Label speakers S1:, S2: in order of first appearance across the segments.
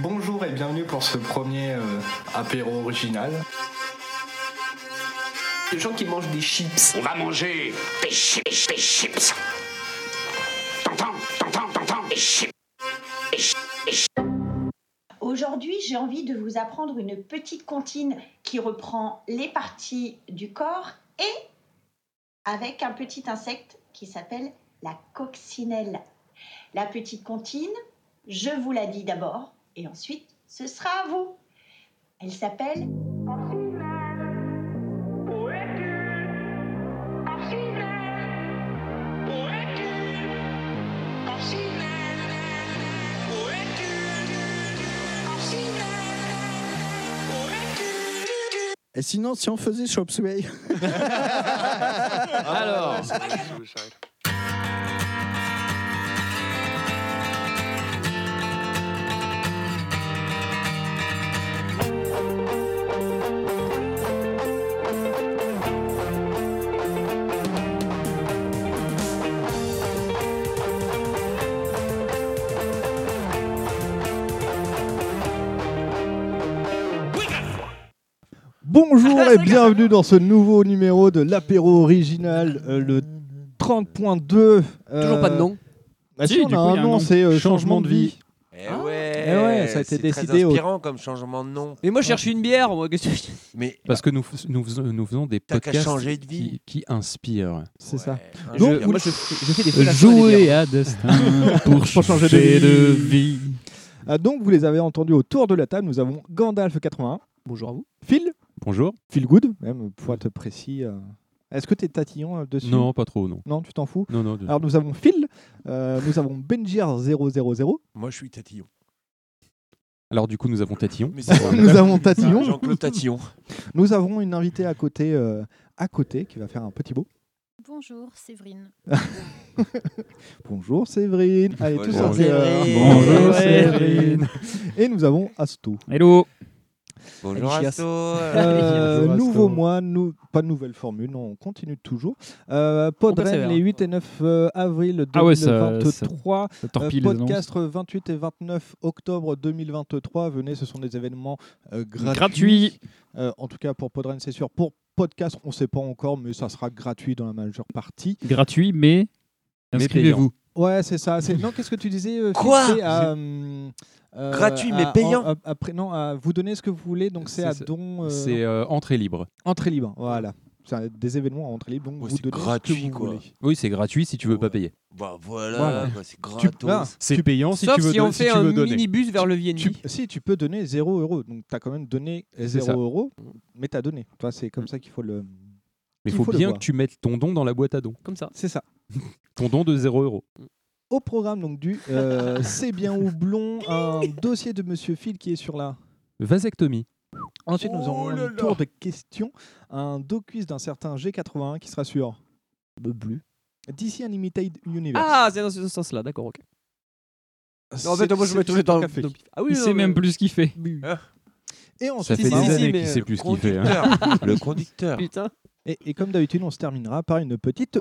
S1: Bonjour et bienvenue pour ce premier euh, apéro original.
S2: Les gens qui mangent des chips.
S3: On va manger des chips, des chips. T'entends, t'entends, t'entends, des chips. Des chips, des chips.
S4: Aujourd'hui, j'ai envie de vous apprendre une petite comptine qui reprend les parties du corps et avec un petit insecte qui s'appelle la coccinelle. La petite comptine, je vous la dis d'abord et ensuite ce sera à vous. Elle s'appelle
S5: Et sinon, si on faisait Chop Suey
S6: Ah, Alors,
S5: Bonjour et bienvenue dans ce nouveau numéro de l'apéro original, euh, le 30.2. euh,
S6: toujours pas de nom.
S5: bah si,
S7: Si,
S5: on
S7: du
S5: a
S7: coup,
S5: un
S7: il y a un
S5: nom,
S7: nom.
S5: c'est euh,
S7: Changement
S5: changement
S7: de
S5: de vie.
S8: Eh
S6: Ah.
S8: ouais,
S5: Eh ouais, ça a été
S8: c'est
S5: décidé
S8: très
S5: au-
S8: inspirant comme changement de nom.
S6: Mais moi, je cherche une bière. moi, qu'est-ce que-
S8: Mais
S7: parce que nous, f- nous, faisons, nous faisons des
S8: T'as qu'à
S7: podcasts
S8: changer de vie.
S7: qui, qui inspirent.
S5: C'est ça.
S8: un
S5: Donc,
S8: jour,
S6: moi, je, je fais des fellations à des bières.
S7: Jouer à destin pour
S5: changer
S7: changer
S5: de
S7: de
S5: vie.
S7: vie.
S5: Ah, donc, vous les avez entendus autour de la table. Nous avons Gandalf81,
S6: Bonjour à vous.
S5: Phil,
S7: Bonjour.
S5: Phil Good, même pour être précis. euh. Est-ce que t'es tatillon euh, dessus
S7: Non, pas trop, non.
S5: Non, tu t'en fous.
S7: Non, non. de-
S5: Alors, nous avons Phil, euh, nous avons Benjir000,
S8: moi je suis Tatillon.
S7: Alors, du coup, nous avons Tatillon.
S8: Mais c'est
S5: nous avons Tatillon,
S8: Jean-Claude Tatillon.
S5: nous avons une invitée à côté, euh, à côté qui va faire un petit beau.
S9: Bonjour Séverine.
S5: Bonjour Séverine. Allez, tous
S8: Bonjour,
S5: sortir.
S6: Séverine.
S7: Bonjour,
S6: Séverine.
S5: Et nous avons Asto.
S7: Hello.
S8: Bonjour
S6: Alicia.
S8: Asto.
S5: Euh,
S7: Bonjour, Asto.
S5: nouveau mois, nou- pas de nouvelle formule, non, on continue toujours. Euh, Podren
S6: persévère.
S5: les 8 et 9 euh, avril 2023.
S7: Ah ouais, ça- ça Ça
S5: Euh,
S7: torpille les annonces.
S5: podcast 28 et 29 octobre 2023. Venez, ce sont des événements euh, gratuits.
S7: Gratuits.
S5: Euh, en tout cas, pour Podren, c'est sûr. Pour podcast, on ne sait pas encore, mais ça sera gratuit dans la majeure partie.
S10: gratuit, mais
S7: Mais
S10: inscrivez-vous.
S7: payez-vous.
S5: Ouais, c'est ça. c'est- Non, qu'est-ce que tu disais euh,
S8: Quoi
S5: fixé à, euh, euh,
S8: Gratuit, mais
S5: à-
S8: payant.
S5: en- à- après, non, à vous donner ce que vous voulez, donc c'est
S7: C'est
S5: à
S7: ça.
S5: don. euh,
S7: C'est euh, entrée libre.
S5: Entrée libre, voilà. C'est un- des événements à entrée libre, donc
S8: Ouais,
S5: vous
S8: c'est
S5: donnez ce que
S8: gratuit,
S5: vous
S8: quoi.
S5: voulez.
S7: Oui, c'est gratuit si tu veux pas payer.
S8: Bah voilà,
S5: Voilà.
S8: quoi, c'est
S5: Tu- ah,
S8: gratos.
S7: C'est payant si
S6: Sauf
S7: tu veux
S6: si on
S7: don-
S6: fait
S7: tu
S6: un
S7: veux donner.
S6: minibus vers le Vienne.
S5: Tu- si, tu peux donner 0 euros. Donc, tu as quand même donné 0
S7: ça.
S5: euros, mais tu as donné. Toi, c'est comme ça qu'il faut le.
S7: Mais
S5: Il
S7: faut,
S5: faut le
S7: bien
S5: voir.
S7: que tu mettes ton don dans la boîte à dons.
S6: Comme ça.
S5: C'est ça.
S7: Ton don de 0 euros.
S8: Mm.
S5: Au programme donc du euh, C'est bien houblon, un dossier de Monsieur Phil qui est sur la.
S7: Vasectomie.
S5: Ensuite, nous
S8: Oh
S5: aurons
S8: là
S5: un
S8: là.
S5: tour de questions, un docu d'un certain G81 qui sera sur
S6: Bleu.
S5: DC Unlimited Universe.
S6: Ah, c'est dans ce sens-là, d'accord, ok. Non, en fait,
S5: C'est-
S6: moi, je
S5: c'est-
S6: mets tous les temps.
S5: c'est tout à fait.
S6: Ah oui,
S10: Il
S6: non,
S10: sait
S6: mais-
S10: même plus ce qu'il fait.
S5: Et
S7: Ça
S5: ensuite,
S7: fait des
S6: si, si,
S7: années
S6: mais,
S7: qu'il
S6: euh,
S7: sait plus ce qu'il fait. hein.
S8: Conducteur. Le conducteur.
S6: Putain. Oh,
S5: et, et comme d'habitude, on se terminera par une petite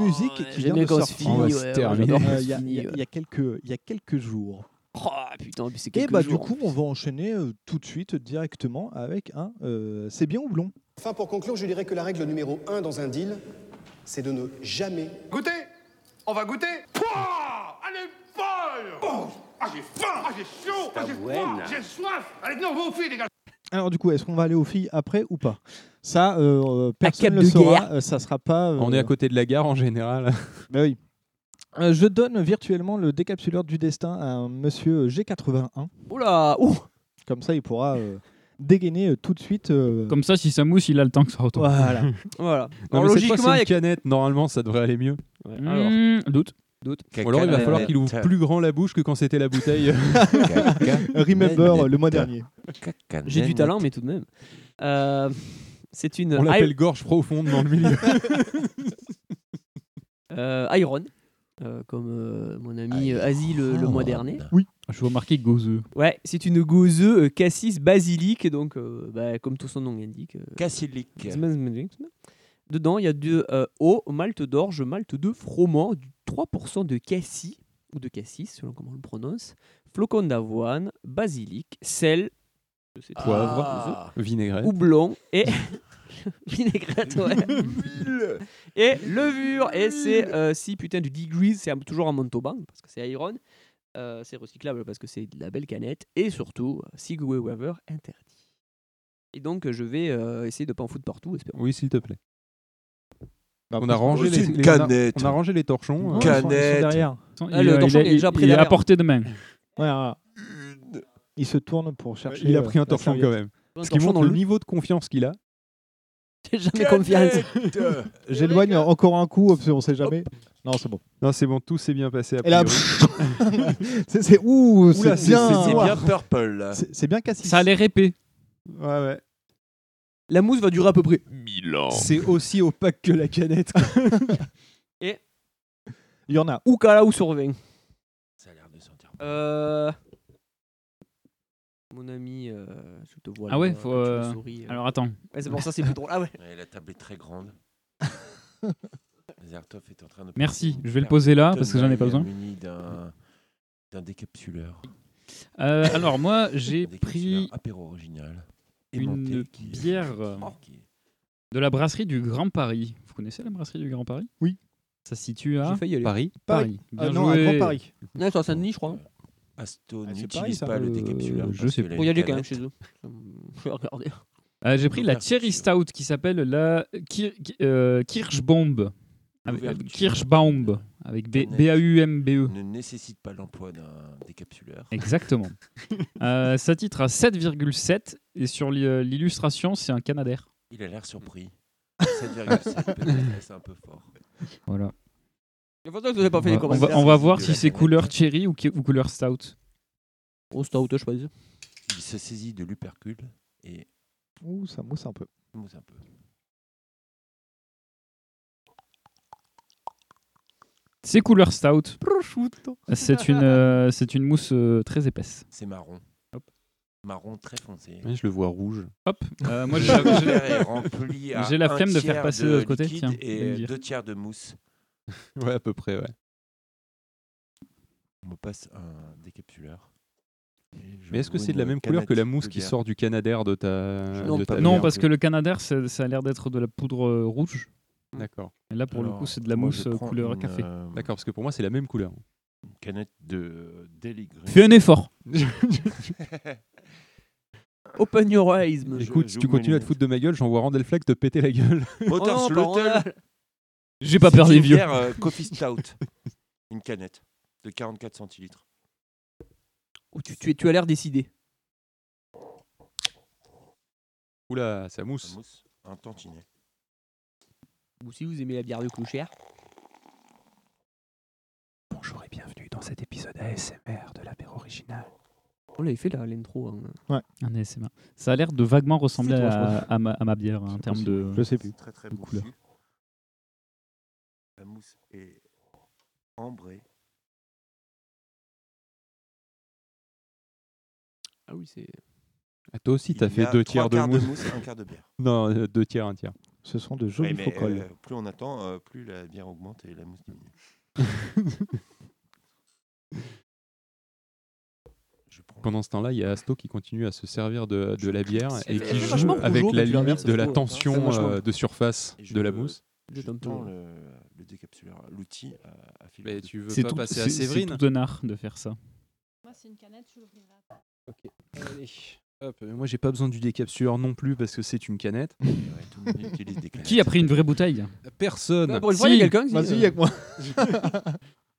S5: musique qui
S6: J'aime
S5: vient
S6: bien
S5: de
S6: quand on se
S5: sortir.
S6: finit,
S7: On va
S6: ouais,
S7: se
S6: ouais,
S7: terminer.
S6: j'adore.
S5: euh, Il y, a- il y a- il y a quelques- il y a quelques jours.
S6: Oh putain, mais c'est
S5: Et
S6: quelques
S5: bah
S6: jours.
S5: du coup, on va enchaîner euh, tout de suite directement avec un euh, c'est bien houblon.
S11: Enfin, pour conclure, je dirais que la règle numéro un dans un deal, c'est de ne jamais
S3: Goûtez On va goûter Pouah Elle est folle oh Ah j'ai faim Ah j'ai chaud Ah j'ai froid J'ai soif Allez, non, vous filles, les gars
S5: Alors du coup, est-ce qu'on va aller aux filles après ou pas Ça, euh, personne
S6: cape
S5: ne le
S6: de
S5: saura.
S6: guerre.
S5: euh, ça sera pas. euh,
S7: On est à côté de la gare en général.
S5: Bah oui. Euh, je donne virtuellement le décapsuleur du destin à un Monsieur G81.
S6: Oula, ouh.
S5: Comme ça, il pourra euh, dégainer euh, tout de suite. euh,
S10: Comme ça, si ça mousse, il a le temps que ça retombe.
S5: Voilà.
S6: Voilà.
S7: Non,
S6: Alors,
S7: mais cette fois,
S6: logiquement,
S7: c'est
S6: il y a
S7: une canette. Normalement, ça devrait aller mieux.
S10: Mmh,
S6: alors.
S10: doute.
S7: Ou alors, il va falloir qu'il ouvre plus grand la bouche que quand c'était la bouteille.
S5: euh, Remember euh, le mois dernier.
S6: J'ai du talent, mais tout de même. Euh, c'est une
S7: On
S6: I-
S7: l'appelle gorge profonde dans le milieu.
S6: euh, Iron, euh, comme euh, mon ami euh, Asie le, le mois dernier.
S10: Ah, Je vois marqué gozeux.
S6: Ouais, c'est une gauze euh, cassis basilic, donc euh, bah, comme tout son nom l'indique. euh,
S8: Cassilic.
S6: Dedans, il y a du euh, eau, malte d'orge, malte de froment, du 3% de cassis, ou de cassis selon comment on le prononce, flocons d'avoine, basilic, sel, c'est tout.
S7: Poivre.
S6: Ah.
S7: Vinaigrette. Mmh.
S6: houblon et vinaigrette, ouais. et levure. Et c'est euh, si putain du degrees, c'est un- toujours un Montauban parce que c'est Iron. Euh, c'est recyclable parce que c'est de la belle canette. Et surtout, Sigway Weaver interdit. Et donc, je vais euh, essayer de pas en foutre partout, espérons.
S7: Oui, s'il te plaît.
S5: Bah,
S7: On a rangé
S8: c'est
S7: les,
S8: une
S7: les- on a-
S8: canette.
S7: On a, rangé les torchons.
S5: Ouais,
S6: Oh,
S7: euh,
S5: ils sont- ils sont
S8: Canette.
S5: derrière.
S6: Ah, le torchon, il est déjà pris
S10: il est à
S6: derrière.
S10: portée de main.
S5: Ouais, ouais. Il se tourne pour chercher.
S7: Il a
S5: euh,
S7: pris un
S5: la
S7: torchon
S5: serviette.
S7: quand même. Ce qui montre le niveau de confiance qu'il a.
S6: J'ai jamais confiance.
S5: J'éloigne encore un coup, on sait jamais. Non, c'est bon.
S7: Non, c'est bon, tout s'est bien passé. a
S5: Et là,
S7: priori.
S5: c'est c'est- ouh, c'est
S7: Oula,
S5: bien.
S7: c'est-
S8: C'est bien purple là.
S5: C'est- C'est bien cassé.
S10: Ça a l'air épais.
S7: Ouais, ouais.
S6: La mousse va durer à peu près.
S8: Milan.
S7: C'est aussi opaque que la canette.
S5: Il y en a.
S6: Ou cala ou sur 20.
S8: Ça a l'air de sentir.
S6: Euh... Mon ami, euh, je te vois.
S10: Ah
S6: là,
S10: ouais,
S6: quand
S10: faut,
S6: tu me
S10: euh,
S6: souris, euh.
S10: Alors attends.
S6: Ouais, c'est pour ça, c'est plus drôle. Ah ouais.
S8: Ouais, la table est très grande. Zertov est en train de.
S10: Merci. Je vais le poser là parce que j'en ai pas besoin.
S8: Muni d'un d'un décapsuleur.
S10: Euh, alors moi,
S8: Un
S10: j'ai pris
S8: décapsuleur Apéro original.
S10: une
S8: aimanté, qui-
S10: bière, euh, de la brasserie du Grand Paris. Vous connaissez la brasserie du Grand Paris
S5: Oui.
S10: Ça se situe à
S6: J'ai failli y aller. Euh,
S7: Paris.
S10: Paris. Bien
S5: Ah non, un
S10: joué.
S5: grand pari.
S6: Non, c'est à Saint-Denis, je crois.
S8: Aston
S5: Ah, c'est pareil,
S8: n'utilise
S5: ça,
S8: pas le
S5: euh,
S8: décapsuleur.
S10: je
S8: parce
S10: sais
S8: qu'elle a
S6: Bon, il y a
S8: une
S6: des quand même
S8: canette.
S6: chez eux. Hum, Je vais regarder.
S10: Euh, j'ai pris la
S8: L'ouverture.
S10: Cherry Stout qui s'appelle la Kir- euh, Kirschbaum.
S6: Ah
S10: Avec-
S8: L'ouverture.
S10: Kirschbaum. Avec B- E.
S8: Net.
S10: B-A-U-M-B-E.
S8: Ne nécessite pas l'emploi d'un décapsuleur.
S10: Exactement. Euh, ça titre à 7,7 et sur l'i- euh, l'illustration, c'est un Canadair.
S8: Il a l'air surpris. 7,7 peut-être, c'est un peu fort.
S10: Voilà.
S6: La fois que vous avez pas fait
S10: On
S6: les
S10: va, on
S6: commentaires.
S10: va- on va voir
S8: de
S10: si
S8: la
S10: c'est
S8: canette.
S10: couleur cherry ou, qui- ou couleur stout.
S6: Oh, c'est out, je pense.
S8: Il se saisit de l'upercule et
S5: Ouh, ça mousse un peu.
S8: mousse un peu.
S10: C'est couleur stout. C'est une, euh, c'est une mousse euh, très épaisse.
S8: C'est marron.
S10: Hop.
S8: Marron très foncé.
S7: Ouais, je le vois rouge.
S10: Hop. Euh, moi,
S8: Le
S10: j'ai la- j'ai
S8: verre
S10: la-
S8: est rempli à
S10: j'ai la
S8: un
S10: flemme de faire
S8: tiers
S10: passer de l'autre côté,
S8: liquide
S10: tiens, je vais le
S8: Et
S10: dire.
S8: deux tiers de mousse.
S7: Ouais, à peu près, ouais.
S8: On me passe un décapsuleur. Et je
S7: Mais est-ce que
S8: vous
S7: c'est de la
S8: une
S7: même couleur que la
S8: canette
S7: mousse
S8: de
S7: qui
S8: bière.
S7: sort du Canadair de ta.
S8: Non,
S7: de
S8: pas-
S7: ta
S10: non,
S7: bière
S10: parce que le Canadair, ça, ça a l'air d'être de la poudre euh, rouge.
S7: D'accord.
S10: Et là, pour le
S8: Alors,
S10: coup, c'est de la
S8: moi,
S10: mousse
S8: je
S10: euh,
S8: prends
S10: couleur
S8: une,
S10: café.
S8: euh,
S7: D'accord, parce que pour moi, c'est la même couleur.
S8: une canette de Daily Green.
S10: Fais un effort.
S6: Open your eyes.
S8: Je-
S7: Écoute, si
S8: j'ouvre
S7: tu
S8: mes
S7: continues à te
S8: lunettes.
S7: foutre de ma gueule, j'envoie Randall Flagg te péter la gueule.
S8: Moteur sur l'autel.
S10: J'ai pas peur
S8: Oh, C'est
S10: des
S8: une
S10: vieux.
S8: bière, euh, Coffee Stout. une canette de 44 centilitres.
S6: tu, tu, es- tu as l'air décidé.
S7: Oula, ça
S8: La
S7: mousse.
S8: mousse, un tantinet.
S6: Ou si vous aimez la bière de Clouchère.
S7: Bonjour et bienvenue dans cet épisode ASMR de l'apéro original.
S6: On l'avait fait là, l'intro. hein.
S10: Un ASMR. Ça a l'air de vaguement ressembler
S6: C'est toi, je
S10: à, à ma, à ma bière hein, en termes de.
S5: Je sais plus.
S8: C'est Très très
S10: de
S8: bouffu.
S10: couleur.
S8: La mousse est ambrée.
S6: Ah oui, c'est.
S7: Ah, toi aussi,
S8: Il
S7: t'as
S8: y
S7: fait
S8: a
S7: deux tiers
S8: trois
S7: de
S8: quarts
S7: mousse.
S8: un quart de bière.
S7: Non, euh, deux tiers, un tiers.
S5: Ce sont de
S8: Ouais,
S5: jolis
S8: mais,
S5: faux cols.
S8: euh, plus on attend, euh, plus la bière augmente et la mousse diminue. Je prends
S7: Pendant ce temps-là, il y a Asto qui continue à se servir de, de la bière et
S8: C'est
S7: qui joue
S6: vachement
S7: avec
S6: rougeau,
S7: la
S6: mais tu l'as bien,
S7: limite
S6: ça,
S7: de
S6: je
S7: la
S6: trouve.
S7: tension
S6: C'est vachement-
S7: euh, de surface
S8: Et je
S7: de la
S8: le-
S7: mousse.
S8: je
S6: Juste un peu.
S8: prends le, le décapsuleur, l'outil à, à fil
S7: Mais
S8: de-
S7: tu veux
S10: C'est
S7: pas
S10: tout,
S7: passer
S10: c'est-
S7: à
S10: c'est
S7: Séverine
S10: tout un art de faire ça.
S9: Moi, c'est une canette, je l'ouvrirai.
S7: Allez, hop, euh, Moi, j'ai pas besoin du décapsuleur non plus parce que c'est une canette.
S8: Ouais, tout le monde utilise des canettes.
S10: Qui a pris une vraie bouteille
S7: Personne.
S6: Ah, pour une fois, il y a quelqu'un qui.
S5: Vas-y avec moi.
S7: euh.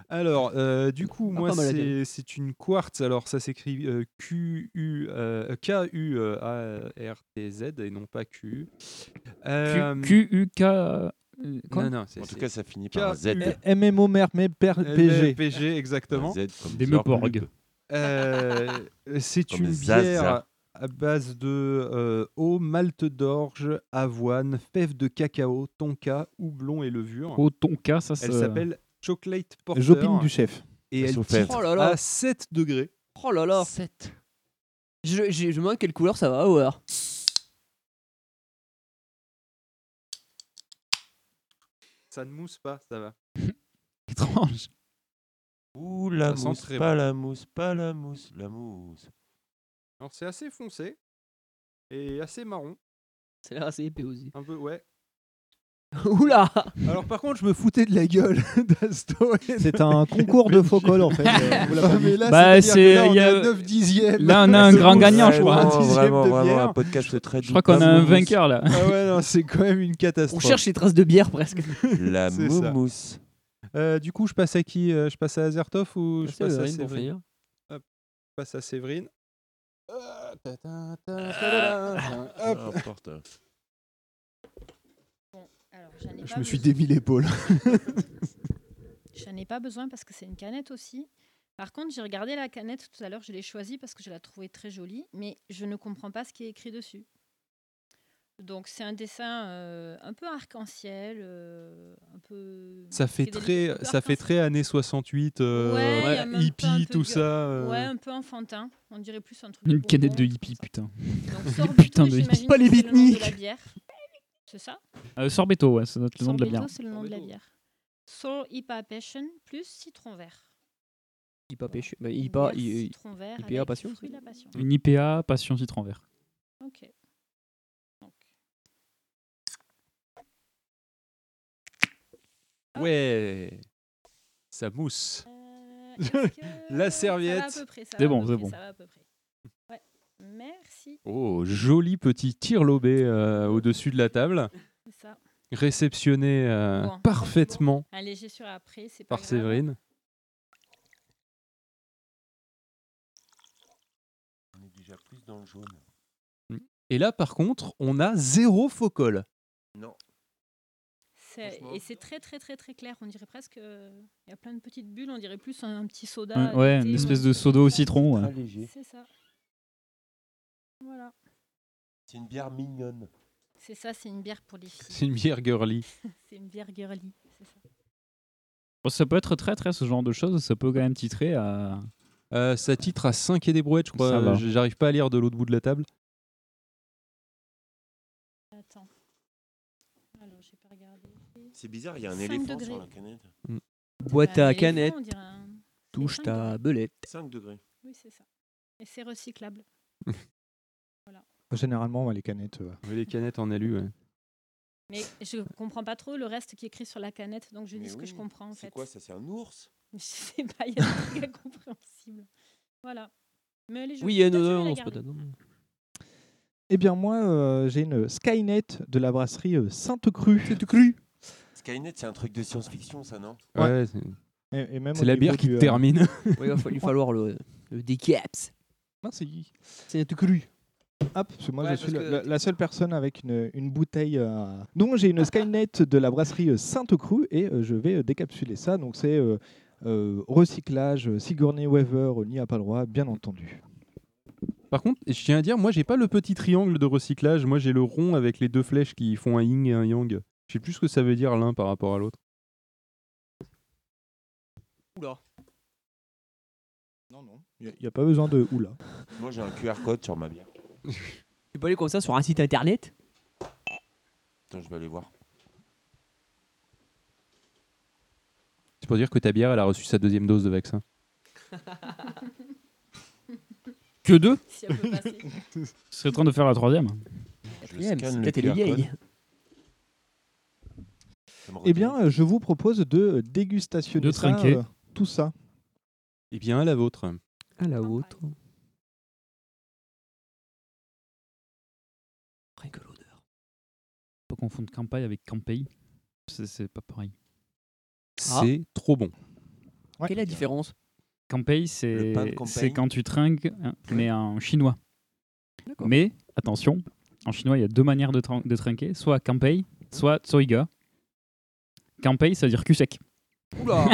S7: Alors, euh, du coup, moi,
S6: pas mal à
S7: c'est c'est une quartz. Alors, ça s'écrit euh, Q U euh, K U euh, A R T Z et non pas Q. Euh,
S10: Q-U-K. euh, quoi
S7: Non, non, c'est
S8: En tout
S7: c'est
S8: cas, ça finit par un Z.
S7: K-U-
S5: MMO mère, mais
S7: E
S5: PG.
S7: LPG, exactement.
S8: Un Z comme
S10: Des
S8: Zorb.
S10: meuporg.
S7: Euh, c'est
S8: Comme
S7: une
S8: Zaza.
S7: bière à base de euh, eau, malt d'orge, avoine, fèves de cacao, tonka, houblon et levure.
S10: Oh, ton cas, ça c'est.
S7: Elle s'appelle Chocolate Porter
S5: J'opine du chef.
S7: hein. et
S8: Elles
S7: elle ah,
S8: sont
S7: titre
S6: Oh là là.
S7: à 7 degrés.
S6: Oh là là.
S10: 7.
S6: Je, je, je me demande quelle couleur ça va avoir.
S7: Ça ne mousse pas, ça va.
S10: Étrange.
S8: Ouh, la
S7: Ça sent
S8: mousse,
S7: très
S8: pas
S7: bon.
S8: la mousse, pas la mousse, la mousse.
S7: Alors c'est assez foncé et assez marron.
S6: C'est l'air assez épais aussi.
S7: Un peu, ouais.
S6: Oula
S7: Alors par contre, je me foutais de la gueule d'Asto. et de-
S5: C'est un concours de faux cols en fait. euh, vous l'avez pas
S7: Ah, mais
S5: vu.
S7: là,
S10: Bah,
S7: c'est-à-dire
S10: c'est-
S7: que là, on
S10: il y
S7: est
S10: a-
S7: à 9 dixièmes.
S10: Là, on a un
S7: C'est
S10: grand
S7: bon,
S10: gagnant, je
S7: c'est
S10: crois.
S7: bon,
S10: Un
S7: dixième
S8: vraiment,
S7: de
S8: vraiment,
S7: bière.
S8: un podcast très
S10: Je crois qu'on a un vainqueur là.
S7: Ah ouais, non, c'est quand même une
S6: On
S7: catastrophe.
S6: cherche les traces de bière presque.
S8: La
S7: C'est ça.
S8: mousse.
S7: Euh, du coup, je passe à qui Euh, Je passe à Azertov ou je
S6: Merci,
S7: passe à
S6: Aurine, pour
S7: Séverine
S6: finir.
S7: Hop, Je passe à Séverine. Euh, ta- ta- ta- ta- ta- ta- Hop.
S8: N'importe.
S9: Alors, j'en ai
S5: Je
S9: pas
S5: me suis
S9: besoin.
S5: démis l'épaule.
S9: J'en ai pas besoin parce que c'est une canette aussi. Par contre, j'ai regardé la canette tout à l'heure, je l'ai choisie parce que je la trouvais très jolie, mais je ne comprends pas ce qui est écrit dessus. Donc, c'est un dessin euh, un peu arc-en-ciel, euh, un peu.
S7: Ça fait
S9: qui est délicat, un
S7: très,
S9: peu
S7: ça fait
S9: arc-en-ciel.
S7: très années 68, euh,
S9: Ouais, il y a même pas un
S7: hippie,
S9: peu
S7: tout
S9: de-
S7: ça. euh.
S9: Ouais, un peu enfantin. On dirait plus un truc.
S10: Une
S9: bonbon.
S10: canette de hippie, putain.
S9: Donc, sorbito,
S10: Putain de
S9: j'imagine
S10: hippie.
S9: que
S10: Pas les
S9: c'est le nom de la
S10: beatniks.
S9: bière. C'est ça
S10: Euh, Sorbeto, ouais, ça doit être le nom de la
S9: Sorbetto,
S10: bière.
S9: c'est le nom de la bière. Sour IPA Passion plus citron vert.
S6: IPA pêche. Bah,
S9: Bière
S6: IPA, I-
S9: citron vert
S6: IPA
S9: avec
S6: passion,
S9: fruit de la passion.
S10: Une IPA, passion citron vert.
S9: Ok. Donc.
S7: Ouais. Ça mousse.
S9: euh, est-ce que-
S7: La
S9: Ça
S7: serviette.
S9: va à peu près, ça
S10: C'est
S9: va à
S10: bon,
S9: peu
S10: c'est
S9: près,
S10: bon.
S9: ça va à peu près. Ouais. Merci.
S7: Oh, joli petit tir lobé euh, au-dessus de la table.
S9: C'est ça.
S7: Réceptionné euh,
S9: Bon.
S7: parfaitement
S9: Un léger sur après, c'est pas
S7: par
S9: grave.
S7: Séverine.
S8: On est déjà plus dans le jaune.
S7: Et là, par contre, on a zéro faux col.
S8: Non.
S9: C'est-
S8: Franchement.
S9: Et c'est très très très très clair. On dirait presque. euh, Il y a plein de petites bulles. On dirait plus un, un petit soda.
S10: Ouais, ouais,
S9: thé,
S10: une
S9: ou
S10: espèce
S9: un
S10: de
S9: truc
S10: soda
S9: comme
S10: au
S9: ça.
S10: citron. ouais.
S8: Très léger.
S9: C'est ça. Voilà.
S8: C'est une bière mignonne.
S9: C'est ça, c'est une bière pour les filles.
S7: C'est une bière girly.
S9: C'est une bière girly. C'est ça.
S10: Bon, ça peut être très très ce genre de choses, ça peut quand même titrer à.
S7: Euh, ça titre à 5 et des brouettes, je crois.
S10: Ça va.
S7: Euh, j- J'arrive pas à lire de l'autre bout de la table.
S9: Attends. Alors, j'ai pas regardé.
S8: C'est bizarre, Ah, il y a un
S9: Cinq
S8: éléphant
S9: degrés.
S8: sur la canette.
S6: Mm. Boîte
S9: Bah,
S6: à
S9: les fonds,
S6: canette,
S9: on dirait hein. un- c'est
S6: touche
S9: cinq
S6: ta
S9: degrés.
S6: belette.
S8: 5 degrés.
S9: Oui, c'est ça. Et c'est recyclable.
S5: Généralement, ouais, les canettes. euh,
S7: Oui, les canettes en alu. ouais.
S9: Mais je comprends pas trop le reste qui est écrit sur la canette, donc je
S8: Mais
S9: dis ce que
S8: oui,
S9: je comprends en
S8: C'est
S9: fait.
S8: quoi ça C'est un ours
S9: Je sais pas, il y a des trucs incompréhensibles. Voilà. Mais elle est
S6: Oui,
S9: jolie.
S6: il y a une
S9: Peut-être je vais la
S6: odeur,
S9: garder.
S6: peut-être. non
S5: Eh bien, moi, euh, j'ai une Skynet de la brasserie euh, Sainte Crue. Sainte Crue
S8: Skynet, c'est un truc de science-fiction, ça, non
S5: Ouais.
S7: Ouais, c'est-
S5: et, et même au
S7: c'est la
S5: niveau
S7: bière qui
S5: du,
S7: te
S5: euh,
S7: termine.
S6: Oui, il va fa- lui falloir le, le décaps.
S5: Merci.
S6: C'est un truc cru.
S5: Ah, parce que moi,
S6: Ouais,
S5: je suis
S6: parce
S5: la,
S6: que-
S5: la- la seule personne avec une, une bouteille. euh, Donc, j'ai une Skynet de la brasserie euh, Sainte Crue et euh, je vais euh, décapsuler ça. Donc, c'est euh, euh, recyclage, euh, Sigourney Weaver, euh, n'y a pas le droit, bien entendu.
S7: Par contre, je tiens à dire, moi, j'ai pas le petit triangle de recyclage. Moi, j'ai le rond avec les deux flèches qui font un yin et un yang. Je sais plus ce que ça veut dire l'un par rapport à l'autre.
S6: Oula.
S5: Non, non. Il n'y a, pas besoin de oula.
S8: Moi, j'ai un QR code sur ma bière.
S6: Tu peux aller comme ça sur un site internet
S8: Attends, je vais aller voir.
S7: C'est pour dire que ta bière, elle a reçu sa deuxième dose de vaccin.
S10: Que deux
S9: Si elle peut passer.
S10: Ce serait le temps de faire la troisième.
S6: Quatrième,
S8: scanne
S6: c'est
S8: le
S6: peut-être les
S8: QR code.
S6: vieilles.
S8: Ça me
S5: Eh
S8: reconnaît.
S5: bien, euh, je vous propose de dégustation
S10: De trinquer.
S5: tout ça.
S7: Eh bien, la vôtre.
S6: À la
S9: Champagne.
S6: haute. Rien que l'odeur.
S10: Pas confondre campagne avec Campey. C'est- C'est pas pareil.
S7: C'est
S8: Ah.
S7: trop bon.
S5: Ouais.
S6: Quelle est la différence
S10: Campey,
S8: Le
S10: c'est
S8: pain de Campey.
S10: c'est quand tu trinques, hein, mais en chinois.
S6: D'accord.
S10: Mais attention, en chinois, il y a deux manières de, trin- de trinquer soit Campey, soit Tsoiga. Campey, ça veut dire cul sec.
S7: Oh.
S6: Oula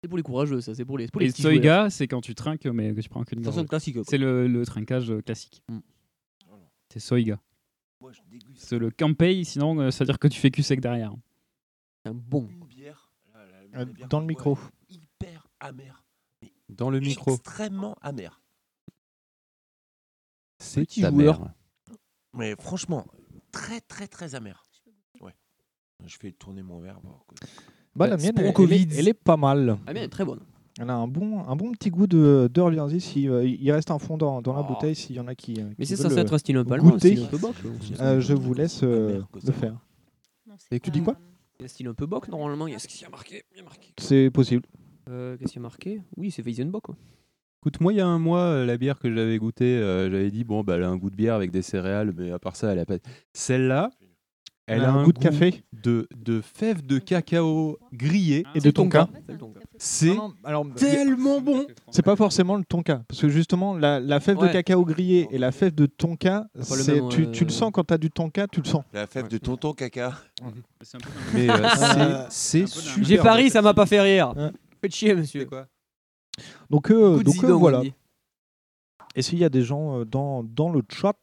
S6: C'est pour les courageux, ça. C'est pour les, c'est pour les
S10: Et
S6: petits joueurs.
S10: Tsoiga, c'est quand tu trinques, mais que tu prends que une
S6: Façon
S10: gorgée.
S6: classique. quoi.
S10: C'est le, le trinquage euh, classique.
S6: Mm.
S10: C'est Soiga.
S8: Moi, je déguste
S10: C'est le Campey, sinon, euh, ça veut dire que tu fais cul sec derrière.
S6: C'est un bon.
S8: une bière. la- la- la
S5: Euh,
S8: bière
S5: Dans
S8: qu'on
S5: le
S8: boit
S5: micro.
S8: est Hyper amère.
S7: Dans le micro.
S8: Extrêmement amère.
S7: C'est
S6: Petit
S7: ta
S6: joueur.
S7: mère.
S8: Mais franchement, très, très, très amère. Ouais. Je fais tourner mon verre. bon, écoute.
S5: Bah, la
S6: Ouais,
S5: mienne, elle- elle,
S6: Sponkovic.
S5: est, elle est pas mal.
S6: La mienne est très bonne.
S5: Elle a un bon, un bon petit goût de d'Orléansais. Si, euh, il reste un fond dans, dans la bouteille s'il y en a qui. euh,
S6: Mais
S5: qui
S6: c'est
S5: veulent
S6: censé
S5: le
S6: être un style un peu allemand, un
S5: goûter.
S6: style un peu bock, donc c'est
S5: Euh,
S6: ça.
S5: je vous laisse euh, le faire.
S6: Et tu dis quoi Il y a un style un peu bock normalement. Il y a ce qu'il y a marqué. il y a marqué.
S5: C'est possible.
S6: Euh, Qu'est-ce qu'il y a marqué Oui, c'est Weizenbock. quoi.
S7: Écoute, moi, il y a un mois, euh, la bière que j'avais goûtée, euh, j'avais dit, bon, bah, elle a un goût de bière avec des céréales, mais à part ça, elle a pas. Celle-là, elle a un,
S5: goût de café.
S7: de, de fèves de cacao grillées
S5: Et de tonka.
S7: Ah, C'est tellement bon.
S5: C'est pas forcément le tonka, parce que justement, la, la fève
S7: Ouais.
S5: de cacao grillée et la fève de tonka,
S8: le
S5: c'est-
S8: même,
S5: tu,
S8: euh,
S5: tu le sens quand t'as du tonka, tu le sens.
S8: La fève de tonton caca.
S7: Mais, euh,
S5: Euh,
S7: c'est c'est
S5: super.
S6: J'ai pari, ça m'a pas fait rire.
S5: Ouais.
S6: Faites chier, monsieur.
S5: Donc, euh,
S6: Coup de
S5: donc euh,
S6: Zidane,
S5: voilà.
S6: on dit.
S5: Et s'il y a des gens euh, dans, dans le chat,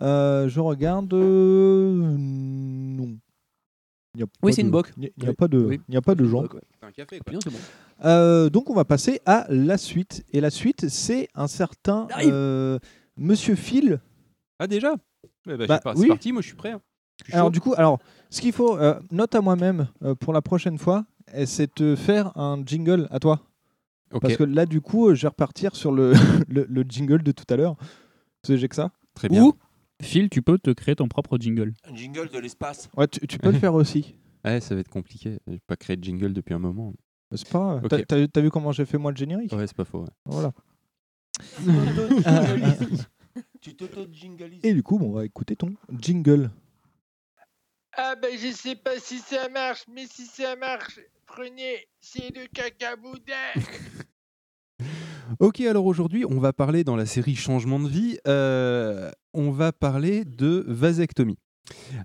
S5: euh, je regarde. euh, non. Il y a pas
S6: Oui, c'est
S5: de-
S6: une boc.
S5: Il n'y a, pas de-
S6: Oui.
S5: il n'y a pas de gens.
S7: un café,
S6: Puis non, c'est bon.
S5: Euh, donc on va passer à la suite. Et la suite, c'est un certain euh, Monsieur Phil.
S7: Ah, déjà Eh ben,
S5: Bah,
S7: je sais pas,
S5: oui.
S7: C'est parti, moi, je suis prêt. hein. Je suis
S5: Alors
S7: chaud.
S5: du coup, alors ce qu'il faut, euh, note à moi-même euh, pour la prochaine fois, euh, c'est te faire un jingle à toi.
S7: Ok.
S5: Parce que là, du coup, euh, je vais repartir sur le, le, le jingle de tout à l'heure. Parce que j'ai que ça.
S7: Très
S10: Ou, Phil, tu peux te créer ton propre jingle.
S8: Un jingle de l'espace.
S5: Ouais, tu, tu peux le faire aussi.
S7: Ouais, ça va être compliqué. J'ai pas créé de jingle depuis un moment.
S5: C'est pas. grave.
S7: Ok.
S5: T'as- T'as t'as vu comment j'ai fait moi le générique
S7: Ouais, c'est pas faux. ouais.
S5: Voilà.
S8: Tu t'auto-jingalises.
S5: Et du coup, bon, on va écouter ton jingle.
S12: Ah ben je sais pas si ça marche, mais si ça marche, prenez, c'est le cacaboudin.
S7: Ok, alors aujourd'hui, on va parler dans la série Changement de vie, euh, on va parler de vasectomie.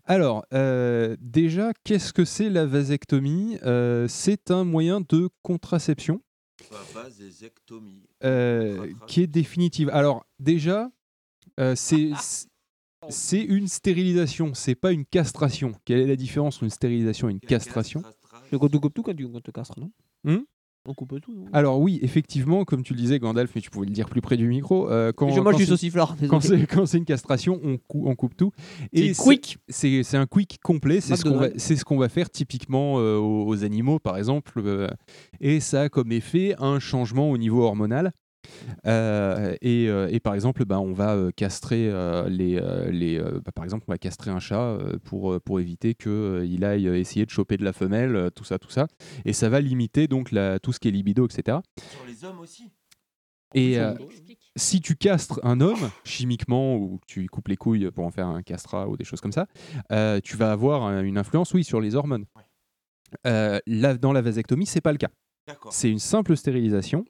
S7: Alors, euh, déjà, qu'est-ce que c'est la vasectomie Euh, C'est un moyen de contraception
S8: vasectomie.
S7: euh, qui est définitive. Alors, déjà, euh, c'est. c'est- C'est une stérilisation, c'est pas une castration. Quelle est la différence entre une stérilisation et une castration
S6: Le quand tu coupes tout quand tu quand tu castres, non
S7: Hum
S6: On coupe tout. non
S7: Alors oui, effectivement, comme tu le disais Gandalf, mais tu pouvais le dire plus près du micro. euh, quand,
S6: Je mange
S7: quand
S6: du
S7: c'est-
S6: sauciflard, désolé.
S7: Quand c'est quand c'est une castration, on, cou- on coupe tout.
S6: C'est quick.
S7: C'est c'est un quick complet. C'est ce qu'on va,
S6: McDonald's.
S7: c'est ce qu'on va faire typiquement euh, aux, aux animaux, par exemple. euh, et ça a comme effet un changement au niveau hormonal. Euh, et, euh, et par exemple, bah, on va euh, castrer euh, les, euh, les euh, bah, par exemple, on va castrer un chat euh, pour, euh, pour éviter que euh, il aille euh, essayer de choper de la femelle, euh, tout ça, tout ça. Et ça va limiter donc la- tout ce qui est libido, etc.
S8: Sur les hommes aussi.
S7: Et
S8: Ça
S7: euh,
S8: nous
S7: si tu castres un homme chimiquement ou que tu lui coupes les couilles pour en faire un castrat ou des choses comme ça, euh, tu vas avoir euh, une influence, oui, sur les hormones. Euh, là, dans la vasectomie, c'est pas le cas. C'est une simple stérilisation.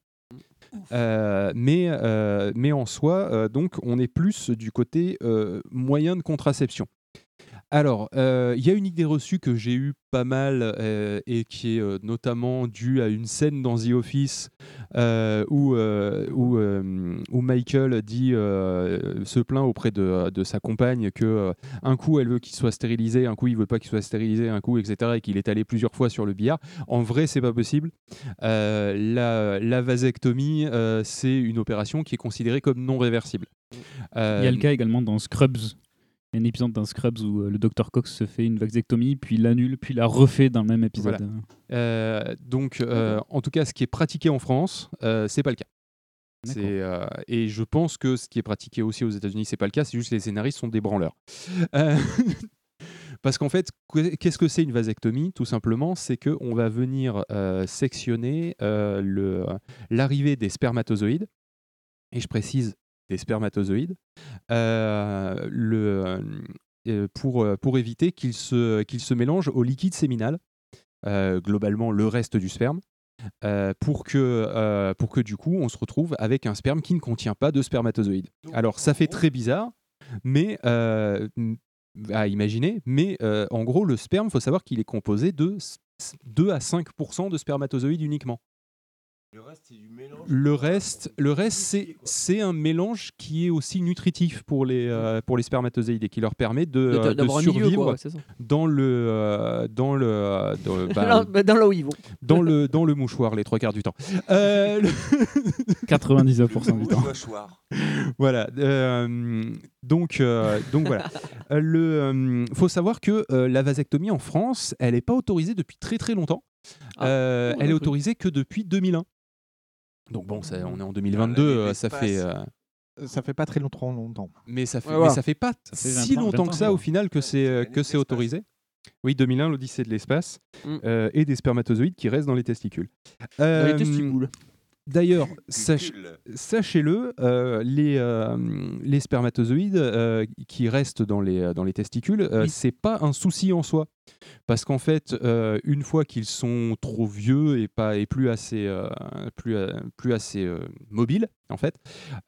S7: Euh, mais, euh, mais en soi, euh, donc, on est plus du côté euh, moyen de contraception. Alors, euh, il y a une idée reçue que j'ai eue pas mal euh, et qui est euh, notamment due à une scène dans The Office euh, où, euh, où, euh, où Michael dit, euh, se plaint auprès de, de sa compagne que euh, un coup elle veut qu'il soit stérilisé, un coup il veut pas qu'il soit stérilisé, un coup etc. et qu'il est allé plusieurs fois sur le billard. En vrai, c'est pas possible. Euh, la, la vasectomie, euh, c'est une opération qui est considérée comme non réversible. Euh,
S10: Il y a le cas également dans Scrubs. Il y a un épisode dans Scrubs où euh, le docteur Cox se fait une vasectomie, puis l'annule, puis la refait dans le même épisode.
S7: Voilà. Euh, donc, euh, en tout cas, ce qui est pratiqué en France, euh, c'est pas le cas. C'est, euh, et je pense que ce qui est pratiqué aussi aux États-Unis, c'est pas le cas. C'est juste que les scénaristes sont des branleurs. Euh, Parce qu'en fait, que- qu'est-ce que c'est une vasectomie Tout simplement, c'est que on va venir euh, sectionner euh, le- l'arrivée des spermatozoïdes. Et je précise des spermatozoïdes euh, le- euh, pour, euh, pour éviter qu'ils se, qu'ils se mélangent au liquide séminal, euh, globalement le reste du sperme, euh, pour, que, euh, pour que du coup on se retrouve avec un sperme qui ne contient pas de spermatozoïdes. Alors ça fait très bizarre, mais euh, m- à imaginer, mais euh, en gros le sperme, faut savoir qu'il est composé de s- s- 2 à 5% de spermatozoïdes uniquement.
S8: Le reste, c'est du mélange.
S7: Le reste, le reste c'est, c'est un mélange qui est aussi nutritif pour les, euh, pour les spermatozoïdes et qui leur permet de,
S6: De- de-
S7: euh, de
S6: d'avoir un milieu, quoi,
S7: survivre
S6: ouais, c'est ça.
S7: dans le euh, dans le euh, dans le, bah,
S6: Dans- bah, dans là où ils vont.
S7: dans le dans le mouchoir les trois quarts du temps. Euh, le-
S10: 99% du temps.
S7: voilà. euh, donc, euh, donc voilà. Euh, Le, euh, faut savoir que euh, la vasectomie en France, elle n'est pas autorisée depuis très très longtemps. Euh,
S6: Ah, on a
S7: elle est
S6: peu-
S7: autorisée que depuis 2001. Donc bon, ça- on est en 2022, euh, ça fait. euh,
S5: Ça fait pas très longtemps, longtemps.
S7: mais ça fait,
S5: Ouais, voilà.
S7: mais ça fait pas
S5: Ça fait
S7: si
S5: 20 ans,
S7: longtemps
S5: 20
S7: que
S5: ans,
S7: ça au
S5: ouais.
S7: final que c'est euh, que c'est autorisé. Oui, 2001, l'Odyssée de l'espace
S6: Mm.
S7: euh, et des spermatozoïdes qui restent dans les testicules.
S6: Dans les
S7: Euh,
S6: testicules.
S7: D'ailleurs, sach- sachez-le, euh, les, euh, les spermatozoïdes euh, qui restent dans les, euh, dans les testicules, euh, c'est pas un souci en soi. Parce qu'en fait, euh, une fois qu'ils sont trop vieux et, pas, et plus assez, euh, plus, euh, plus assez euh, mobiles, en fait,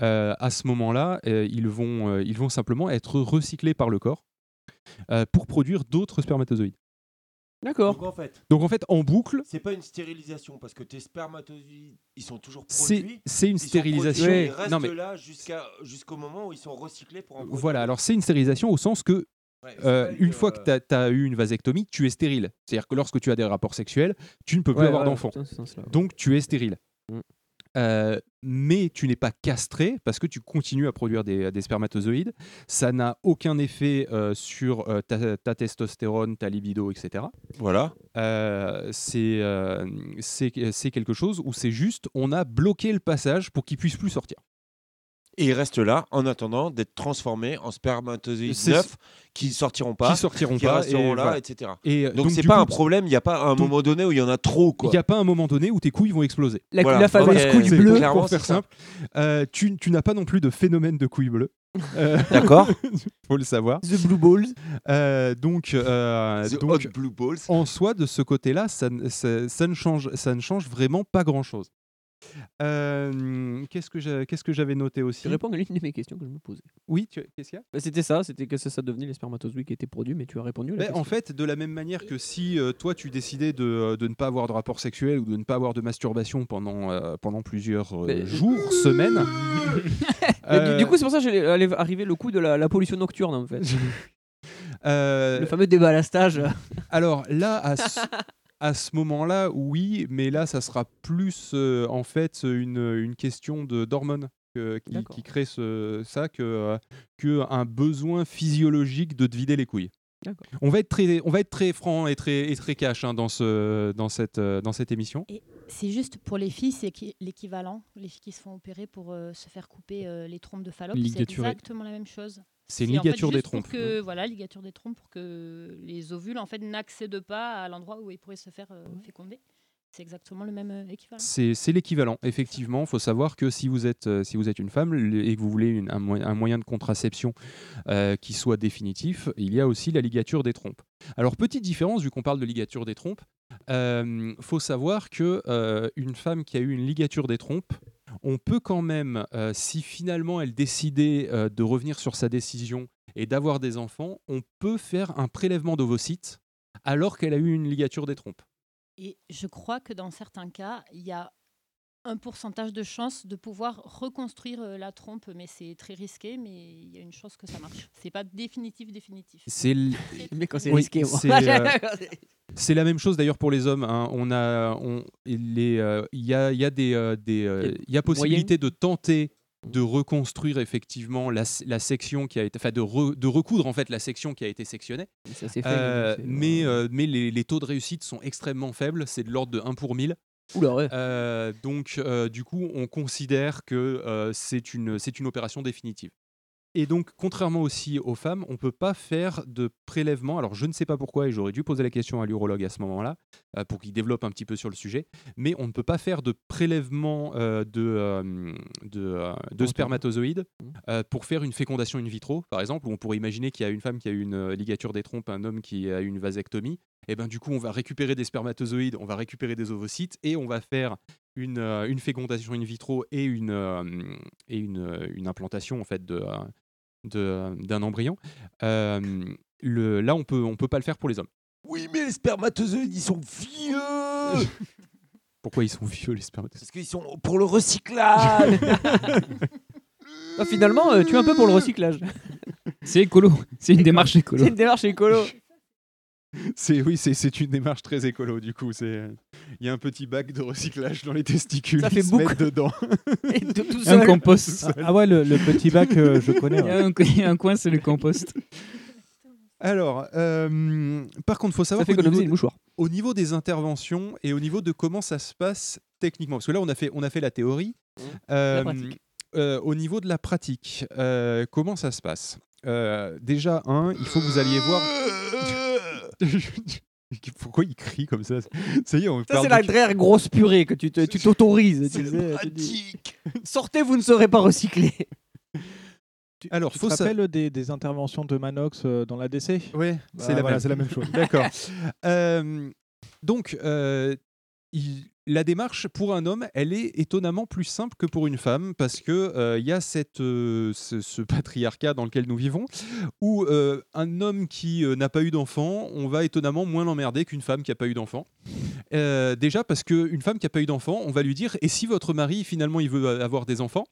S7: euh, à ce moment-là, euh, ils, vont, euh, ils vont simplement être recyclés par le corps euh, pour produire d'autres spermatozoïdes.
S6: D'accord.
S13: Donc en fait,
S7: Donc en fait, en boucle,
S13: c'est pas une stérilisation parce que tes spermatozoïdes, ils sont toujours
S7: C'est-
S13: produits.
S7: c'est une
S13: ils sont produits,
S7: stérilisation.
S13: Ils
S7: Ouais.
S13: restent
S7: Non, mais-
S13: là jusqu'à jusqu'au moment où ils sont recyclés pour en produire.
S7: Voilà, alors c'est une stérilisation au sens que
S13: Ouais,
S7: euh,
S13: c'est pas
S7: une fois que tu as, eu une vasectomie, tu es stérile. C'est-à-dire que lorsque tu as des rapports sexuels, tu ne peux plus
S6: Ouais,
S7: avoir
S6: ouais,
S7: d'enfant.
S6: dans ce sens-là, ouais.
S7: Donc tu es stérile.
S6: Mm.
S7: Euh, mais tu n'es pas castré parce que tu continues à produire des, des spermatozoïdes. Ça n'a aucun effet euh, sur euh, ta, ta testostérone, ta libido, etc.
S8: Voilà.
S7: Euh, c'est euh, c'est- c'est quelque chose où c'est juste, on a bloqué le passage pour qu'il puisse plus sortir.
S8: Et ils restent là en attendant d'être transformés en spermatozoïdes
S7: C'est-
S8: neufs qui sortiront pas,
S7: qui sortiront pas,
S8: resteront
S7: et
S8: là,
S7: voilà.
S8: etc.
S7: Et, euh,
S8: donc
S7: donc,
S8: c'est
S7: du
S8: pas
S7: coup-
S8: un problème. Il n'y a pas un
S7: Donc-
S8: moment donné où il y en a trop
S7: Il
S8: quoi.
S7: n'y a pas un moment donné où tes couilles vont exploser.
S8: La- Voilà. la fameuse
S7: Ok.
S8: couille
S7: C'est-
S8: bleue.
S7: Pour
S8: Clairement,
S7: faire
S8: c'est ça.
S7: simple, euh, tu, tu n'as pas non plus de phénomène de couille bleue. Euh,
S8: D'accord.
S7: faut le savoir.
S6: The blue balls.
S7: donc, euh,
S8: The
S7: donc,
S8: hot blue balls.
S7: En soi, de ce côté-là, ça, ne- ça- ça ne change, ça ne change vraiment pas grand-chose. Euh, qu'est-ce que j'a- qu'est-ce que j'avais noté aussi
S6: Tu réponds à l'une de mes questions que je me posais.
S7: Oui, tu- qu'est-ce qu'il y a
S6: Bah, c'était ça, c'était que ça, ça devenait les spermatozoïdes qui étaient produits, mais tu as répondu. à la
S7: Ben, en
S6: question.
S7: fait, de la même manière que si euh, toi tu décidais de, euh, de ne pas avoir de rapport sexuel ou de ne pas avoir de masturbation pendant, euh, pendant plusieurs euh,
S6: Ben-
S7: jours, semaines.
S6: Mais du-
S7: euh,
S6: du, coup, c'est pour ça que j'allais allait arriver le coup de la, la pollution nocturne en fait.
S7: euh,
S6: le fameux déballastage.
S7: Alors là, à ce, à ce moment-là, oui, mais là, ça sera plus euh, en fait une, une question de- d'hormones que- qui, qui crée ce, ça que, euh, que un besoin physiologique de te vider les couilles.
S6: D'accord.
S7: On va être très, on va être très franc et très, et très cash hein, dans, ce, dans, cette, euh, dans cette émission.
S9: Et c'est juste pour les filles, c'est qui- l'équivalent, les filles qui se font opérer pour euh, se faire couper euh, les trompes de Fallope, c'est
S7: Ligaturé.
S9: exactement la même chose.
S7: C'est une
S9: en fait
S7: ligature des
S9: juste pour
S7: trompes.
S9: Que, voilà, ligature des trompes pour que les ovules en fait n'accèdent pas à l'endroit où ils pourraient se faire euh, féconder. C'est exactement le même euh, équivalent.
S7: C'est c'est l'équivalent, effectivement. Il faut savoir que si vous êtes, euh, si vous êtes une femme le- et que vous voulez une- un, mo- un moyen de contraception euh, qui soit définitif, il y a aussi la ligature des trompes. Alors, petite différence, vu qu'on parle de ligature des trompes, euh, faut savoir que euh, une femme qui a eu une ligature des trompes, on peut quand même, euh, si finalement elle décidait euh, de revenir sur sa décision et d'avoir des enfants, on peut faire un prélèvement d'ovocytes alors qu'elle a eu une ligature des trompes.
S9: Et je crois que dans certains cas, il y a un pourcentage de chance de pouvoir reconstruire euh, la trompe, mais c'est très risqué, mais il y a une chance que ça marche. C'est pas définitif, définitif.
S7: C'est l-
S6: Mais quand c'est
S7: Oui,
S6: risqué, moi.
S7: c'est, euh, c'est la même chose d'ailleurs pour les hommes. hein. On a, on, les, euh, il y a, il y a des, euh, des, euh, il y a possibilité de tenter de reconstruire effectivement la, la section qui a été, enfin de, re- de recoudre en fait la section qui a été sectionnée.
S6: Ça s'est fait,
S7: Euh,
S6: c'est-
S7: mais euh, mais les, les taux de réussite sont extrêmement faibles. C'est de l'ordre de 1 pour 1000. Euh, donc euh, du coup, on considère que euh, c'est une, c'est une opération définitive. Et donc, contrairement aussi aux femmes, on ne peut pas faire de prélèvement. Alors, je ne sais pas pourquoi, et j'aurais dû poser la question à l'urologue à ce moment-là, euh, pour qu'il développe un petit peu sur le sujet, mais on ne peut pas faire de prélèvement euh, de, euh, de, euh, de spermatozoïdes euh, pour faire une fécondation in vitro, par exemple, où on pourrait imaginer qu'il y a une femme qui a eu une euh, ligature des trompes, un homme qui a eu une vasectomie. Et ben du coup, on va récupérer des spermatozoïdes, on va récupérer des ovocytes, et on va faire une, euh, une fécondation in vitro et une, euh, et une, euh, une implantation en fait de, euh, de- d'un embryon. Euh, le, là, on peut, on peut pas le faire pour les hommes.
S8: Oui, mais les spermatozoïdes, ils sont vieux.
S7: Pourquoi ils sont vieux les spermatozoïdes
S8: Parce qu'ils sont pour le recyclage.
S6: Ah, finalement, euh, tu es un peu pour le recyclage.
S10: C'est écolo. C'est une démarche écolo.
S6: C'est une démarche écolo.
S7: C'est oui, c'est, c'est une démarche très écolo du coup. C'est euh, il y a un petit bac de recyclage dans les testicules.
S6: Ça fait
S7: ils se
S6: beaucoup.
S7: mettent dedans.
S6: Et de- tout
S10: Un
S6: seul.
S10: compost. euh, hein.
S5: Ah ouais, le, le petit bac, euh, je connais.
S10: Il y a un, il y a un coin, c'est le compost.
S7: Alors, euh, par contre, faut savoir
S6: fait
S7: qu'au
S6: économiser
S7: niveau-
S6: les mouchoirs.
S7: au niveau des interventions et au niveau de comment ça se passe techniquement, parce que là, on a fait, on a fait la théorie. Euh,
S6: La pratique.
S7: euh, au niveau de la pratique, euh, comment ça se passe Euh, Déjà, un, il faut que vous alliez voir. Pourquoi il crie comme ça Ça y est, on
S6: Ça,
S7: parle
S6: c'est
S7: de-
S6: la vraie grosse purée que tu te- tu t'autorises. tu sais, tu dis, Sortez, vous ne serez pas recyclé.
S7: Alors,
S5: tu
S7: faut
S5: te
S7: sa-
S5: rappelles des, des interventions de Manox euh, dans l'ADC
S7: Oui,
S5: c'est la,
S7: même.
S5: Bah, c'est la même chose.
S7: D'accord. Euh, donc, euh, il- la démarche pour un homme, elle est étonnamment plus simple que pour une femme parce que euh, il y a cette, euh, ce, ce patriarcat dans lequel nous vivons où euh, un homme qui euh, n'a pas eu d'enfant, on va étonnamment moins l'emmerder qu'une femme qui n'a pas eu d'enfant. Euh, déjà parce qu'une femme qui n'a pas eu d'enfant, on va lui dire et si votre mari finalement il veut avoir des enfants,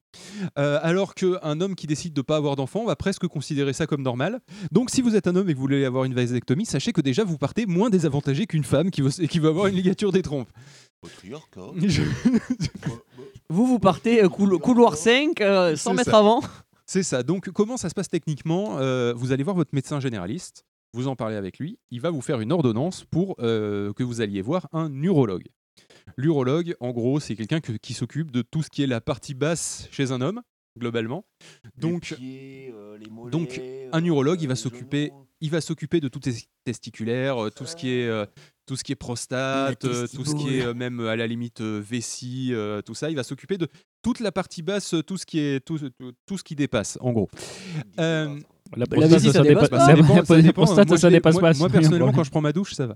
S7: Euh, alors qu'un homme qui décide de ne pas avoir d'enfant, on va presque considérer ça comme normal. Donc si vous êtes un homme et que vous voulez avoir une vasectomie, sachez que déjà vous partez moins désavantagé qu'une femme qui veut, qui veut avoir une ligature des trompes.
S6: Vous, vous partez euh, coulo- couloir 5, euh, 100
S7: C'est
S6: mètres
S7: ça.
S6: avant.
S7: C'est ça. Donc, comment ça se passe techniquement Euh, Vous allez voir votre médecin généraliste, vous en parlez avec lui, il va vous faire une ordonnance pour euh, que vous alliez voir un urologue. L'urologue, en gros, c'est quelqu'un que- qui s'occupe de tout ce qui est la partie basse chez un homme, globalement. Donc, donc un urologue, il va s'occuper, il va s'occuper de tout est testiculaire, euh, tout ce qui est euh, tout ce qui est prostate,
S6: La
S7: euh, tout ce qui est
S6: testicule.
S7: euh, même euh, à la limite euh, vessie, euh, tout ça. Il va s'occuper de toute la partie basse, euh, tout ce qui est tout, tout- tout ce qui dépasse, en gros. Euh,
S10: La prostate, vessie, ça ça dépasse dépasse- pas. la- la prostate,
S7: Moi, je
S10: ça
S7: l'ai-
S10: dépasse
S7: moi-
S10: pas,
S7: Moi
S10: c'est rien,
S7: personnellement,
S10: quoi.
S7: quand je prends ma douche, ça va.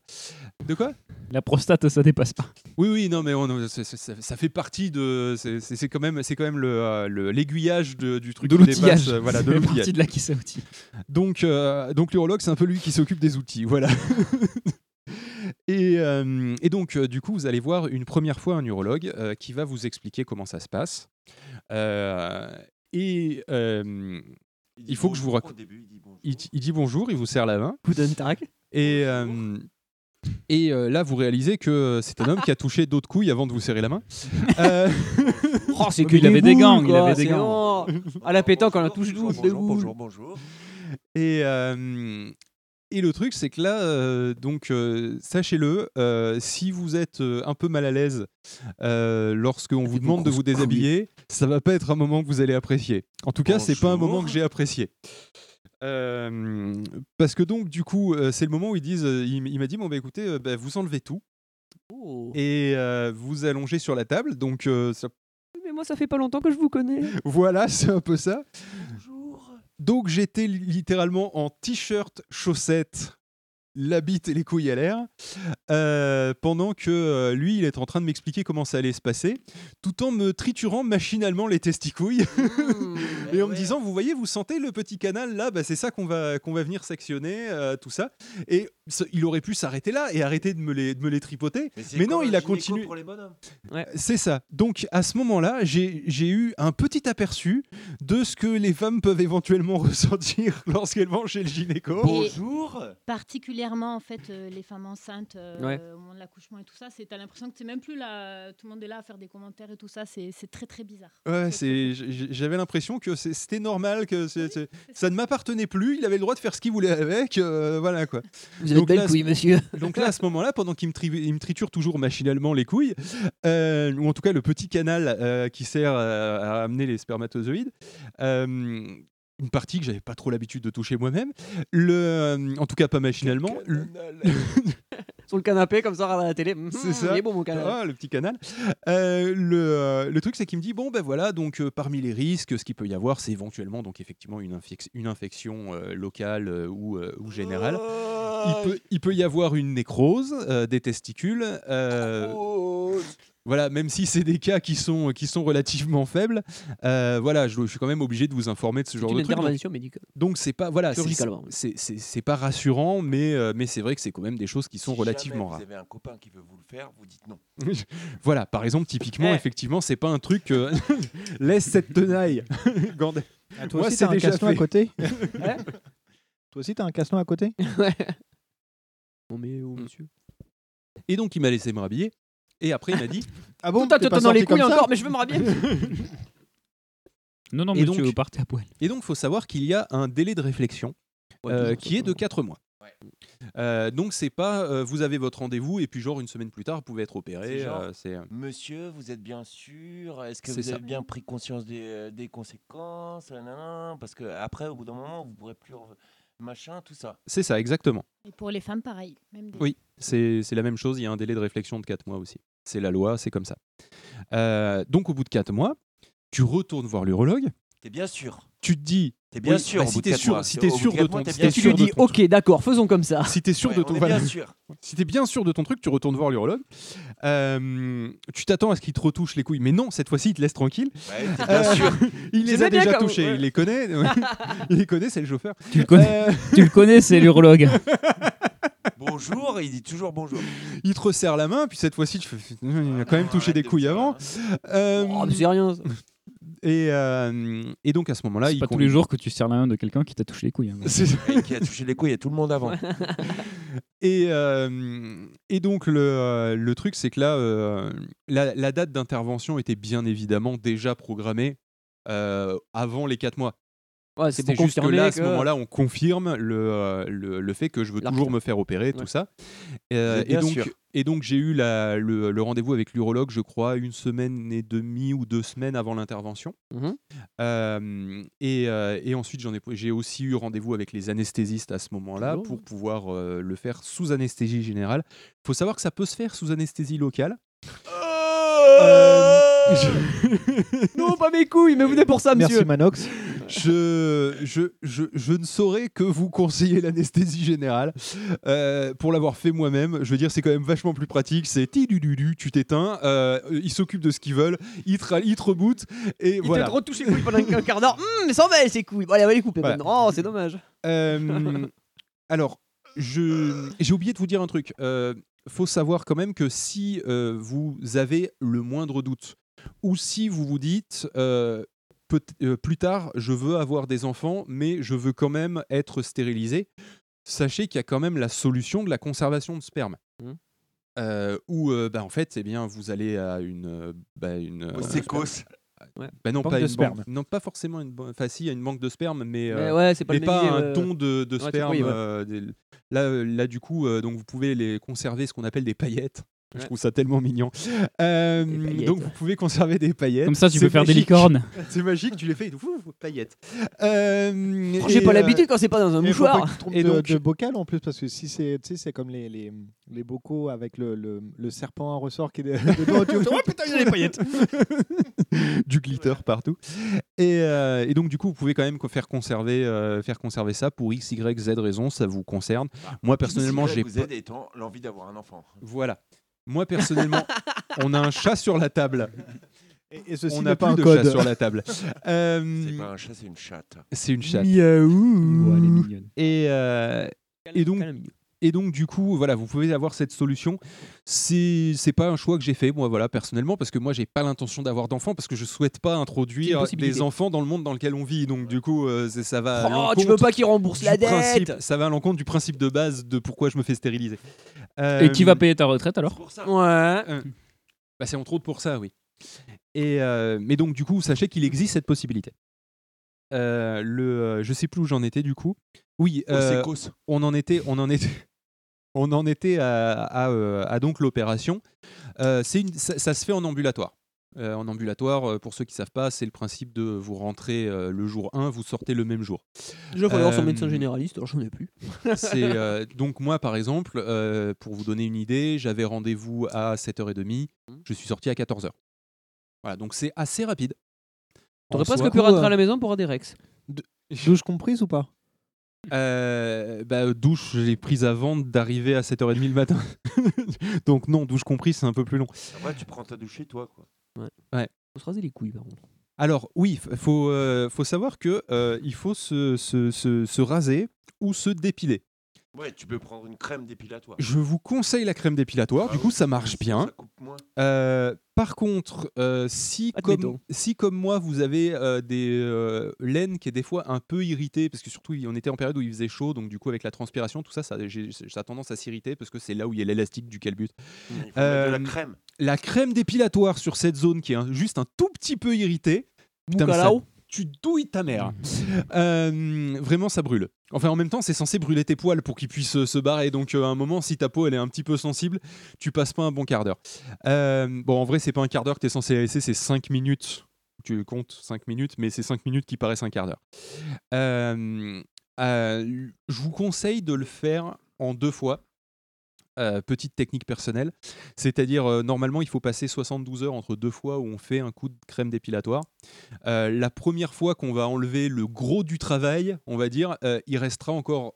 S7: De quoi
S10: La prostate, ça dépasse pas.
S7: oui, oui, non, mais on- on- c'est- c'est- ça, ça fait partie de. c'est- C'est c'est quand même, c'est quand même le, euh, le- l'aiguillage de- du truc.
S10: De
S7: qui dépasse,
S10: l'outillage.
S7: euh, Voilà,
S10: Ça
S7: de
S10: fait
S7: l'outillage.
S10: partie de la caisse à outils.
S7: Donc, euh, donc l'urologue, c'est un peu lui qui s'occupe des outils. Voilà. Et, euh, et donc, euh, du coup, vous allez voir une première fois un urologue euh, qui va vous expliquer comment ça se passe. Euh, et euh, il faut que je vous raconte. Il, dit- il dit bonjour, il vous serre la main. Et, euh, et euh, là, vous réalisez que c'est un homme qui a touché d'autres couilles avant de vous serrer la main. Euh,
S6: Oh, c'est que
S7: Il avait des
S6: boules,
S7: gants, il
S6: quoi,
S7: avait des
S6: c'est-
S7: gants.
S6: oh, à la pétanque, on a tous tous des boules.
S7: Et, euh, et le truc, c'est que là, euh, donc, euh, sachez-le, euh, si vous êtes euh, un peu mal à l'aise euh, lorsqu'on vous demande de vous déshabiller, ça va pas être un moment que vous allez apprécier. En tout cas, c'est pas un moment que j'ai apprécié. Euh, parce que donc, du coup, euh, c'est le moment où ils disent, euh, il, m- il m'a dit, bon, bah écoutez, euh, bah, vous enlevez tout et euh, vous allongez sur la table. Donc, euh, ça-
S6: Mais moi, ça fait pas longtemps que je vous connais.
S7: voilà, c'est un peu ça. Donc j'étais li- littéralement en t-shirt, chaussettes, la bite et les couilles à l'air, euh, pendant que euh, lui, il est en train de m'expliquer comment ça allait se passer, tout en me triturant machinalement les testicouilles et en me disant, vous voyez, vous sentez le petit canal là, bah, c'est ça qu'on va, qu'on va venir sectionner, euh, tout ça. Et ce- il aurait pu s'arrêter là et arrêter de me les, de me les tripoter, mais, non, il a continué. C'est ça. Donc à ce moment-là, j'ai j'ai eu un petit aperçu de ce que les femmes peuvent éventuellement ressentir lorsqu'elles vont chez le gynéco.
S9: Particulièrement, en fait, euh, les femmes enceintes euh,
S7: Ouais.
S9: au moment de l'accouchement et tout ça, c'est t'as l'impression que t'es même plus là. Tout le monde est là à faire des commentaires et tout ça. C'est c'est très très bizarre.
S7: Ouais, c'est- j- j- j'avais l'impression que c'est- c'était normal, que c'est- c'est- ça ne m'appartenait plus, il avait le droit de faire ce qu'il voulait avec, euh, voilà quoi.
S6: Vous avez de belles
S7: là, à ce-
S6: couilles, monsieur.
S7: Donc là, à ce moment-là, pendant qu'il me, tri- il me triture toujours machinalement les couilles, euh, ou en tout cas le petit canal euh, qui sert euh, à amener les spermatozoïdes, euh, une partie que j'avais pas trop l'habitude de toucher moi-même, le, euh, en tout cas pas machinalement, le-
S6: Sur le canapé, comme ça, à la télé. Mhm,
S7: c'est ça.
S6: Il est bon, mon canal.
S7: Ah, le petit canal. Euh, le, euh, le truc, c'est qu'il me dit bon, ben voilà, donc euh, parmi les risques, ce qu'il peut y avoir, c'est éventuellement, donc effectivement, une, infec- une infection euh, locale euh, ou, euh, ou générale. Il peut, il peut y avoir une nécrose euh, des testicules. euh, voilà, même si c'est des cas qui sont, qui sont relativement faibles, euh, voilà, je, je suis quand même obligé de vous informer de ce genre
S6: une
S7: de truc. Donc,
S6: intervention médicale.
S7: donc c'est pas voilà, c'est-
S6: Chirurgicalement.
S7: c'est c'est- c'est pas rassurant, mais, euh, mais c'est vrai que c'est quand même des choses qui sont relativement
S13: Jamais
S7: rares.
S13: Vous avez un copain qui veut vous le faire, vous dites non.
S7: voilà, par exemple, typiquement,
S13: Eh.
S7: effectivement, c'est pas un truc. euh, Laisse cette tenaille. Gandhi.
S5: Ah, toi
S7: Moi,
S5: aussi,
S7: c'est
S5: t'as un
S7: déjà
S5: casse-noix à
S7: fait.
S5: côté Eh. Toi aussi, t'as un casse-noix à côté
S6: Non, mais oh, monsieur.
S7: Mm. Et donc, il m'a laissé me rhabiller. Et après, il m'a dit
S5: Ah
S6: bon Putain, t'es pas t'en as les sorti couilles comme ça encore, mais je veux me rhabiller.
S10: Non, non,
S7: Et
S10: monsieur,
S7: donc-
S10: vous partez à poil.
S7: Et donc, faut savoir qu'il y a un délai de réflexion euh, qui est de 4 mois. Euh, donc c'est pas euh, vous avez votre rendez-vous et puis genre une semaine plus tard vous pouvez être opéré.
S13: C'est genre,
S7: euh, C'est
S13: Monsieur, vous êtes bien sûr Est-ce que
S7: C'est
S13: vous
S7: ça.
S13: avez bien pris conscience des, euh, des conséquences Nanana Parce que après, au bout d'un moment, vous pourrez plus re- machin, tout ça.
S7: c'est ça exactement.
S9: Et pour les femmes, pareil. Même des-
S7: Oui, c'est c'est la même chose. Il y a un délai de réflexion de 4 mois aussi. C'est la loi, c'est comme ça. Euh, donc au bout de 4 mois, tu retournes voir l'urologue.
S13: T'es bien sûr
S7: Tu te dis.
S13: T'es bien
S7: Oui,
S13: sûr,
S7: bah,
S13: au
S7: si
S13: bout de
S7: t'es
S13: quatre
S7: sûr,
S13: mois.
S7: si
S13: C'est-
S7: t'es
S13: au bout de
S7: sûr de
S13: quatre
S7: ton,
S13: mois, t'es
S7: si
S13: bien
S7: t'es
S13: sûr.
S7: sûr
S13: Tu lui
S7: de
S13: dis, oh,
S7: ton
S6: Ok, d'accord, faisons comme ça.
S7: Si t'es sûr de
S13: Ouais,
S7: ton
S13: on est
S7: voilà.
S13: bien sûr.
S7: Si t'es bien sûr de ton truc, tu retournes voir l'urologue. Euh, tu t'attends à ce qu'il te retouche les couilles, mais non, cette fois-ci, il te laisse tranquille. Euh,
S13: Ouais, t'es bien sûr.
S7: Il les
S6: J'aimais
S7: a
S6: bien
S7: déjà
S6: quand-
S7: touchés,
S6: ouais.
S7: il les connaît. il les connaît, c'est le chauffeur. Euh,
S10: Tu le connais, tu le connais, c'est l'urologue.
S13: Bonjour, et il dit toujours bonjour.
S7: il te resserre la main, puis cette fois-ci, tu fais, il a
S13: Ah,
S7: quand même touché des couilles avant. Euh,
S6: Oh, c'est rien.
S7: Et, euh, et donc à ce moment-là,
S10: C'est
S7: il
S10: pas tous
S7: con-
S10: les jours que tu serres la main de quelqu'un qui t'a touché les couilles. hein.
S7: C'est-
S13: Et qui a touché les couilles à tout le monde avant.
S7: Et, euh, et donc, le, euh, le truc, c'est que là, euh, la, la date d'intervention était bien évidemment déjà programmée euh, avant les 4 mois.
S6: Ouais, c'est
S7: C'était
S6: pour
S7: juste que
S6: confirmer
S7: là, à ce
S6: que-
S7: moment-là, on confirme le, euh, le, le fait que je veux toujours me faire opérer, tout ça. Euh,
S13: Vous êtes
S7: et,
S13: bien
S7: donc,
S13: sûr.
S7: et donc, j'ai eu la- le, le rendez-vous avec l'urologue, je crois, une semaine et demie ou deux semaines avant l'intervention.
S6: Mhm.
S7: Euh, et, euh, et ensuite, j'en ai, j'ai aussi eu rendez-vous avec les anesthésistes à ce moment-là
S6: Toujours,
S7: pour pouvoir euh, le faire sous anesthésie générale. Il faut savoir que ça peut se faire sous anesthésie locale. Euh, je-
S6: Non, pas mes couilles, mais venez pour ça,
S5: Merci,
S6: monsieur.
S5: Manox.
S7: je, je, je, je ne saurais que vous conseiller l'anesthésie générale. Euh, pour l'avoir fait moi-même, je veux dire, c'est quand même vachement plus pratique. C'est ti du du du, tu t'éteins, euh, ils s'occupent de ce qu'ils veulent, ils te, ra- ils te rebootent, et
S6: Il
S7: voilà.
S6: te retouche les couilles pendant un quart d'heure. Hum, sans belle, c'est cool. Bon, allez, on va les couper
S7: Voilà.
S6: maintenant. Oh, c'est dommage.
S7: Bah, Euh, alors, je- j'ai oublié de vous dire un truc. Euh, faut savoir quand même que si euh, vous avez le moindre doute, ou si vous vous dites euh, peut- euh, plus tard, je veux avoir des enfants, mais je veux quand même être stérilisé, sachez qu'il y a quand même la solution de la conservation de sperme.
S6: Mhm.
S7: Euh, où euh, bah, en fait, eh bien, vous allez à une, euh, bah, une
S13: Au
S7: euh,
S13: sécosse.
S7: bah non,
S10: Banque
S7: pas
S10: de
S7: une
S10: sperme.
S7: banque- non, pas forcément une banque. Enfin, si, il y a une banque de sperme, mais, euh,
S6: Mais ouais, c'est pas le
S7: mais
S6: même idée,
S7: un
S6: ouais.
S7: ton de, de
S6: Ouais, tu-
S7: sperme.
S6: oui, ouais.
S7: euh, des- là, euh, là, du coup, euh, donc vous pouvez les conserver ce qu'on appelle des paillettes. Je
S6: Ouais.
S7: trouve ça tellement mignon. Euh,
S6: paillettes.
S7: donc, vous pouvez conserver des paillettes.
S10: Comme ça, tu peux
S7: C'est
S10: faire des
S7: magique.
S10: licornes.
S7: C'est magique, tu les fais et tout. Ouf, paillettes. Euh,
S6: Oh, J'ai
S7: et,
S6: pas
S7: euh,
S6: l'habitude quand c'est pas dans un
S5: Et faut pas que
S6: mouchoir.
S5: tu te trompes
S7: Et
S5: de,
S7: donc-
S5: de bocal en plus, parce que si c'est tu sais, c'est comme les, les, les bocaux avec le, le, le serpent à ressort qui est dedans, tu fais, oh putain, il y a des paillettes
S7: du glitter partout. Et, euh, et donc, du coup, vous pouvez quand même co- faire conserver, euh, faire conserver ça pour X, Y, Z raison. Ça vous concerne. Moi, personnellement, j'ai
S13: Vous
S7: pas-
S13: aide étant l'envie d'avoir un enfant.
S7: Voilà. Moi, personnellement, on a un chat sur la table.
S5: Et, et ceci
S7: on
S5: n'est
S7: n'a
S5: pas
S7: plus
S5: un
S7: de
S5: code.
S7: chat sur la table.
S13: C'est
S7: Euh,
S13: pas un chat, c'est une chatte.
S7: c'est une chatte.
S10: Bon, elle est
S5: Miaou
S10: mignonne.
S7: Et, euh, et donc, et donc, du coup, voilà, vous pouvez avoir cette solution. C'est c'est pas un choix que j'ai fait, moi, voilà, personnellement, parce que moi, j'ai pas l'intention d'avoir d'enfants, parce que je souhaite pas introduire
S6: possibilité.
S7: des enfants dans le monde dans lequel on vit. Donc, du coup, euh, c'est- ça va. à
S6: Oh, tu veux
S7: l'encontre
S6: pas qu'il rembourse
S7: du
S6: la
S7: principe-
S6: dette
S7: Ça va à l'encontre du principe de base de pourquoi je me fais stériliser. Euh,
S10: Et qui va payer ta retraite alors
S13: Pour ça.
S6: Ouais.
S7: Bah, c'est entre autres pour ça, oui. Et, euh, mais donc, du coup, sachez qu'il existe cette possibilité. Euh, le, euh, je sais plus où j'en étais du coup. Oui,
S13: Au
S7: euh,
S13: sécosse.
S7: on en était, on en était, on en était à, à, euh, à donc l'opération. Euh, c'est une- ça, ça se fait en ambulatoire. Euh, en ambulatoire, euh, pour ceux qui savent pas, c'est le principe de vous rentrez euh, le jour 1, vous sortez le même jour.
S6: Je vais voir son
S7: Euh,
S6: médecin généraliste, alors j'en ai plus.
S7: C'est euh, donc moi par exemple, euh, pour vous donner une idée, j'avais rendez-vous à 7h30,
S6: Mmh.
S7: je suis sorti à 14h. Voilà, donc c'est assez rapide.
S6: T'aurais
S7: En soi.
S6: presque pu rentrer à la maison pour avoir des Rex.
S5: Douche comprise ou pas
S7: Euh, bah, douche, j'ai prise avant d'arriver à 7h30 le matin. Donc non, douche comprise, c'est un peu plus long.
S13: Après, tu prends ta douche chez toi. Quoi.
S6: Faut se raser les couilles par contre.
S7: Alors oui, f- faut, euh, faut savoir que euh, il faut se, se- se- se raser ou se dépiler.
S13: Ouais, tu peux prendre une crème dépilatoire.
S7: Je vous conseille la crème dépilatoire,
S13: Ah
S7: du
S13: oui,
S7: coup ça marche bien.
S13: Ça coupe moins.
S7: Euh, par contre, euh, si, comme,
S6: Admettons.
S7: si comme moi vous avez euh, des euh, laines qui est des fois un peu irritée, parce que surtout on était en période où il faisait chaud, donc du coup avec la transpiration, tout ça, ça, j'ai- ça a tendance à s'irriter parce que c'est là où il y a l'élastique du calbut.
S13: Il faut mettre
S7: Euh,
S13: de la crème.
S7: la crème dépilatoire sur cette zone qui est un- juste un tout petit peu irritée. Putain, mais ça-
S6: Boucalao
S7: tu douilles ta mère. Euh, vraiment, ça brûle. Enfin, en même temps, c'est censé brûler tes poils pour qu'ils puissent euh, se barrer. Donc, euh, à un moment, si ta peau elle est un petit peu sensible, tu passes pas un bon quart d'heure. Euh, bon, en vrai, c'est pas un quart d'heure que t'es censé laisser, c'est 5 minutes. Tu comptes 5 minutes, mais c'est 5 minutes qui paraissent un quart d'heure. Euh, euh, je vous conseille de le faire en deux fois. Euh, petite technique personnelle, c'est-à-dire euh, normalement il faut passer 72 heures entre deux fois où on fait un coup de crème dépilatoire. Euh, la première fois qu'on va enlever le gros du travail, on va dire, euh, il restera encore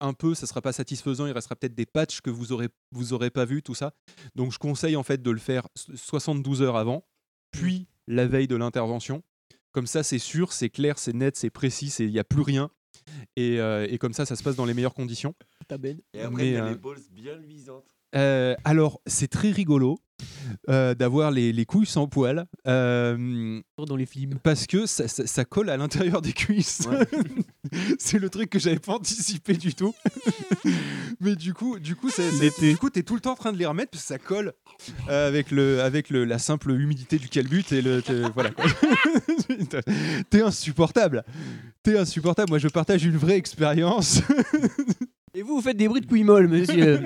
S7: un peu, ça sera pas satisfaisant, il restera peut-être des patchs que vous aurez vous aurez pas vu tout ça. Donc je conseille en fait de le faire so- 72 heures avant, puis la veille de l'intervention. Comme ça c'est sûr, c'est clair, c'est net, c'est précis, c'est- il n'y a plus rien. Et, euh, et comme ça, ça se passe dans les meilleures conditions.
S6: Ta belle.
S13: Et après,
S7: Mais,
S13: il y a
S7: euh,
S13: les balls bien luisantes.
S7: euh, alors, c'est très rigolo euh, d'avoir les, les couilles sans poils. Dans les films. euh, Parce que ça, ça- ça colle à l'intérieur des cuisses. c'est le truc que j'avais pas anticipé du tout. Mais du coup, du coup, ça- ça- du coup, t'es tout le temps en train de les remettre parce que ça colle euh, avec le, avec le, la simple humidité du calbut et le, t'es- voilà. quoi. t'es insupportable. T'es insupportable. Moi, je partage une vraie expérience.
S6: Et vous, vous faites des bruits de couilles molles, monsieur.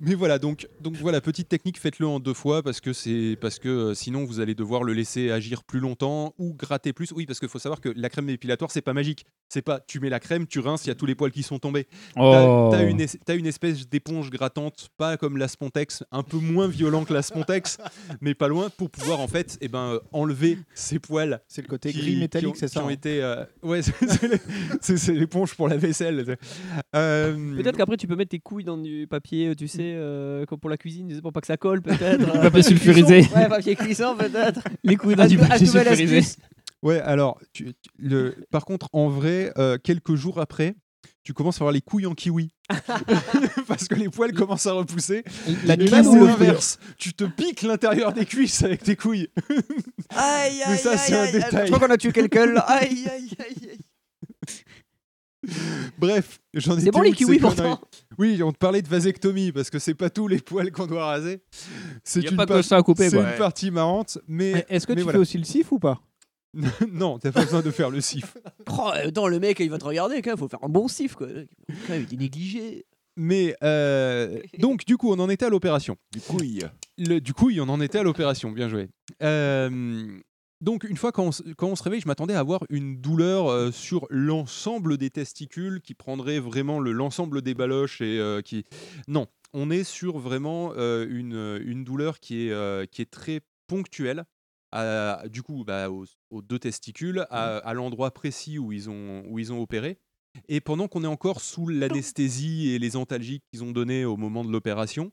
S7: Mais voilà, donc, donc voilà, petite technique, faites-le en deux fois parce que c'est parce que euh, sinon vous allez devoir le laisser agir plus longtemps ou gratter plus. Oui, parce qu'il faut savoir que la crème dépilatoire c'est pas magique. C'est pas tu mets la crème, tu rinces, il y a tous les poils qui sont tombés.
S10: Oh.
S7: T'as t'as une, es- t'as une espèce d'éponge grattante, pas comme la Spontex, un peu moins violent que la Spontex, mais pas loin pour pouvoir en fait, eh ben euh, enlever ces poils. C'est le côté
S5: gris métallique, c'est ça,
S7: Qui ont
S5: hein
S7: été, euh, ouais, c'est- c'est les- c'est c'est l'éponge pour la vaisselle. Euh,
S6: Peut-être qu'après tu peux mettre tes couilles dans du papier, tu sais, euh, comme pour la cuisine, tu sais, pour pas que ça colle peut-être. euh,
S7: papier sulfurisé.
S6: cuisson. Ouais, papier cuisson peut-être.
S10: Les couilles dans
S6: Un
S10: du
S6: nou- un
S10: papier
S6: nouvel
S10: sulfurisé.
S6: astuce.
S7: Ouais, alors, tu- tu- le, par contre, en vrai, euh, quelques jours après, tu commences à avoir les couilles en kiwi. Parce que les poils commencent à repousser.
S5: La
S7: et là,
S5: kiwi
S7: c'est
S5: ou le
S7: l'inverse. Tu te piques l'intérieur des cuisses avec tes couilles.
S6: Aïe,
S7: Mais
S6: aïe,
S7: ça,
S6: aïe,
S7: c'est un
S6: aïe, aïe.
S7: détail.
S6: Je crois qu'on a tué quelqu'un là. Aïe, aïe, aïe, aïe.
S7: Bref, j'en ai
S6: C'est bon, les kiwis, pourtant.
S7: Oui, on te parlait de vasectomie parce que c'est pas tous les poils qu'on doit raser. C'est
S10: Y a
S7: une
S10: pas que
S7: par-
S10: ça à couper,
S7: C'est
S10: quoi.
S7: une
S10: Ouais.
S7: partie marrante, mais
S5: Est-ce que
S7: mais
S5: tu
S7: voilà.
S5: fais aussi le sif ou pas
S7: non, t'as pas besoin de faire le sif.
S6: Oh, attends, le mec il va te regarder quand même, faut faire un bon sif quoi. Quand même, il est négligé.
S7: Mais euh, donc, du coup, on en était à l'opération. Du couille. du couille, on en était à l'opération. Bien joué. Euh, donc, une fois quand on, s- quand on se réveille, je m'attendais à avoir une douleur euh, sur l'ensemble des testicules qui prendrait vraiment le- l'ensemble des baloches et euh, qui. Non, on est sur vraiment euh, une, une douleur qui est, euh, qui est très ponctuelle. à- du coup, bah, aux, aux deux testicules, à, à l'endroit précis où ils ont, où ils ont opéré. Et pendant qu'on est encore sous l'anesthésie et les antalgiques qu'ils ont donnés au moment de l'opération,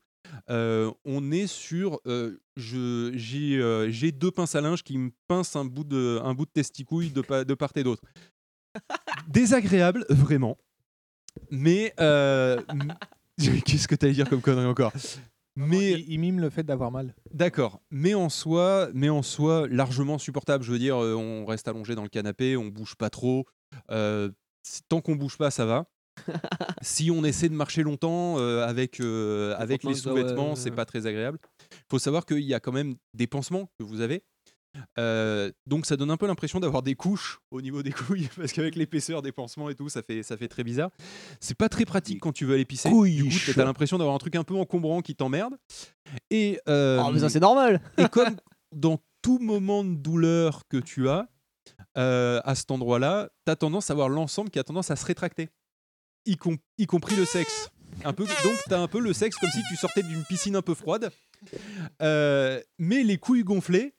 S7: euh, on est sur. euh, je- J'ai euh, j'ai deux pinces à linge qui me pincent un bout de, un bout de testicouille de, pa- de part et d'autre. Désagréable, vraiment. Mais. euh, m- Qu'est-ce que t'allais dire comme connerie encore mais il,
S5: mime le fait d'avoir mal.
S7: D'accord, mais en soi, mais en soi, largement supportable. Je veux dire, euh, on reste allongé dans le canapé, on bouge pas trop. Euh, si- tant qu'on bouge pas, ça va. si on essaie de marcher longtemps euh, avec euh, avec les
S6: pantalons, ouais,
S7: sous-vêtements,
S6: ouais,
S7: c'est
S6: ouais.
S7: pas très agréable. Faut savoir qu'il y a quand même des pansements que vous avez. Euh, donc ça donne un peu l'impression d'avoir des couches au niveau des couilles parce qu'avec l'épaisseur des pansements et tout ça fait ça fait très bizarre c'est pas très pratique quand tu veux aller pisser du coup t'as l'impression d'avoir un truc un peu encombrant qui t'emmerde et euh,
S6: Oh, mais ça, c'est normal.
S7: et comme dans tout moment de douleur que tu as euh, à cet endroit là t'as tendance à voir l'ensemble qui a tendance à se rétracter y, com- y compris le sexe. Un peu, donc t'as un peu le sexe comme si tu sortais d'une piscine un peu froide, Euh, mais les couilles gonflées.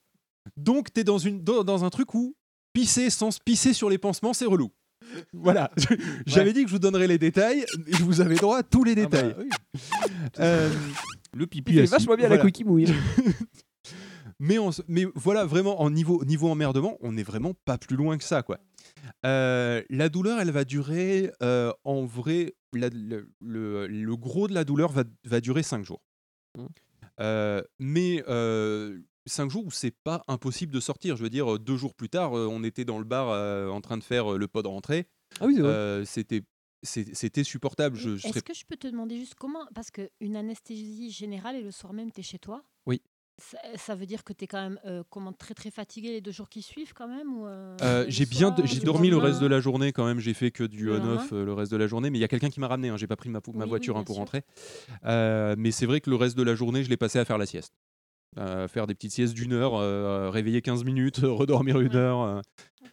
S7: Donc t'es dans une dans, dans un truc où pisser sans se pisser sur les pansements c'est relou. Voilà. J'avais dit que je vous donnerais les détails. et Vous avez droit à tous les détails. Euh, le
S6: pipi Il fait assis. vachement bien la couille qui mouille.
S7: mais, en- mais voilà, vraiment, en niveau, niveau emmerdement, on n'est vraiment pas plus loin que ça, quoi. Euh, la douleur, elle va durer, euh, en vrai, la- le, le- le gros de la douleur va, va durer 5 jours.
S6: Mmh.
S7: Euh, mais 5 jours où c'est pas impossible de sortir. Je veux dire, euh, deux jours plus tard, euh, on était dans le bar euh, en train de faire euh, le pod rentrée.
S6: Ah oui, c'est vrai.
S7: Euh, C'était c'est- c'était supportable. Je, je
S9: Est-ce
S7: serais-
S9: que je peux te demander juste comment Parce qu'une anesthésie générale et le soir même, tu es chez toi.
S7: Oui.
S9: Ça, ça veut dire que tu es quand même euh, comment, très très fatigué les deux jours qui suivent quand même ou, euh,
S7: Euh,
S9: le
S7: j'ai bien,
S9: soir,
S7: j'ai
S9: tu
S7: dormi le
S9: prends
S7: reste
S9: bien
S7: de la journée quand même. J'ai fait que du
S9: Le
S7: on-off euh,
S9: lendemain
S7: le reste de la journée, mais il y a quelqu'un qui m'a ramené. hein, J'ai pas pris ma, pou- ma
S9: Oui, oui,
S7: voiture hein,
S9: bien
S7: pour
S9: sûr.
S7: rentrer. Euh, mais c'est vrai que le reste de la journée, je l'ai passé à faire la sieste, Euh, faire des petites siestes d'une heure, euh, réveiller 15 minutes, redormir une heure. euh,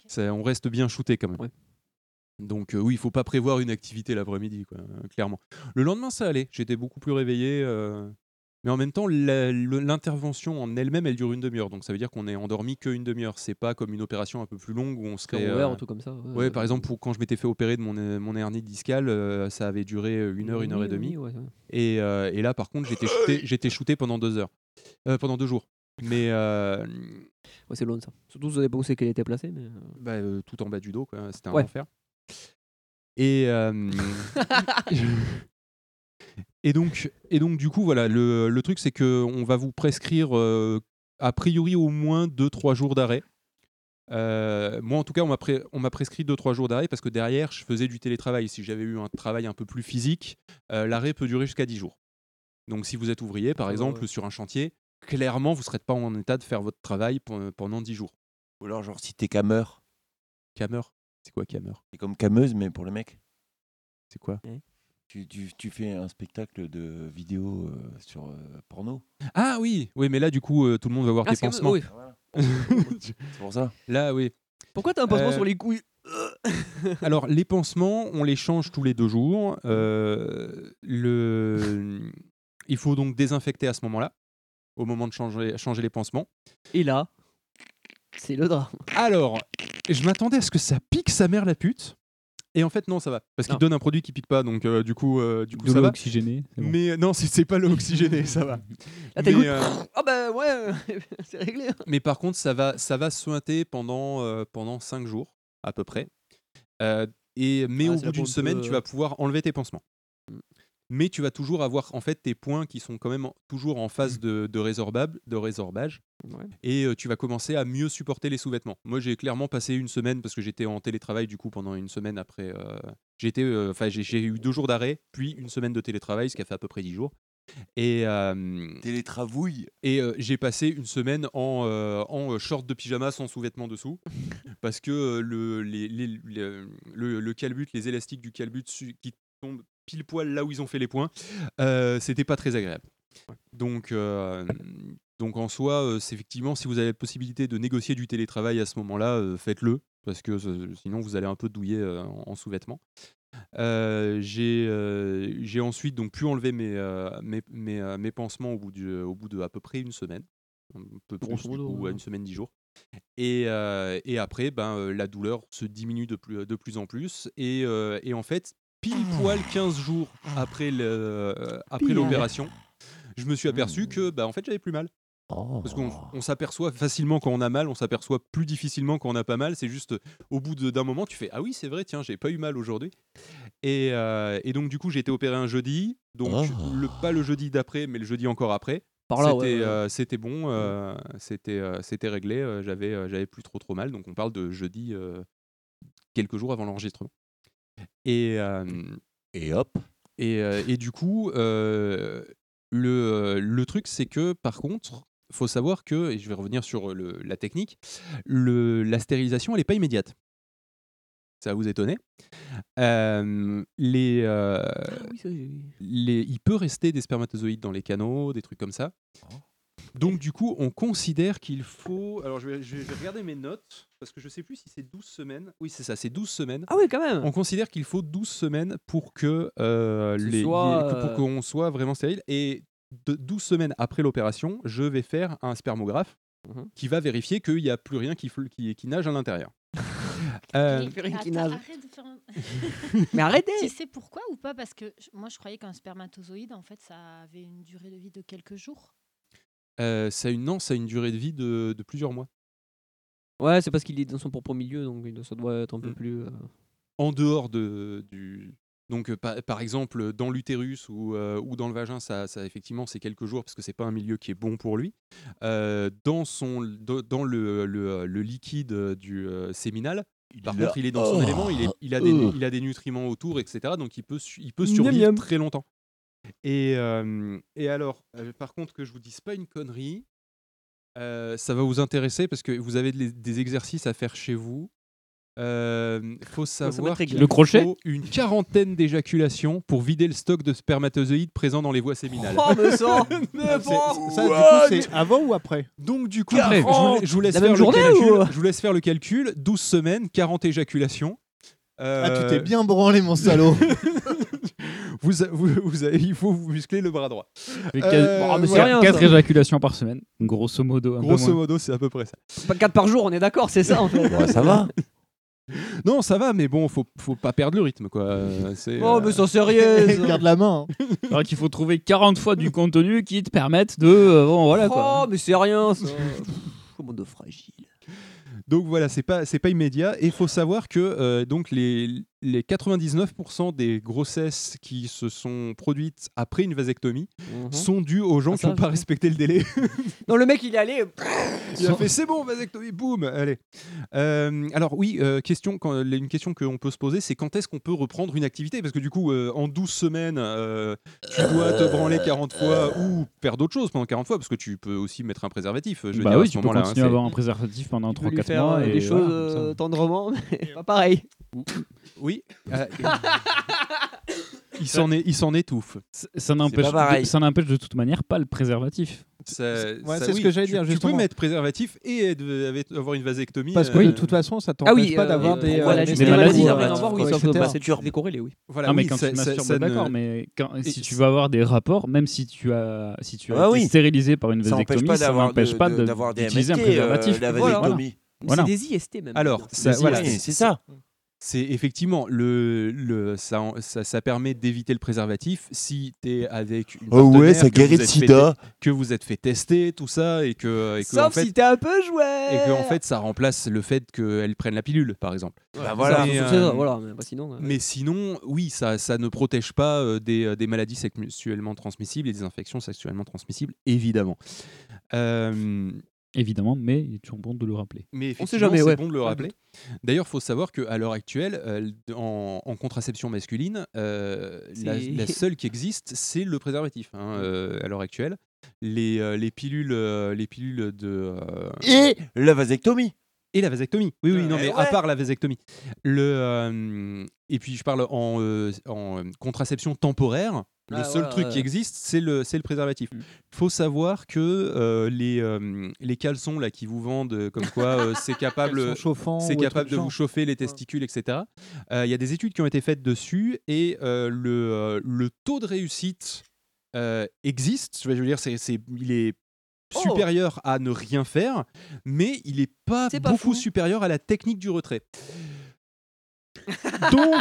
S7: ça- on reste bien shooté quand même. Donc euh, oui, il faut pas prévoir une activité l'après-midi, quoi, euh, clairement. Le lendemain, ça allait. J'étais beaucoup plus réveillé. euh, Mais en même temps, la- le- l'intervention en elle-même, elle dure une demi-heure. Donc ça veut dire qu'on est endormi qu'une demi-heure. C'est pas comme une opération un peu plus longue où on se
S6: Comme Weir, un truc comme ça, ouais.
S7: Ouais, par exemple, pour, quand je m'étais fait opérer de mon, euh, mon hernie discale, euh, ça avait duré euh, une heure, une heure
S6: Oui,
S7: et demie.
S6: oui, ouais, ouais.
S7: Et, euh, et là, par contre, j'étais shooté, j'étais shooté pendant deux heures, Euh, pendant deux jours. Mais euh,
S6: c'est long ça. Surtout, ça dépend où c'est qu'elle était placée. Mais... euh.
S7: Bah, euh, tout en bas du dos, quoi. hein, C'était un
S6: Ouais.
S7: enfer. Et euh, et donc et donc du coup, voilà, le, le truc, c'est que on va vous prescrire euh, a priori au moins deux trois jours d'arrêt. Euh, moi, en tout cas, on m'a pré- on m'a prescrit 2-3 jours d'arrêt parce que derrière, je faisais du télétravail. Si j'avais eu un travail un peu plus physique, euh, l'arrêt peut durer jusqu'à 10 jours. Donc, si vous êtes ouvrier, par
S6: va,
S7: exemple,
S6: Ah ouais.
S7: sur un chantier, clairement, vous ne serez pas en état de faire votre travail pe- pendant 10 jours.
S13: Ou alors, genre, si t'es cameur.
S7: Cameur C'est quoi cameur
S13: C'est comme cameuse, mais pour les mecs.
S7: C'est quoi
S13: tu, tu- tu fais un spectacle de vidéo euh, sur euh, porno.
S7: Ah oui Oui, mais là, du coup, euh, tout le monde va voir
S13: Ah,
S7: tes
S13: c'est comme-
S7: pansements.
S13: oui.
S7: c'est
S13: pour ça.
S7: Là, oui.
S6: Pourquoi t'as un pansement
S7: Euh,
S6: sur les couilles
S7: Alors, les pansements, on les change tous les deux jours. Euh, le... Il faut donc désinfecter à ce moment-là, au moment de changer, changer les pansements.
S6: Et là, c'est le drame.
S7: Alors, je m'attendais à ce que ça pique sa mère la pute. Et en fait, non, ça va. Parce qu'il donne un produit qui pique pas, donc euh, du coup, euh, du coup
S10: De
S7: ça
S10: l'eau
S7: va.
S10: oxygénée, c'est bon.
S7: Mais euh, non, c'est- c'est pas l'eau oxygénée, ça va.
S6: Là, t'as le
S7: Mais,
S6: goût de-
S7: euh,
S6: Ah bah ouais, c'est réglé.
S7: mais par contre, ça va, ça va suinter pendant, euh, pendant 5 jours, à peu près. Euh, et, mais
S6: Ah,
S7: au
S6: c'est
S7: bout d'une
S6: là pour le
S7: semaine,
S6: peu,
S7: tu
S6: euh.
S7: vas pouvoir enlever tes pansements.
S6: Mmh.
S7: Mais tu vas toujours avoir en fait tes points qui sont quand même en- toujours en phase de, de, résorbable, de résorbage.
S6: Mmh. Ouais.
S7: Et euh, tu vas commencer à mieux supporter les sous-vêtements. Moi, j'ai clairement passé une semaine parce que j'étais en télétravail du coup pendant une semaine après. euh, j'étais, euh, enfin, j'ai- j'ai eu deux jours d'arrêt, puis une semaine de télétravail, ce qui a fait à peu près dix jours. Et euh,
S13: télétravouille.
S7: Et euh, j'ai passé une semaine en, euh, en euh, short de pyjama sans sous-vêtements dessous, parce que euh, le, les- les- le, le- le calbut, les élastiques du calbut su- qui tombent pile poil là où ils ont fait les points, euh, c'était pas très agréable. Donc, euh, donc en soi, euh, c'est effectivement, si vous avez la possibilité de négocier du télétravail à ce moment-là, euh, faites-le, parce que euh, sinon vous allez un peu douiller euh, en, en sous-vêtements. Euh, j'ai euh, j'ai ensuite donc pu enlever mes, euh, mes, mes, euh, mes pansements au bout, du, au bout de à peu près une semaine, un peu plus,
S6: Grosso
S7: du
S6: modo,
S7: coup,
S6: ouais.
S7: à une semaine, dix jours. Et, euh, et après, ben, euh, la douleur se diminue de plus, de plus en plus. Et, euh, et en fait, pile poil 15 jours après le- euh, après
S6: Pile.
S7: l'opération, je me suis aperçu que bah, en fait, j'avais plus mal. Parce qu'on on s'aperçoit facilement quand on a mal, on s'aperçoit plus difficilement quand on n'a pas mal. C'est juste euh, au bout de- d'un moment, tu fais Ah oui, c'est vrai, tiens, j'ai pas eu mal aujourd'hui. Et, euh, et donc, du coup, j'ai été opéré un jeudi. Donc, le, pas le jeudi d'après, mais le jeudi encore après.
S6: Par là, ouais,
S7: C'était
S6: ouais, ouais.
S7: euh, c'était bon, euh, c'était euh, c'était réglé. euh, J'avais euh, j'avais plus trop trop mal. Donc, on parle de jeudi euh, quelques jours avant l'enregistrement. Et,
S13: et hop.
S7: Et, euh, et du coup, euh, le, euh, le truc, c'est que par contre, faut savoir que, et je vais revenir sur euh, le- la technique, le, la stérilisation, elle n'est pas immédiate. Ça va vous étonner. Euh, les, euh,
S6: Ah oui, ça, j'ai-
S7: les- il peut rester des spermatozoïdes dans les canaux, des trucs comme ça. Donc du coup, on considère qu'il faut... Alors je vais, je vais- je vais regarder mes notes, parce que je sais plus si c'est 12 semaines. Oui, c'est ça, c'est 12 semaines.
S6: Ah oui, quand même
S7: On considère qu'il faut 12 semaines pour que euh, les-
S6: soit,
S7: que- pour
S6: euh,
S7: qu'on soit vraiment stérile. Et de- 12 semaines après l'opération, je vais faire un spermographe
S6: Mhm.
S7: qui va vérifier qu'il n'y a plus rien qui, fl- qui, qui nage à l'intérieur. Euh,
S9: Attends, arrête de faire un-
S7: Mais arrêtez
S9: Tu sais pourquoi ou pas Parce que je- moi, je croyais qu'un spermatozoïde, en fait, ça avait une durée de vie de quelques jours.
S7: euh, ça a une, non, ça a une durée de vie de, de plusieurs mois.
S6: Ouais, c'est parce qu'il est dans son propre milieu, donc il- ça doit être un peu plus. euh,
S7: Mmh. en dehors de, du. Donc, euh, par, par exemple, dans l'utérus ou, euh, ou dans le vagin, ça, ça, effectivement, c'est quelques jours parce que c'est pas un milieu qui est bon pour lui. Euh, dans son, dans dans le, le- le liquide euh, du euh, séminal, par
S13: est
S7: contre,
S13: là.
S7: il est dans son
S13: Oh.
S7: élément, il, est- il a des,
S13: Oh.
S7: il a des nutriments autour, etc. Donc, il peut, su- il peut
S13: Miam,
S7: survivre
S13: miam.
S7: très longtemps. Et, euh, et alors, euh, par contre, que je vous dise pas une connerie, Euh, ça va vous intéresser parce que vous avez des, des exercices à faire chez vous. Euh, faut savoir
S10: mettre
S7: qu'il
S10: régler. Le crochet
S7: faut une quarantaine d'éjaculations pour vider le stock de spermatozoïdes présents dans les voies séminales.
S6: Oh, mais ça, mais
S7: C'est-
S6: bon.
S7: ça, du coup, c'est
S5: avant ou après
S7: Donc du coup, Après, je vous,
S5: Après,
S7: la- je vous laisse
S5: La
S7: faire
S5: même
S7: le
S5: journée
S7: calcul.
S5: ou
S7: Je vous laisse faire le calcul. 12 semaines, 40 éjaculations. Euh,
S14: Ah, tu t'es bien branlé, mon salaud.
S7: vous, a- vous- vous avez- il faut vous muscler le bras droit.
S10: Fait
S7: Euh,
S10: quatre-
S6: Oh,
S10: bon, mais c'est
S7: voilà.
S10: quatre éjaculations par semaine, grosso modo. un peu
S7: Grosso
S10: moins.
S7: modo, c'est à peu près ça.
S6: Pas 4 par jour, on est d'accord, c'est ça en fait.
S7: Non, ça va, mais bon, faut, faut pas perdre le rythme, quoi. Euh, c'est,
S6: Oh,
S7: euh,
S6: mais c'est sérieux. ça.
S14: la main.
S7: hein.
S10: Alors qu'il faut trouver 40 fois du contenu qui te permettent de. euh, bon, voilà quoi.
S6: Oh, mais c'est rien ça. Comment de fragile.
S7: Donc voilà, c'est pas c'est pas immédiat et il faut savoir que euh, donc les les 99% des grossesses qui se sont produites après une vasectomie
S6: Mhm.
S7: sont dues aux
S10: Ah,
S7: gens qui n'ont pas respecté le délai.
S6: Non, le mec il est allé.
S7: Il a fait c'est bon vasectomie, boum, allez. Euh, alors oui, euh, question, quand, une question qu'on peut se poser, c'est quand est-ce qu'on peut reprendre une activité Parce que du coup, euh, en 12 semaines, euh, tu dois te branler 40 fois ou faire d'autres choses pendant 40 fois, parce que tu peux aussi mettre un préservatif. Je veux
S10: Bah
S7: dire, à
S10: oui,
S7: ce
S10: tu peux
S7: moment-là, hein,
S10: continuer à
S7: c'est-
S10: avoir un préservatif pendant
S6: Il peut lui
S10: 3-4
S6: faire
S10: mois.
S6: euh,
S10: et
S6: des
S10: voilà,
S6: choses
S10: comme ça.
S6: euh, tendrement, mais pas pareil.
S7: hein. Oui. euh, il s'en est- il s'en étouffe.
S10: Ça n'empêche,
S7: pas pareil.
S10: de, ça n'empêche de toute manière pas le préservatif.
S7: Ça-
S5: Ouais,
S7: ça-
S5: c'est ce
S7: oui,
S5: que j'allais
S7: tu-
S5: dire,
S7: Tu peux
S5: justement.
S7: mettre préservatif et être- avec- avoir une vasectomie.
S5: Parce que
S7: euh,
S5: de toute façon, ça t'empêche
S6: oui,
S5: pas
S6: euh,
S5: d'avoir des,
S6: voilà,
S5: euh,
S6: juste
S5: des
S6: les maladies, ça
S5: maladies,
S6: n'a rien
S5: euh,
S6: à voir, oui,
S5: etc.
S6: sauf que bah, c'est décorrélé, oui.
S7: Voilà,
S10: non, mais
S7: oui,
S10: quand
S7: ça-
S10: tu
S7: ça-
S10: masturbes,
S7: ça ne-
S10: d'accord, mais quand-
S7: Et
S10: si
S7: c'est-
S10: tu vas avoir des rapports, même si tu as, si tu as
S13: Ah
S10: été
S13: oui.
S10: stérilisé par une
S13: Ça empêche
S10: vasectomie,
S13: pas
S10: ça
S13: d'avoir
S10: n'empêche
S13: de-
S10: pas
S13: de-
S10: de-
S13: d'avoir des
S10: d'utiliser un
S13: MST, euh,
S10: préservatif.
S13: la
S10: Voilà.
S13: vasectomie.
S6: Mais
S10: Voilà.
S6: C'est des IST même.
S7: Alors, ça,
S10: Des
S7: voilà,
S10: IST,
S13: c'est ça.
S7: C'est effectivement le, le ça, en- ça, ça permet d'éviter le préservatif si t'es avec une
S13: Oh ouais,
S7: partenaire
S13: ça
S7: que vous
S13: guérit le
S7: êtes fait
S13: sida.
S7: te- que vous êtes fait tester tout ça et que et que, en
S6: Sauf
S7: fait,
S6: si t'es un peu joué.
S7: et que en fait ça remplace le fait qu'elle prenne la pilule par exemple.
S6: Bah voilà.
S7: Mais,
S6: C'est ça,
S7: euh,
S6: voilà, mais bah sinon, euh,
S7: mais sinon, oui, ça, ça ne protège pas euh, des, euh, des maladies sexuellement transmissibles et des infections sexuellement transmissibles, évidemment. Euh,
S10: Évidemment, mais il est toujours bon de le rappeler.
S7: mais
S6: On sait
S7: effectivement,
S6: jamais,
S7: c'est
S6: ouais.
S7: bon de le
S6: Pas de
S7: rappeler. D'ailleurs, il faut savoir qu'à l'heure actuelle, euh, en, en contraception masculine, euh, la,
S6: C'est-
S7: la seule qui existe, c'est le préservatif. hein, euh, à l'heure actuelle, les, euh, les pilules, euh, les pilules de euh,
S13: Et la vasectomie.
S7: et la vasectomie. Oui, oui, non,
S13: Eh
S7: mais
S13: ouais.
S7: à part la vasectomie. Le, euh, et puis, je parle en, euh, en euh, contraception temporaire. Le
S6: Ah,
S7: seul
S6: voilà,
S7: truc
S6: ouais.
S7: qui existe, c'est le, c'est le préservatif. Il faut savoir que euh, les, euh, les caleçons là, qui vous vendent, euh, comme quoi euh, c'est capable,
S5: Caleçons chauffants
S7: c'est
S5: ou un truc
S7: capable
S5: du
S7: de vous
S5: genre.
S7: chauffer les testicules, etc. Euh, Il y a des études qui ont été faites dessus et euh, le, euh, le taux de réussite euh, existe. Je veux dire, c'est, c'est- il est supérieur à ne rien faire, mais il n'est pas beaucoup supérieur à la technique du retrait. Donc,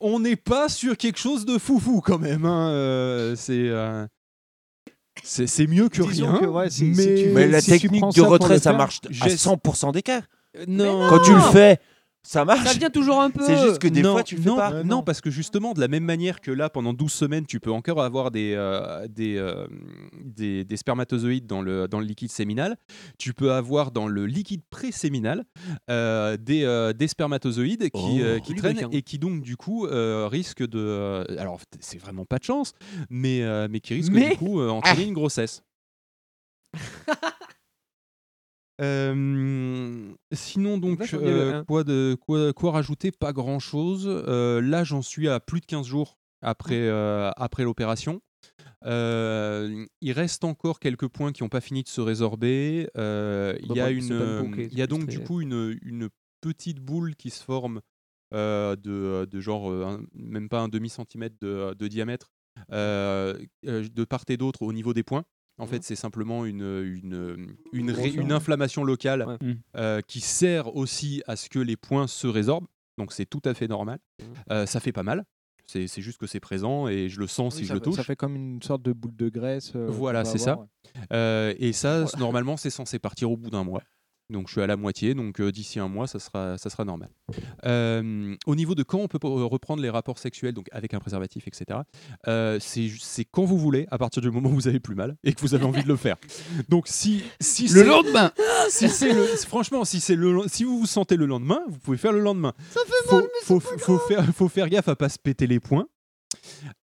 S7: on n'est pas sur quelque chose de foufou quand même. hein, euh, c'est, euh, c'est, c'est mieux que
S5: Disons
S7: rien.
S5: que, ouais, si- si
S7: mais
S5: tu-
S13: Mais la
S5: si tu
S13: technique
S5: prends
S13: de
S5: ça pour
S13: retrait,
S5: le
S13: ça
S5: faire,
S13: marche à
S5: j'ai-
S13: 100% des cas.
S7: non.
S13: Quand tu le fais, ça marche.
S6: ça vient toujours un peu.
S13: C'est juste que des
S7: non,
S13: fois, tu le fais
S7: non,
S13: pas.
S7: Non, parce que justement, de la même manière que là, pendant 12 semaines, tu peux encore avoir des, euh, des, euh, des, des spermatozoïdes dans le, dans le liquide séminal. Tu peux avoir dans le liquide préséminal euh, des, euh, des spermatozoïdes qui,
S6: Oh.
S7: euh, qui
S6: Lubrifiant.
S7: traînent et qui donc, du coup, euh, risquent de. euh, alors, c'est vraiment pas de chance, mais, euh, mais qui risquent
S6: Mais- Ah.
S7: du coup euh, entraîner une grossesse. Euh, sinon donc
S6: Vache, on dirait,
S7: euh,
S6: hein.
S7: quoi de quoi, quoi rajouter pas grand chose là j'en suis à plus de 15 jours
S6: Mmh.
S7: après euh, après l'opération Euh, il reste encore quelques points qui n'ont pas fini de se résorber Euh, il y
S6: Bah,
S7: a
S6: bah,
S7: une
S6: c'est pas le poker,
S7: euh, il y a
S6: c'est
S7: donc
S6: juste
S7: du
S6: les-
S7: coup une, une petite boule qui se forme euh, de, de genre euh, un- même pas un demi centimètre de, de diamètre euh, euh, de part et d'autre au niveau des points. En
S6: Mmh.
S7: fait, c'est simplement une, une, une, ré-
S6: Grosseur,
S7: une
S6: ouais.
S7: inflammation locale
S10: Mm.
S7: euh, qui sert aussi à ce que les points se résorbent. Donc c'est tout à fait normal.
S5: Mmh.
S7: Euh, ça fait pas mal. C'est c'est juste que c'est présent et je le sens si
S5: Oui,
S7: je
S5: ça,
S7: le
S5: fait-
S7: touche.
S5: ça fait comme une sorte de boule de graisse. euh,
S7: Voilà,
S5: qu'on va
S7: c'est
S5: avoir,
S7: ça.
S5: ouais.
S7: Euh, et ça, c- normalement, c'est censé partir au bout d'un mois. Donc je suis à la moitié, donc euh, d'ici un mois, ça sera, ça sera normal. Euh, au niveau de quand on peut po- reprendre les rapports sexuels, donc avec un préservatif, etc., euh, c'est ju- c'est quand vous voulez, à partir du moment où vous avez plus mal et que vous avez envie de le faire. Donc si, si
S10: Le
S7: c'est-
S10: lendemain
S7: si c'est le, Franchement, si, c'est le, si vous vous sentez le lendemain, vous pouvez faire le lendemain.
S10: Ça
S7: fait mal, faut, faut faire, faut faire gaffe à pas se péter les Ah points.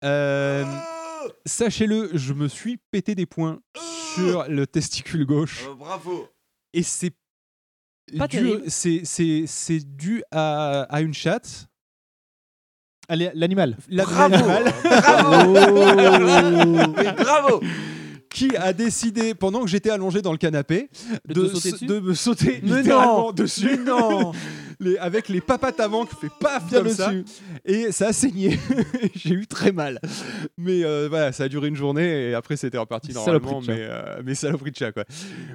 S7: Euh, Sachez-le, je me suis pété des points sur le testicule gauche.
S13: Euh, bravo.
S7: Et c'est
S13: Pas
S7: dû,
S13: terrible.
S7: c'est, c'est, c'est dû à, à une chatte.
S5: Allez, l'animal.
S7: La-
S5: Bravo.
S7: l'animal. Oh.
S5: Bravo. Mais
S13: bravo
S7: Qui a décidé, pendant que j'étais allongé dans le canapé,
S5: De
S7: de,
S5: te sauter
S7: s-
S5: dessus
S7: de me sauter
S5: Mais
S7: littéralement
S5: non.
S7: dessus.
S5: Mais non.
S7: Les- avec les papates avant qui fait paf
S5: Bien
S7: comme ça.
S5: dessus.
S7: Et ça a saigné. J'ai eu très mal. Mais euh, voilà, ça a duré une journée et après c'était reparti
S5: Saloperie
S7: normalement.
S5: de chat.
S7: Mais, euh, mais saloperie de chat, quoi.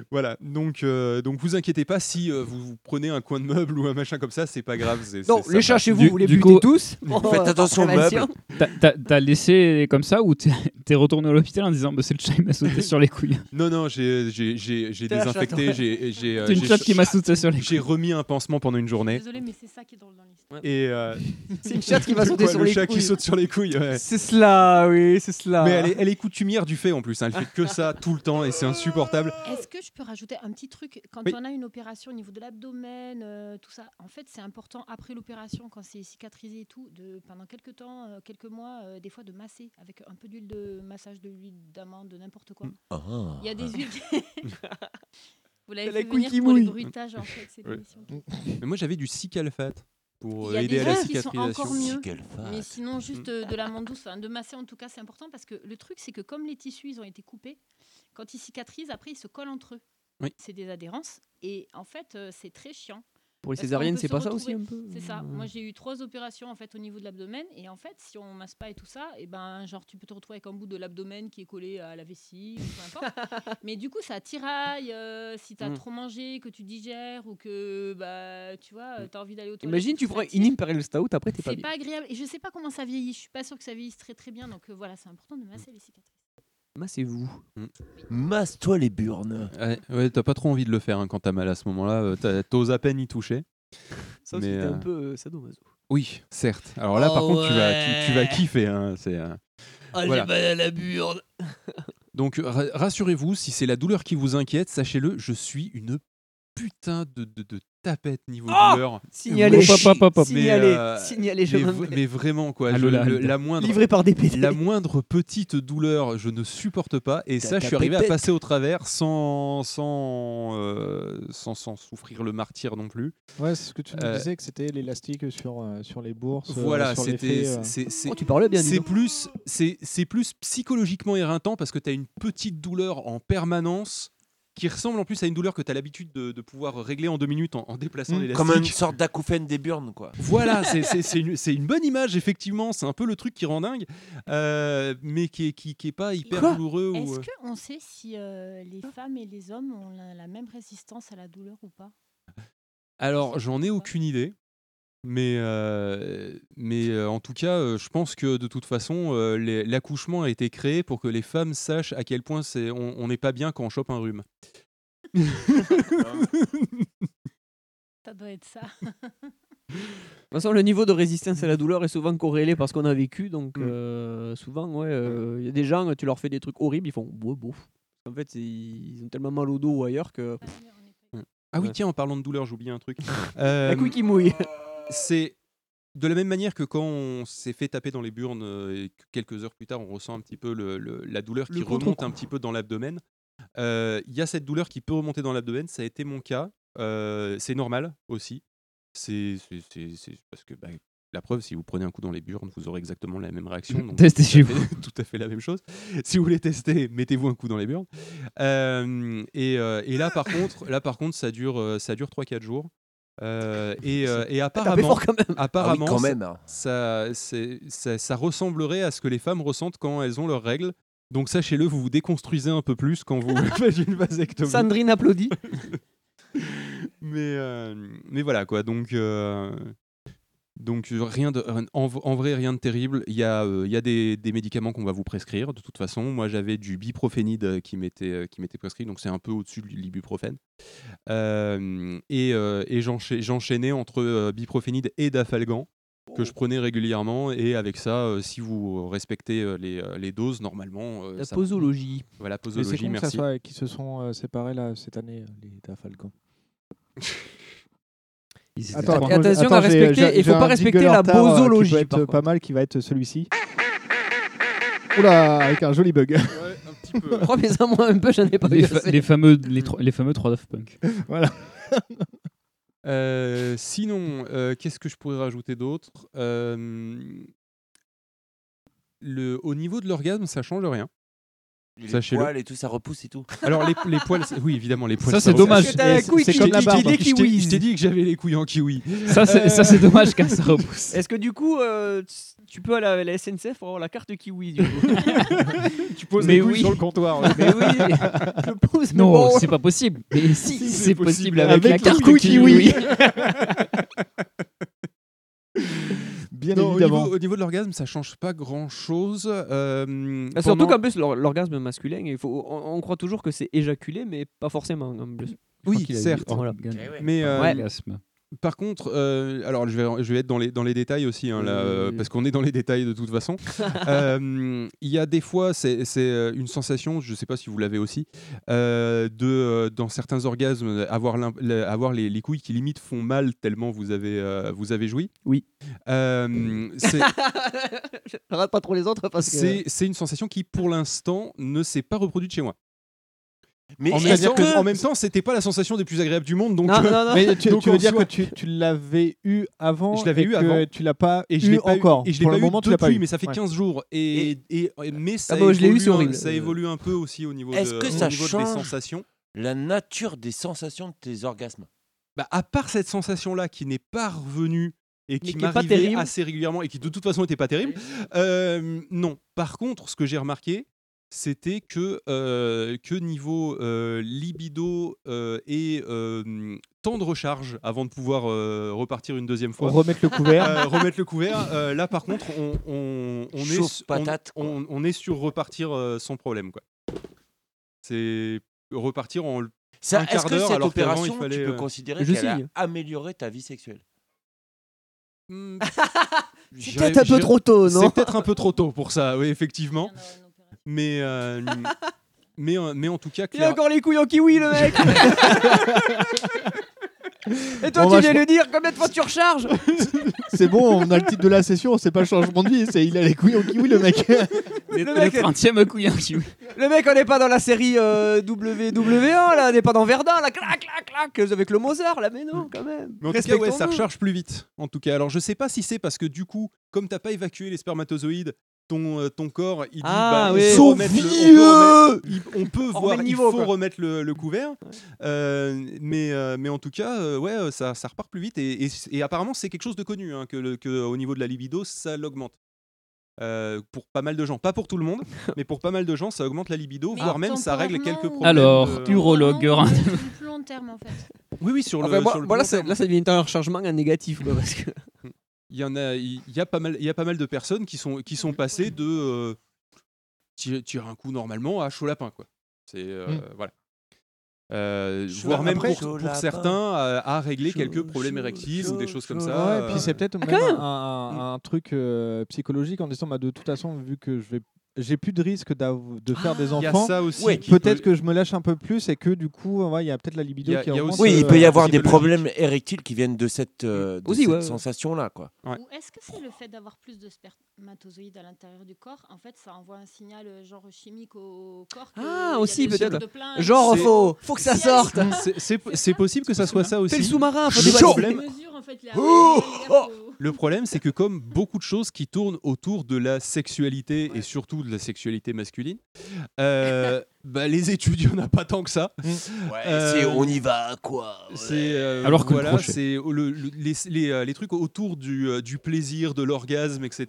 S7: Voilà. Donc, euh, donc vous inquiétez pas si euh, vous, vous prenez un coin de meuble ou un machin comme ça, c'est pas grave. c'est-
S6: Non,
S7: c'est sympa.
S6: les chats chez vous, vous les butez tous. Oh, Faites attention aux meubles.
S10: T'as- T'as t'as laissé comme ça ou t'es t'es retourné à l'hôpital en disant bah, c'est le chat il m'a sauté sur les couilles
S7: Non, non, j'ai- j'ai j'ai- j'ai
S10: T'es la
S7: désinfecté.
S10: chatte,
S7: j'ai- j'ai, euh,
S10: T'es une
S7: j'ai-
S10: chatte qui m'a sauté sur les
S7: J'ai remis un pansement pendant une journée.
S9: Désolé, mais c'est ça qui est drôle dans l'histoire.
S7: Et euh,
S6: C'est une chatte qui va sauter
S7: Quoi,
S6: sur
S7: le
S6: les
S7: chat
S6: couilles.
S7: qui saute sur les couilles. ouais.
S6: C'est cela, oui, c'est cela.
S7: Mais elle est, elle est coutumière du fait en plus. hein. Elle fait que ça tout le temps et c'est insupportable.
S9: Est-ce que je peux rajouter un petit truc Quand
S7: Oui.
S9: on a une opération au niveau de l'abdomen, euh, tout ça, en fait, c'est important après l'opération, quand c'est cicatrisé et tout, de, pendant quelques temps, euh, quelques mois, euh, des fois de masser avec un peu d'huile de massage, de l'huile d'amande, de n'importe quoi.
S13: Ah.
S9: Il y a des huiles. qui- Vous l'avez
S6: T'as la
S9: fait
S6: couille
S9: venir
S6: qui
S9: pour le
S6: mouille.
S9: bruitage, en fait, cette
S7: Ouais.
S9: émission.
S6: Mm.
S7: Mais moi j'avais du cicalfate pour
S9: Il y a
S7: euh, aider
S9: des
S7: à la
S9: choses qui sont
S7: cicatrisation.
S9: encore mieux. Mais
S7: Mm.
S9: sinon, juste euh, de l'amande douce, enfin, de masser en tout cas, c'est important parce que le truc, c'est que comme les tissus, ils ont été coupés, quand ils cicatrisent, après, ils se collent entre eux.
S7: Oui.
S9: C'est des adhérences et en fait, euh, c'est très chiant.
S6: Pour les
S9: Parce qu'on
S6: césariennes,
S9: peut
S6: c'est
S9: se
S6: pas ça
S9: retrouver-
S6: aussi, un peu
S9: C'est ça.
S6: Euh.
S9: Moi, j'ai eu trois opérations en fait au niveau de l'abdomen et en fait, si on masse pas et tout ça, et ben genre tu peux te retrouver avec un bout de l'abdomen qui est collé à la vessie, ou peu importe. Mais du coup, ça tiraille euh, si tu as
S6: Mm.
S9: trop mangé, que tu digères ou que bah tu vois, tu as envie d'aller au toilettes.
S6: Mm. Imagine,
S9: et tout
S6: tu
S9: ça
S6: prends
S9: tire.
S6: une Imperial Stout, après t'es pas
S9: C'est
S6: bien.
S9: pas agréable. Et je sais pas comment ça vieillit. Je suis pas sûre que ça vieillisse très très bien. Donc euh, voilà, c'est important de masser les cicatrices.
S6: Ah, Massez-vous.
S7: Hmm.
S13: Masse-toi les burnes.
S7: Ouais, ouais, t'as pas trop envie de le faire hein, quand t'as mal à ce moment-là. euh, t'as- T'oses à peine y toucher.
S6: Ça aussi,
S7: Mais,
S6: t'es
S7: euh,
S6: un peu euh, sadomaso.
S7: Oui, certes. Alors là, par
S6: Oh
S7: contre, tu vas, tu, tu vas
S6: ouais.
S7: kiffer. hein, c'est, euh,
S6: Ah,
S7: voilà.
S6: j'ai mal à la burde.
S7: Donc ra- rassurez-vous, si c'est la douleur qui vous inquiète, sachez-le, je suis une putain de, de- de tapette niveau
S6: Ah
S7: douleur.
S6: Signalez.
S7: Mais-
S6: Hop, hop, hop, hop.
S7: mais, euh,
S6: Signalez, signalez, je
S7: mais,
S6: m'en
S7: v-
S6: vais.
S7: mais vraiment quoi,
S5: Ah
S6: Allô,
S7: je-
S6: la
S7: le-
S6: Halde.
S7: la moindre
S6: Livré par des PD.
S7: la moindre petite douleur, je ne supporte pas. Et
S6: Ta-
S7: ça,
S6: ta
S7: je suis arrivé à
S6: pépette.
S7: passer au travers sans sans euh, sans, sans souffrir le martyr non plus.
S5: Ouais, c'est ce que tu nous
S7: Euh,
S5: disais que c'était l'élastique sur, euh, sur les bourses. euh,
S7: Voilà,
S5: sur les
S7: c'était.
S5: faits, euh.
S7: c'est-
S6: Oh,
S7: c'est-
S5: dis
S7: C'est
S5: donc.
S7: plus, c'est c'est plus psychologiquement éreintant parce que tu as une petite douleur en permanence qui ressemble en plus à une douleur que tu as l'habitude de, de pouvoir régler en deux minutes en, en déplaçant
S13: Mm.
S7: l'élastique.
S13: Comme une sorte d'acouphène des burnes, quoi.
S7: Voilà, c'est- c'est c'est une, c'est une bonne image, effectivement. C'est un peu le truc qui rend dingue, euh, mais qui est, qui, qui est pas hyper douloureux. ou,
S9: Est-ce
S7: euh,
S9: qu'on sait si euh, les femmes et les hommes ont la, la même résistance à la douleur ou pas
S7: Alors, j'en ai aucune idée. Mais, euh, mais euh, en tout cas, euh, je pense que de toute façon, euh, les- l'accouchement a été créé pour que les femmes sachent à quel point c'est, on on n'est pas bien quand on chope un rhume.
S9: Ça doit être ça.
S6: De toute façon, le niveau de résistance à la douleur est souvent corrélé parce qu'on a vécu. Donc,
S7: Mm.
S6: euh, souvent, ouais, euh, il y a des gens, tu leur fais des trucs horribles, ils font ouais, bof. En fait, c'est- ils ont tellement mal au dos ou ailleurs que.
S7: Ah oui,
S6: Ouais.
S7: tiens, en parlant de douleur, j'oublie un truc. Euh,
S6: La couille qui mouille.
S7: C'est de la même manière que quand on s'est fait taper dans les burnes euh, et que quelques heures plus tard, on ressent un petit peu le- le- la douleur
S6: Le
S7: qui remonte
S6: contre-coup.
S7: un petit peu dans l'abdomen. Euh, Il y a cette douleur qui peut remonter dans l'abdomen. Ça a été mon cas. Euh, c'est normal aussi. C'est c'est- c'est- c'est parce que bah, la preuve, si vous prenez un coup dans les burnes, vous aurez exactement la même réaction. donc
S10: Testez
S7: tout à
S10: chez
S7: fait-
S10: vous.
S7: Tout à fait la même chose. Si vous voulez tester, mettez-vous un coup dans les burnes. Euh, et, euh, et là, par contre, là par contre, ça dure, euh, ça dure 3-4 jours. Euh, et, euh, et apparemment,
S13: fort quand même.
S7: apparemment,
S13: Ah oui, quand même, hein.
S7: ça, c'est- ça- ça ressemblerait à ce que les femmes ressentent quand elles ont leurs règles. Donc sachez-le, vous vous déconstruisez un peu plus quand vous faites une vasectomie.
S6: Sandrine applaudit.
S7: Mais, euh, mais voilà quoi, donc, euh, donc euh, rien de, euh, en, v- en vrai rien de terrible. Il y a, euh, il y a des, des médicaments qu'on va vous prescrire de toute façon. Moi j'avais du biprophénide euh, qui m'était euh, qui m'était prescrit, donc c'est un peu au-dessus de l'ibuprofène. Euh, et euh, et j'encha- j'enchaînais entre euh, biprophénide et dafalgan que je prenais régulièrement et avec ça, euh, si vous respectez euh, les, euh, les doses normalement, euh,
S6: La
S7: ça-
S6: posologie.
S7: Voilà,
S5: Mais c'est
S7: posologie,
S5: con que ça
S7: merci.
S5: soit- Qui se sont euh, séparés là cette année, euh, les Tafalcans.
S10: Ils
S6: étaient trop- Attention à respecter, il faut pas respecter la
S5: euh,
S6: bosologie,
S5: Qui peut
S6: par
S5: être pas mal, qui va être celui-ci. Oula, avec un joli bug.
S7: petit peu.
S6: Promis à moi un peu, j'en ai pas
S10: les,
S6: eu
S10: fa-
S6: assez.
S10: les fameux, les, tro- les fameux 3 Daft Punk.
S5: Voilà.
S7: Euh, sinon, euh, qu'est-ce que je pourrais rajouter d'autre Euh, le, Au niveau de l'orgasme, ça change rien.
S13: Les
S7: Sachez-le.
S13: poils et tout, ça repousse et tout.
S7: Alors les, les poils, c'est- oui évidemment les poils.
S10: Ça, c'est
S7: repousse.
S10: dommage. Parce que t'as la Et couille c'est qui- comme la qui- qui barbe. dit
S7: Je t'ai-
S10: kiwis.
S7: Je t'ai dit que j'avais les couilles en kiwi.
S10: Ça, c'est- ça, c'est dommage quand ça repousse.
S6: Est-ce que du coup, euh, tu- tu peux aller à la SNCF pour avoir la carte kiwi du coup
S5: Tu poses les couilles sur le comptoir, ouais.
S6: Mais oui, je pose.
S10: Non,
S6: mais bon.
S10: c'est pas possible. Mais si,
S6: Si,
S10: c'est
S6: c'est
S10: possible
S6: possible.
S10: avec,
S6: Avec
S10: la
S6: les
S10: carte
S6: couilles
S10: kiwi.
S6: kiwi.
S5: Bien
S7: Non, au
S5: évidemment.
S7: niveau, au niveau de l'orgasme, ça change pas grand-chose. euh,
S10: Bah,
S6: Ah, Surtout
S7: pendant-
S6: qu'en plus, l'or- l'orgasme masculin, il faut, on, on croit toujours que c'est éjaculé, mais pas forcément. en plus. Je crois
S7: Oui,
S6: qu'il a dit-
S7: certes.
S6: voilà.
S10: Eh
S7: Mais euh,
S6: Eh Ouais.
S7: par contre, euh, alors je vais, je vais être dans les, dans les détails aussi, hein, là, euh, parce qu'on est dans les détails de toute façon. Euh, Il y a des fois, c'est c'est, euh, une sensation, je ne sais pas si vous l'avez aussi, euh, de euh, dans certains orgasmes euh, avoir, l'im- le- avoir les, les couilles qui limite font mal tellement vous avez euh, vous avez joui. Euh,
S6: Oui.
S7: c'est
S6: Je rate pas trop les autres parce que.
S7: c'est- c'est une sensation qui, pour l'instant, ne s'est pas reproduite chez moi.
S13: Mais
S7: en, même
S13: est-ce
S7: temps,
S13: que-
S7: en même temps, c'était pas la sensation des plus agréables du monde. Donc, euh,
S6: Non, non, non.
S5: euh, Mais tu,
S7: donc
S5: tu
S7: en
S5: veux dire
S7: soi-
S5: que tu, tu l'avais eu avant
S7: Je l'avais
S5: et
S7: eu
S5: que
S7: avant.
S5: tu l'as pas
S7: et
S5: eu
S7: je l'ai pas eu-
S5: encore.
S7: et je l'ai
S5: Pour
S7: pas
S5: le
S7: eu
S5: moment, tu l'as pas
S7: depuis,
S5: eu.
S7: mais ça fait
S5: Ouais.
S7: 15 jours. Et, et- et- mais ça,
S6: bah, je l'ai eu,
S7: évolue
S6: c'est
S7: un-
S6: horrible.
S7: ça évolue un peu aussi au niveau,
S13: Est-ce
S7: de-
S13: que
S7: au
S13: ça
S7: niveau
S13: change
S7: des sensations.
S13: la nature des sensations de tes orgasmes
S7: Bah, à part cette sensation-là qui n'est pas revenue et qui
S6: qui est pas
S7: m'arrivait
S6: terrible.
S7: assez régulièrement et qui de toute façon n'était pas terrible, euh, non. Par contre, ce que j'ai remarqué, c'était que, euh, que niveau euh, libido euh, et euh, temps de recharge avant de pouvoir euh, repartir une deuxième fois.
S5: Remettre le couvert.
S7: Euh, remettre le couvert. euh, là, par contre, on, on, on est,
S13: Chauffe
S7: su-
S13: patate,
S7: on, on- on est sur repartir euh, sans problème. quoi. C'est repartir en.
S13: Ça,
S7: un
S13: Est-ce
S7: quart
S13: que
S7: d'heure,
S13: cette
S7: alors qu'avant, il
S13: opération,
S7: fallait,
S13: tu peux
S7: euh,
S13: considérer
S7: je
S13: qu'elle a
S7: signe.
S13: amélioré ta vie sexuelle
S7: C'est
S6: peut-être un peu trop tôt, non
S7: Hmm. C'est peut-être un peu trop tôt pour ça, oui, effectivement. Mais, euh, mais, euh, mais en tout cas,
S6: Il a
S7: clair-
S6: encore les couilles en kiwi, le mec Et toi,
S14: Bon,
S6: tu
S14: bah,
S6: viens
S14: je-
S6: lui dire combien de fois tu recharges
S14: C'est bon, on a le titre de la session, c'est pas le changement de vie, c'est il a les couilles en kiwi le mec.
S6: Le mec,
S10: Le 30 couille en kiwi.
S6: le mec, on n'est pas dans la série euh, WWE, là, on n'est pas dans Verdun, là, clac, clac, clac, avec le Mozart, là, mais non, quand même.
S7: Mais en tout cas, ouais, ça
S6: Respectons-nous.
S7: recharge plus vite. En tout cas, alors je sais pas si c'est parce que du coup, comme t'as pas évacué les spermatozoïdes, ton, euh, ton corps, il dit
S6: Ah,
S7: bah,
S6: oui.
S7: on, peut
S6: Son
S7: remettre le- on peut remettre- il- on peut
S6: remet
S7: voir,
S6: le
S7: il
S6: niveau,
S7: faut
S6: quoi.
S7: remettre le, le couvert. Euh, mais, euh, mais en tout cas, euh, ouais, euh, ça, ça repart plus vite et, et- et apparemment c'est quelque chose de connu hein, que, le- que au niveau de la libido, ça l'augmente. Euh, pour pas mal de gens, pas pour tout le monde, mais pour pas mal de gens, ça augmente la libido,
S9: Mais
S7: voire même ça règle quelques
S9: temporairement
S7: problèmes.
S10: Alors,
S6: Euh,
S7: de-
S10: urologue.
S9: Sur le plus long terme, en fait.
S7: Oui, oui, sur le.
S6: Enfin, moi-
S7: sur le
S6: moi, là,
S7: plan
S6: ça-
S7: terme.
S6: là, ça devient un rechargement un négatif, quoi, parce que.
S7: il y en a il y a pas mal il y a pas mal de personnes qui sont qui sont passées de euh, tirer, tirer un coup normalement à chaud lapin quoi c'est euh,
S6: Hmm.
S14: Mm.
S7: voilà Euh,
S14: Chaud
S7: voire même
S14: lapin.
S7: pour,
S14: Chaud
S7: pour
S14: lapin.
S7: certains à, à régler quelques problèmes
S14: chaud,
S7: érectiles ou des choses comme
S5: Ouais,
S7: ça
S5: ouais,
S7: euh,
S5: puis c'est peut-être même
S6: Ah, quand
S5: un,
S6: même.
S5: un- un truc euh, psychologique en disant bah, de toute façon, vu que je vais. J'ai plus de risque d'av- de faire des
S7: y a
S5: enfants.
S7: ça aussi
S13: Ouais.
S7: qui
S5: Peut-être
S7: peut-
S5: que je me lâche un peu plus et que du coup, ouais, il y a peut-être la libido
S7: Il y a-
S5: qui
S7: il y a
S5: augmente.
S7: aussi,
S13: Oui, il
S5: euh,
S13: peut y avoir des
S7: psychologique.
S13: problèmes érectiles qui viennent de cette, euh, de
S6: Aussi,
S13: cette
S6: ouais, ouais.
S13: sensation-là. quoi.
S9: Ou est-ce que c'est le fait d'avoir plus de spermatozoïdes à l'intérieur du corps En fait, ça envoie un signal euh, genre chimique au corps. que il y
S6: Ah,
S9: a
S6: aussi,
S9: des
S6: peut-être.
S9: de plein et
S6: Genre,
S7: C'est-
S6: faut, faut que ça sorte
S7: C'est- c'est c'est possible que ça soit ça aussi
S6: Fais le sous-marin, faut
S7: Le
S6: déballer.
S7: problème-
S9: mesure, en fait, les-
S6: Oh,
S9: les- les-
S6: oh.
S7: Le problème, c'est que comme beaucoup de choses qui tournent autour de la sexualité et surtout de la sexualité masculine, euh, bah, les études, il n'y en a pas tant que
S6: Mmh.
S7: ça.
S13: Ouais,
S7: Euh,
S13: c'est on y va, quoi. ouais.
S7: C'est euh,
S10: Alors que le
S7: voilà,
S10: crochet.
S7: c'est le- le- les, les, euh, les trucs autour du, euh, du plaisir, de l'orgasme, etc.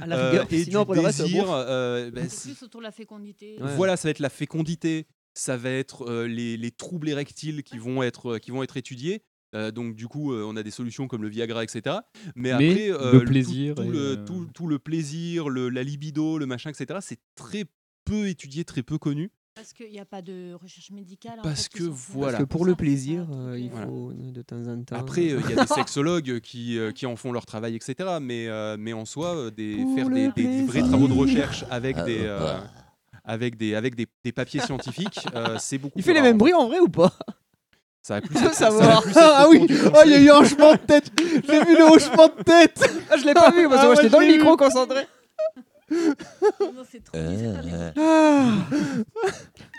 S6: À la rigueur,
S7: et
S6: sinon,
S7: du
S6: pour le reste,
S7: désir,
S6: bon.
S7: euh, bah,
S9: Un peu
S7: c'est-
S9: plus autour de la fécondité.
S6: ben, Ouais.
S7: voilà, ça va être la fécondité, ça va être euh, les, les troubles érectiles qui vont être, qui vont être étudiés. Euh, donc du coup, euh, on a des solutions comme le Viagra, etc. Mais,
S10: Mais
S7: après,
S10: le
S7: tout-
S10: plaisir
S7: tout,
S10: et,
S7: le,
S10: euh,
S7: tout- tout le plaisir, le- la libido, le machin, etc. C'est très peu étudié, très peu connu.
S9: Parce qu'il n'y a pas de recherche médicale. hein, en
S7: Parce
S9: fait,
S7: que
S9: ils sont-
S7: voilà.
S6: Parce que pour
S9: Ça,
S6: le
S9: c'est
S6: plaisir,
S9: un truc,
S6: euh, il
S9: euh,
S7: Voilà.
S6: faut euh, de temps en temps.
S7: Après, euh, il y a des sexologues qui, euh, qui en font leur travail, etc. Mais, euh, mais en soi, euh, des,
S6: Pour
S7: faire
S6: le
S7: des, des- des vrais
S6: plaisir.
S7: travaux de recherche avec des,
S13: Ah,
S7: euh, avec des, avec des, des papiers scientifiques, euh, c'est beaucoup.
S6: Il
S7: plus
S6: fait les
S7: rare.
S6: mêmes bruits en vrai ou pas
S7: Ça va plus
S6: Je veux
S7: être- ça va
S6: savoir.
S7: plus être
S14: Ah oui,
S7: autour du
S14: oh, il y a
S7: conseil.
S14: eu un hochement de tête. J'ai vu le hochement de tête.
S6: Ah, Je l'ai pas vu parce que
S14: Ah,
S6: moi
S14: moi,
S6: j'étais dans
S14: je
S6: le
S14: l'ai
S6: micro
S14: vu.
S6: concentré.
S9: Non, c'est trop
S7: Ε.
S13: Euh,
S14: Ah.
S6: Ah.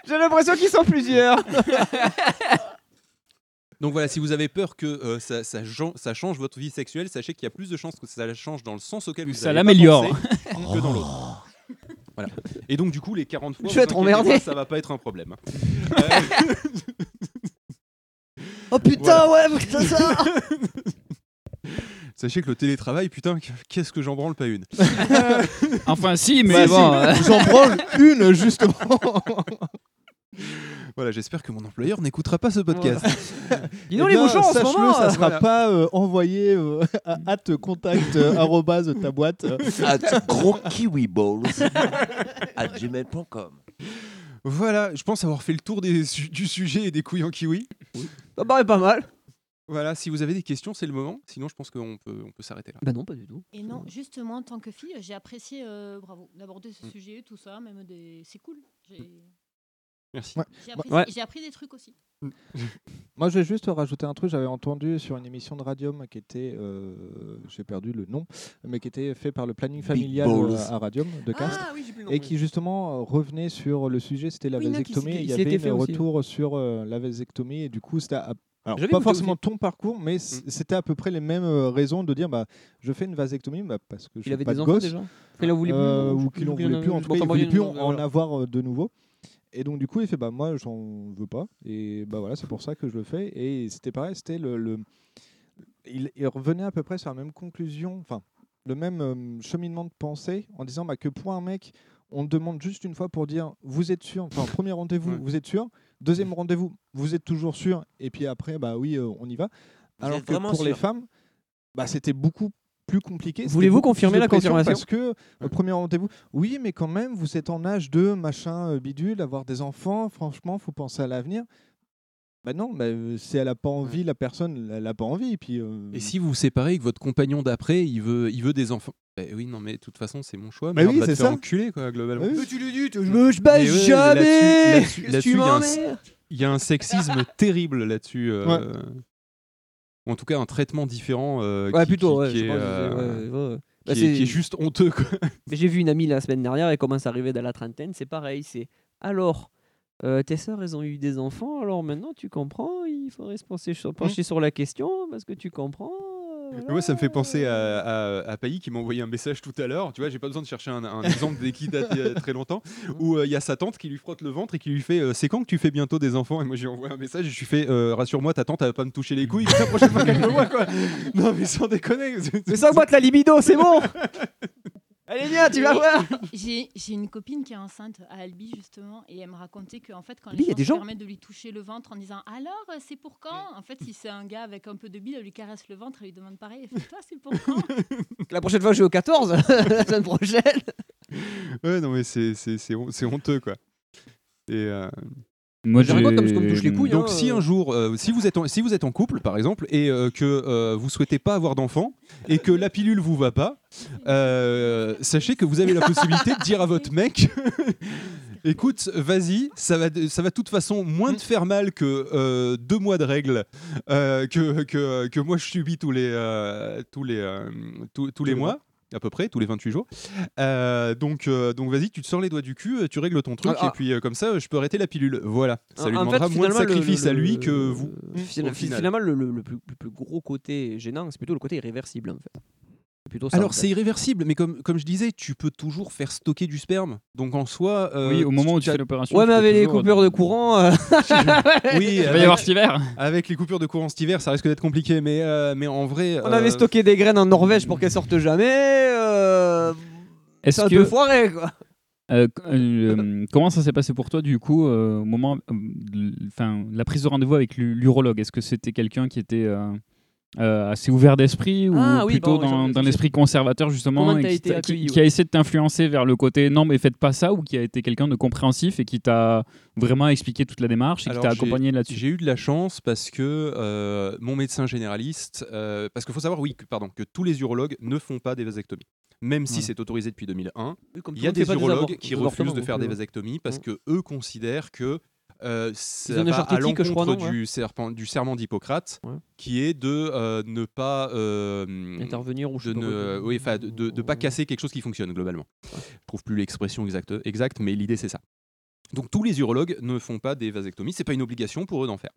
S6: J'ai l'impression qu'ils sont plusieurs.
S7: Donc voilà, si vous avez peur que euh, ça, ça gen- ça change votre vie sexuelle, sachez qu'il y a plus de chances que ça la change dans le sens auquel vous
S10: ça
S7: avez pas
S10: l'améliore.
S7: pensé que dans l'autre. Voilà. Et donc du coup, les 40 fois,
S6: Je
S7: vous
S6: vais être
S7: inquiétez
S6: emmerdé.
S7: pas, ça va pas être un problème. hein. Euh,
S15: Oh putain, ouais, faut que ça sorte.
S7: Sachez que le télétravail, putain, qu'est-ce que j'en branle pas une. Bah,
S10: Enfin, si, mais bon,
S7: si,
S10: euh. J'en branle
S7: une justement. voilà, j'espère que mon employeur n'écoutera pas ce podcast.
S6: Dis donc,
S14: Eh
S6: les
S14: bien,
S6: bouchons, en ce
S14: sache-le,
S6: moment,
S14: ça
S6: euh,
S14: sera
S6: voilà.
S14: pas euh, envoyé euh, à at contact euh, arrobase ta boîte.
S13: At gros kiwi balls at gmail.com.
S7: Voilà, je pense avoir fait le tour des su- du sujet et des couilles en kiwi.
S6: Ça paraît pas mal.
S7: Voilà, si vous avez des questions, c'est le moment. Sinon, je pense qu'on peut, on peut s'arrêter là.
S6: Bah non, pas du tout.
S9: Et non, juste moi en tant que fille, j'ai apprécié, euh, bravo, d'aborder ce
S7: Mm.
S9: sujet, tout ça, même des, c'est cool. J'ai
S6: Mm.
S7: Merci.
S5: Ouais.
S9: j'ai
S5: Bah,
S9: apprécié-
S5: ouais.
S9: j'ai appris des trucs aussi.
S5: Moi, je vais juste rajouter un truc. J'avais entendu sur une émission de Radium qui était, euh, j'ai perdu le nom, mais qui était fait par le planning familial
S14: balls.
S5: euh, à Radium de
S6: Ah,
S5: Cast,
S14: oui, j'ai plus le nom,
S5: et
S14: oui.
S5: qui justement euh, revenait sur le sujet. C'était la
S14: Oui, il y en a qui
S5: vasectomie.
S14: s'y-
S5: et Il
S14: qui
S5: y
S14: s'y
S5: avait
S14: étaient
S5: un
S14: fait aussi,
S5: retour sur euh, la vasectomie, et du coup, c'était à- alors,
S14: J'avais Mm.
S5: pas
S14: goûté
S5: forcément ton parcours, mais c- c'était à peu près les mêmes euh, raisons de dire bah, je fais une vasectomie bah, parce que je
S6: Il avait
S5: pas
S6: des
S5: de
S6: enfants,
S5: gosse,
S6: déjà Il en voulait plus,
S5: euh,
S6: ou je sais
S5: ou
S6: plus,
S5: qu'il en
S6: il en
S5: voulait plus, en
S6: avait-
S5: tout cas, il
S6: Bon,
S5: voulait
S6: bon,
S5: plus
S6: bon,
S5: en
S6: voilà.
S5: avoir euh, de nouveau. Et donc, du coup, il fait bah, Moi, j'en veux pas. Et bah, voilà, c'est pour ça que je le fais. Et c'était pareil, c'était le. le- Il, il revenait à peu près sur la même conclusion, enfin, le même euh, cheminement de pensée en disant bah, que pour un mec, on te demande juste une fois pour dire Vous êtes sûr Enfin, premier rendez-vous, vous êtes sûr Deuxième rendez-vous, vous êtes toujours sûr Et puis après, bah oui, euh, on y va.
S13: Vous
S5: Alors
S13: êtes
S5: que
S13: vraiment
S5: pour les
S13: sûr
S5: femmes, bah, c'était beaucoup plus compliqué. c'était
S6: Voulez-vous
S5: beaucoup plus
S6: confirmer
S5: de
S6: la
S5: pression
S6: confirmation
S5: Parce que au premier rendez-vous, oui, mais quand même, vous êtes en âge de machin euh, bidule, avoir des enfants. Franchement, faut penser à l'avenir. Bah non, bah, euh, si elle a pas envie, la personne, elle a pas envie. Et puis, euh,
S7: Et si vous vous séparez et que votre compagnon d'après, il veut, il veut des enfants Bah oui, non, mais de toute façon, c'est mon choix.
S14: Bah
S7: Mais
S14: oui,
S7: va te
S14: c'est
S7: faire
S14: ça.
S7: enculer, quoi, globalement.
S14: Bah oui.
S5: Euh,
S7: Mais
S14: tu
S7: lui
S14: dis, tu-
S7: je
S6: Euh,
S14: me- je bats
S7: ouais,
S14: jamais.
S7: là-dessus-
S14: Qu'est-ce que tu
S7: Là-dessus, il y a un-
S14: m'emmènes
S7: il y, a un sexisme terrible là-dessus. euh,
S6: Ouais.
S7: Ou en tout cas, un traitement différent. euh,
S6: Ouais,
S7: qui-
S6: plutôt,
S7: qui-
S6: ouais,
S7: qui
S6: je
S7: est,
S6: pense que c'est-
S7: euh,
S6: ouais, ouais, ouais.
S7: qui
S6: Bah,
S7: est-
S6: c'est-
S7: qui est juste honteux, quoi.
S6: Mais j'ai vu une amie la semaine dernière, elle commence à arriver dans la trentaine, c'est pareil, c'est alors. euh, tes sœurs, elles ont eu des enfants, alors maintenant tu comprends, il faudrait se pencher
S7: Mmh.
S6: sur, pencher sur la question parce que tu comprends.
S7: Mais Moi, ça me fait penser à, à, à Pailly qui m'a envoyé un message tout à l'heure. Tu vois, j'ai pas besoin de chercher un, un exemple dès qui date euh, très longtemps. Où euh, il y a sa tante qui lui frotte le ventre et qui lui fait euh, C'est quand que tu fais bientôt des enfants Et moi, j'ai envoyé un message et je lui fais euh, Rassure-moi, ta tante, elle va pas me toucher les couilles. La prochaine fois qu'elle me voit, quoi. Non, mais sans déconner.
S6: Mais sans boîte la libido, c'est bon Allez, viens, tu vas
S9: Et
S6: voir
S9: J'ai j'ai une copine qui est enceinte à Albi, justement, et elle me racontait qu'en fait, quand
S6: Albi,
S9: les
S6: y a
S9: gens
S6: des
S9: se
S6: gens
S9: permettent de lui toucher le ventre en disant Alors, euh, c'est pour
S6: Mm.
S9: quand En fait, si c'est un gars avec un peu de bile, elle lui caresse le ventre, elle lui demande pareil, et fait, toi, c'est pour quand
S6: La prochaine fois, je vais au 14, la semaine prochaine
S7: Ouais, non, mais c'est- c'est c'est hon- c'est honteux, quoi. Et. euh,
S10: Moi, Je raconte comme ce qu'on me touche les couilles,
S7: Donc,
S10: hein,
S7: si
S10: euh.
S7: un jour, euh, si, vous êtes en, si vous êtes en couple, par exemple, et euh, que euh, vous souhaitez pas avoir d'enfant, et que la pilule vous va pas, euh, sachez que vous avez la possibilité de dire à votre mec écoute, vas-y, ça va, de- ça va de toute façon moins te faire mal que euh, deux mois de règles euh, que, que, que moi je subis tous les, euh, tous les, euh, tous, tous les mois. à peu près tous les 28 jours Euh, donc euh, donc vas-y tu te sors les doigts du cul euh, tu règles ton truc
S6: Ah, ah.
S7: et puis euh, comme ça euh, je peux arrêter la pilule voilà ça
S6: En-
S7: lui
S6: en fait,
S7: demandera moins de
S6: finalement, le-
S7: sacrifice
S6: le-
S7: à lui
S6: le-
S7: que vous
S6: Fina-
S7: au final.
S6: Finalement, le, le- le plus, le plus gros côté gênant, c'est plutôt le côté irréversible, en fait. C'est plutôt ça, en
S7: Alors
S6: fait.
S7: c'est irréversible, mais comme, comme je disais, tu peux toujours faire stocker du sperme. Donc en soi, euh,
S10: Oui, au moment où tu
S7: t'as-
S10: fais l'opération,
S6: Ouais, mais avec les coupures de courant.
S7: oui,
S6: euh,
S7: euh,
S10: Il va y
S7: avec-
S10: avoir cet hiver.
S7: Avec les coupures de courant cet hiver, ça risque d'être compliqué, mais euh, mais en vrai,
S6: On
S7: euh,
S6: avait stocké des graines en Norvège pour qu'elles sortent jamais. Euh...
S10: Est-ce
S6: c'est un
S10: que-
S6: peu foiré, quoi
S10: Euh, c- euh, comment ça s'est passé pour toi du coup euh, au moment, euh, de- enfin la prise de rendez-vous avec l'u- l'urologue Est-ce que c'était quelqu'un qui était euh, euh, assez ouvert d'esprit ou
S6: Ah oui,
S10: plutôt
S6: bon,
S10: dans,
S6: oui, j'en-
S10: dans l'esprit conservateur justement
S6: Comment t'as
S10: qui,
S6: été
S10: t'a- qui-
S6: accueilli, ouais.
S10: qui a essayé de t'influencer vers le côté non mais faites pas ça ou qui a été quelqu'un de compréhensif et qui t'a vraiment expliqué toute la démarche et
S7: Alors,
S10: qui t'a
S7: j'ai-
S10: accompagné là-dessus
S7: J'ai eu de la chance parce que euh, mon médecin généraliste, euh, parce qu'il faut savoir, oui, que, pardon, que tous les urologues ne font pas des vasectomies. Même si
S6: Ouais.
S7: c'est autorisé depuis 2001,
S6: Oui, comme
S7: il y
S6: tout
S7: a
S6: le monde fait
S7: des
S6: pas des
S7: urologues
S6: avortements-
S7: qui refusent
S6: des avortements
S7: de
S6: non
S7: faire
S6: plus,
S7: des
S6: ouais.
S7: vasectomies parce
S6: Mm.
S7: que eux considèrent que euh, ça
S6: ont déjà
S7: va à
S6: sorti Tic, je crois,
S7: l'encontre
S6: non,
S7: du, serpent- du serment d'Hippocrate, qui est de euh, ne pas intervenir ou de ne, oui, enfin, de, de- de pas casser quelque chose qui fonctionne globalement. Je trouve plus l'expression exacte, exacte, mais l'idée c'est ça. Donc tous les urologues ne font pas des vasectomies, c'est pas une obligation pour eux d'en faire.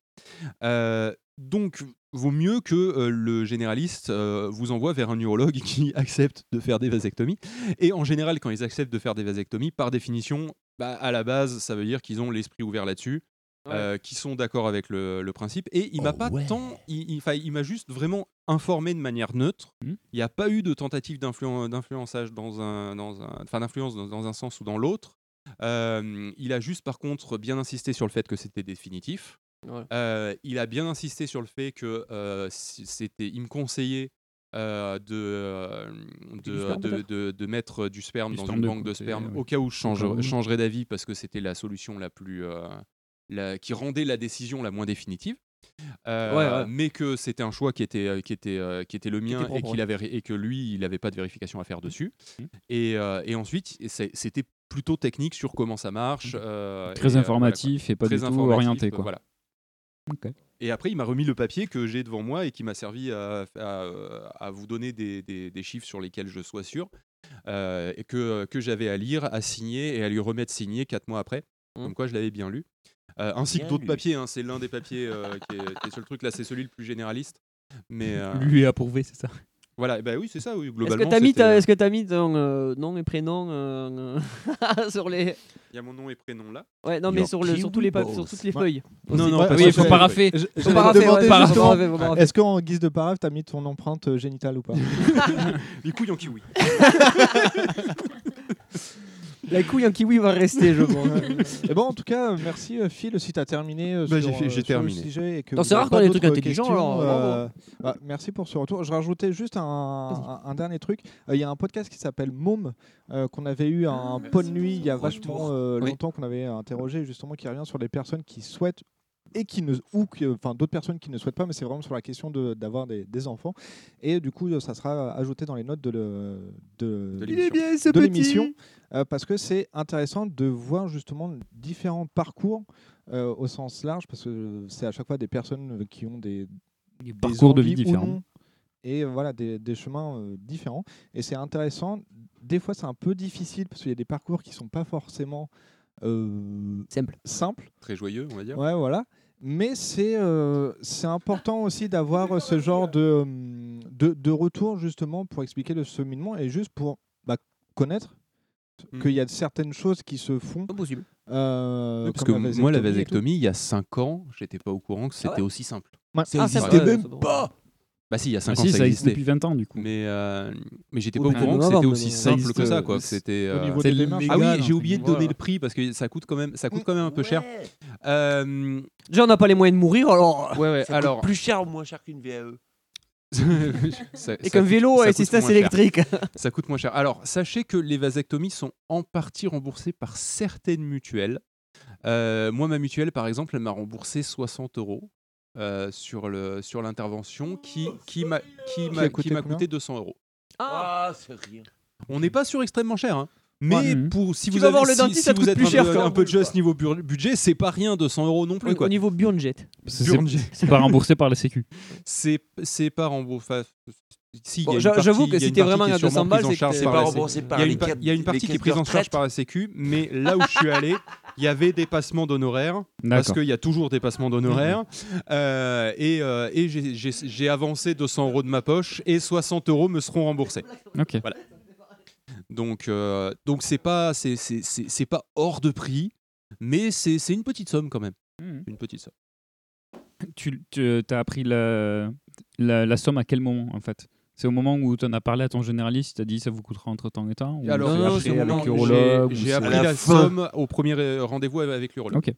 S7: Euh, donc vaut mieux que euh, le généraliste euh, vous envoie vers un urologue qui accepte de faire des vasectomies. Et en général, quand ils acceptent de faire des vasectomies, par définition, bah, à la base, ça veut dire qu'ils ont l'esprit ouvert là-dessus. euh, qui sont d'accord avec le, le principe et il m'a pas tant il, il- enfin, il m'a juste vraiment informé de manière neutre
S6: Mhm.
S7: il n'y a pas eu de tentative d'influen- d'influençage dans un dans un enfin d'influence dans- dans un sens ou dans l'autre euh, il a juste, par contre, bien insisté sur le fait que c'était définitif.
S6: Voilà.
S7: Euh, il a bien insisté sur le fait que euh, si- c'était, il me conseillait euh, de, euh,
S6: Du
S7: de,
S6: sperme,
S7: de-
S6: peut-être
S7: de- de mettre du sperme
S6: Du
S7: dans
S6: sperme
S7: une
S6: de
S7: banque de
S6: côté,
S7: sperme
S6: ouais.
S7: au cas où je change-
S6: Au cas où.
S7: changerais d'avis parce que c'était la solution la plus. euh, la- qui rendait la décision la moins définitive. Euh,
S6: Ouais, ouais.
S7: Mais que c'était un choix qui était, euh, qui était, euh, qui était le mien
S6: propre,
S7: et, qu'il
S6: ouais.
S7: avait, et que lui, il n'avait pas de vérification à faire dessus.
S10: Mhm.
S7: Et, euh, et ensuite, et c'est- c'était plutôt technique sur comment ça marche. euh,
S10: Mmh. Très
S7: et, euh,
S10: informatif
S7: voilà,
S10: et pas
S7: Très
S10: du tout
S7: informatif,
S10: orienté,
S7: euh,
S10: quoi.
S7: Voilà.
S10: Ok.
S7: Et après, il m'a remis le papier que j'ai devant moi et qui m'a servi à, à- à vous donner des, des- des chiffres sur lesquels je sois sûr, euh, et que, que j'avais à lire, à signer et à lui remettre signé quatre mois après. Comme quoi, je l'avais bien lu. Euh, ainsi
S6: Mmh. Bien
S7: que d'autres
S6: lu.
S7: papiers, hein, c'est l'un des papiers euh, qui, est, qui est sur le truc. Là, c'est celui le plus généraliste. Mais, euh,
S10: Lui est approuvé, c'est ça.
S7: Voilà, et ben oui, c'est ça, oui,
S6: Est-ce
S7: globalement.
S6: que t'as mis,
S7: c'était-
S6: ta- est-ce que t'as mis ton euh, nom et prénom euh, euh, sur les.
S7: Il y a mon nom et prénom là.
S6: Ouais, non, mais sur, le, sur, tous les pa- sur toutes les feuilles. aussi.
S7: parce
S10: oui,
S7: que
S10: faut
S7: c'est-
S10: paraffer.
S7: Je-
S6: Faut
S7: j'allais
S6: paraffer,
S7: vous demander
S6: ouais, paraffer,
S7: justement,
S6: paraffer, paraffer.
S5: Est-ce qu'en guise de parave, t'as mis ton empreinte euh, génitale ou pas
S7: Les couilles en kiwi.
S6: La couille en kiwi va rester, je pense.
S5: Et bon, en tout cas, euh, merci euh, Phil si t'as terminé euh,
S7: Bah,
S5: sur,
S7: j'ai fait-
S5: euh,
S7: j'ai
S5: sur le
S7: terminé.
S5: sujet et que
S6: Attends,
S5: vous
S6: c'est
S5: avez
S6: rare
S5: pas
S6: qu'on ait des
S5: d'autres
S6: trucs intelligents, alors,
S5: questions, euh,
S6: bravo.
S5: bah, merci pour ce retour. Je rajoutais juste un, un- un dernier truc. Euh, Il y a un podcast qui s'appelle Môme euh, qu'on avait eu à
S6: Ah,
S5: un pot de nuit il y a vachement euh, longtemps qu'on avait interrogé justement qui revient sur les personnes qui souhaitent et qui ne ou qui- euh, enfin d'autres personnes qui ne souhaitent pas mais c'est vraiment sur la question de- d'avoir des, des enfants et du coup euh, ça sera ajouté dans les notes de le- de,
S6: Il est bien, ce
S5: de
S6: petit.
S5: l'émission euh, parce que c'est intéressant de voir justement différents parcours euh, au sens large, parce que c'est à chaque fois des personnes euh, qui ont des, des
S10: parcours de vie
S5: envies ou
S10: différents.
S5: non, et euh, voilà des, des chemins euh, différents. Et c'est intéressant. Des fois, c'est un peu difficile parce qu'il y a des parcours qui sont pas forcément euh, simples.
S7: Très joyeux, on va dire.
S5: Ouais, voilà. Mais c'est euh, c'est important aussi d'avoir euh, ce genre de, hum, de, de retour justement pour expliquer le cheminement et juste pour bah, connaître
S6: Hum.
S5: qu'il y a certaines choses qui se font. euh,
S6: Impossible.
S7: Oui, parce que moi, Euh, la vasectomie, il y a 5 ans, j'étais pas au courant que c'était
S5: Ah ouais
S7: aussi simple.
S5: Ouais.
S7: Ça
S5: Ah, ça
S7: existait
S5: va,
S7: même
S5: ça va.
S7: pas Bah si, il y a 5
S10: Ah
S7: ans,
S10: si,
S7: ça,
S10: ça existe
S7: existait.
S10: depuis 20 ans, du coup.
S7: Mais, euh, mais j'étais
S10: Oui,
S7: pas au
S10: mais
S7: courant
S10: non,
S7: que
S10: non,
S7: c'était
S10: mais
S7: aussi
S10: ça
S7: simple
S10: existe,
S7: que ça,
S10: euh,
S7: quoi.
S10: c'est-
S7: C'était.
S10: au niveau
S7: c'est
S10: des
S7: le-
S10: démarches,
S7: Ah oui,
S10: légal,
S7: j'ai oublié de
S10: entre
S7: donner
S10: guillemets.
S7: le prix parce que ça coûte quand même, ça coûte quand même un peu cher. Euh,
S6: Déjà, on n'a pas les moyens de mourir, alors.
S7: Ouais, ouais,
S13: Ça coûte
S7: alors.
S13: plus cher ou moins cher qu'une E VAE
S7: ça-
S6: Et
S7: ça
S6: qu'un
S7: coûte-
S6: vélo
S7: ça
S6: à
S7: coûte
S6: assistance
S7: moins cher.
S6: électrique.
S7: ça coûte moins cher. Alors, sachez que les vasectomies sont en partie remboursées par certaines mutuelles. Euh, moi, ma mutuelle, par exemple, elle m'a remboursé 60 euros euh, sur le- sur l'intervention qui, qui m'a qui m'a-
S5: a
S7: qui
S5: coûté
S7: m'a
S5: combien
S7: coûté 200 euros.
S13: Ah, c'est rien.
S7: On n'est pas sur extrêmement cher, hein. mais
S6: Mhm.
S7: pour si
S6: Tu
S7: vous
S6: vas
S7: avez-
S6: voir le
S7: si-
S6: dentiste,
S7: si
S6: ça
S7: vous
S6: coûte
S7: êtes
S6: plus
S7: un
S6: cher
S7: peu-
S6: qu'en
S7: un peu just niveau bur- budget, c'est pas rien 200 euros non plus
S6: Au-
S7: quoi.
S6: Au niveau budget.
S10: C'est-
S7: Burn-
S10: c'est- c'est pas remboursé par la Sécu.
S7: C'est c'est pas remboursé. Si, il y a
S6: Bon,
S7: une
S6: j'a-
S7: partie-
S6: j'avoue que
S7: il y a
S6: si
S7: une
S6: t'es
S7: partie
S6: vraiment
S7: qui
S6: à
S7: est sûrement
S6: 200 balles,
S7: prise en
S6: c'est que
S7: charge
S6: t'es
S7: par
S6: pas
S7: la
S6: remboursé
S7: Sécu.
S6: par
S7: Il y a
S6: les
S7: une par-
S6: caisses-
S7: Il y a une
S6: les
S7: partie qui est
S6: caisses
S7: prise en
S6: de
S7: charge par la Sécu, mais là où je suis allé, il y avait dépassement d'honoraires parce
S10: D'accord. Mhm.
S7: qu'il y a toujours dépassement d'honoraires Euh, et, euh, et j'ai- j'ai j'ai avancé 200 euros de ma poche et 60 euros me seront remboursés.
S10: Ok.
S7: Voilà. Donc, euh, donc c'est pas, c'est, c'est, c'est- c'est pas hors de prix, mais c'est, c'est une petite somme quand même.
S10: Mhm.
S7: Une petite somme.
S10: Tu, tu as appris la, la, la somme à quel moment, en fait C'est au moment où tu en as parlé à ton généraliste, tu as dit ça vous coûtera entre temps et temps ou
S7: Alors,
S10: c'est
S7: non,
S10: après
S7: c'est au
S10: avec
S7: moment où
S10: l'urologue,
S7: j'ai-
S10: ou
S7: j'ai
S10: c'est-
S7: appris la, somme au premier euh, rendez-vous avec l'urologue.
S10: Ok.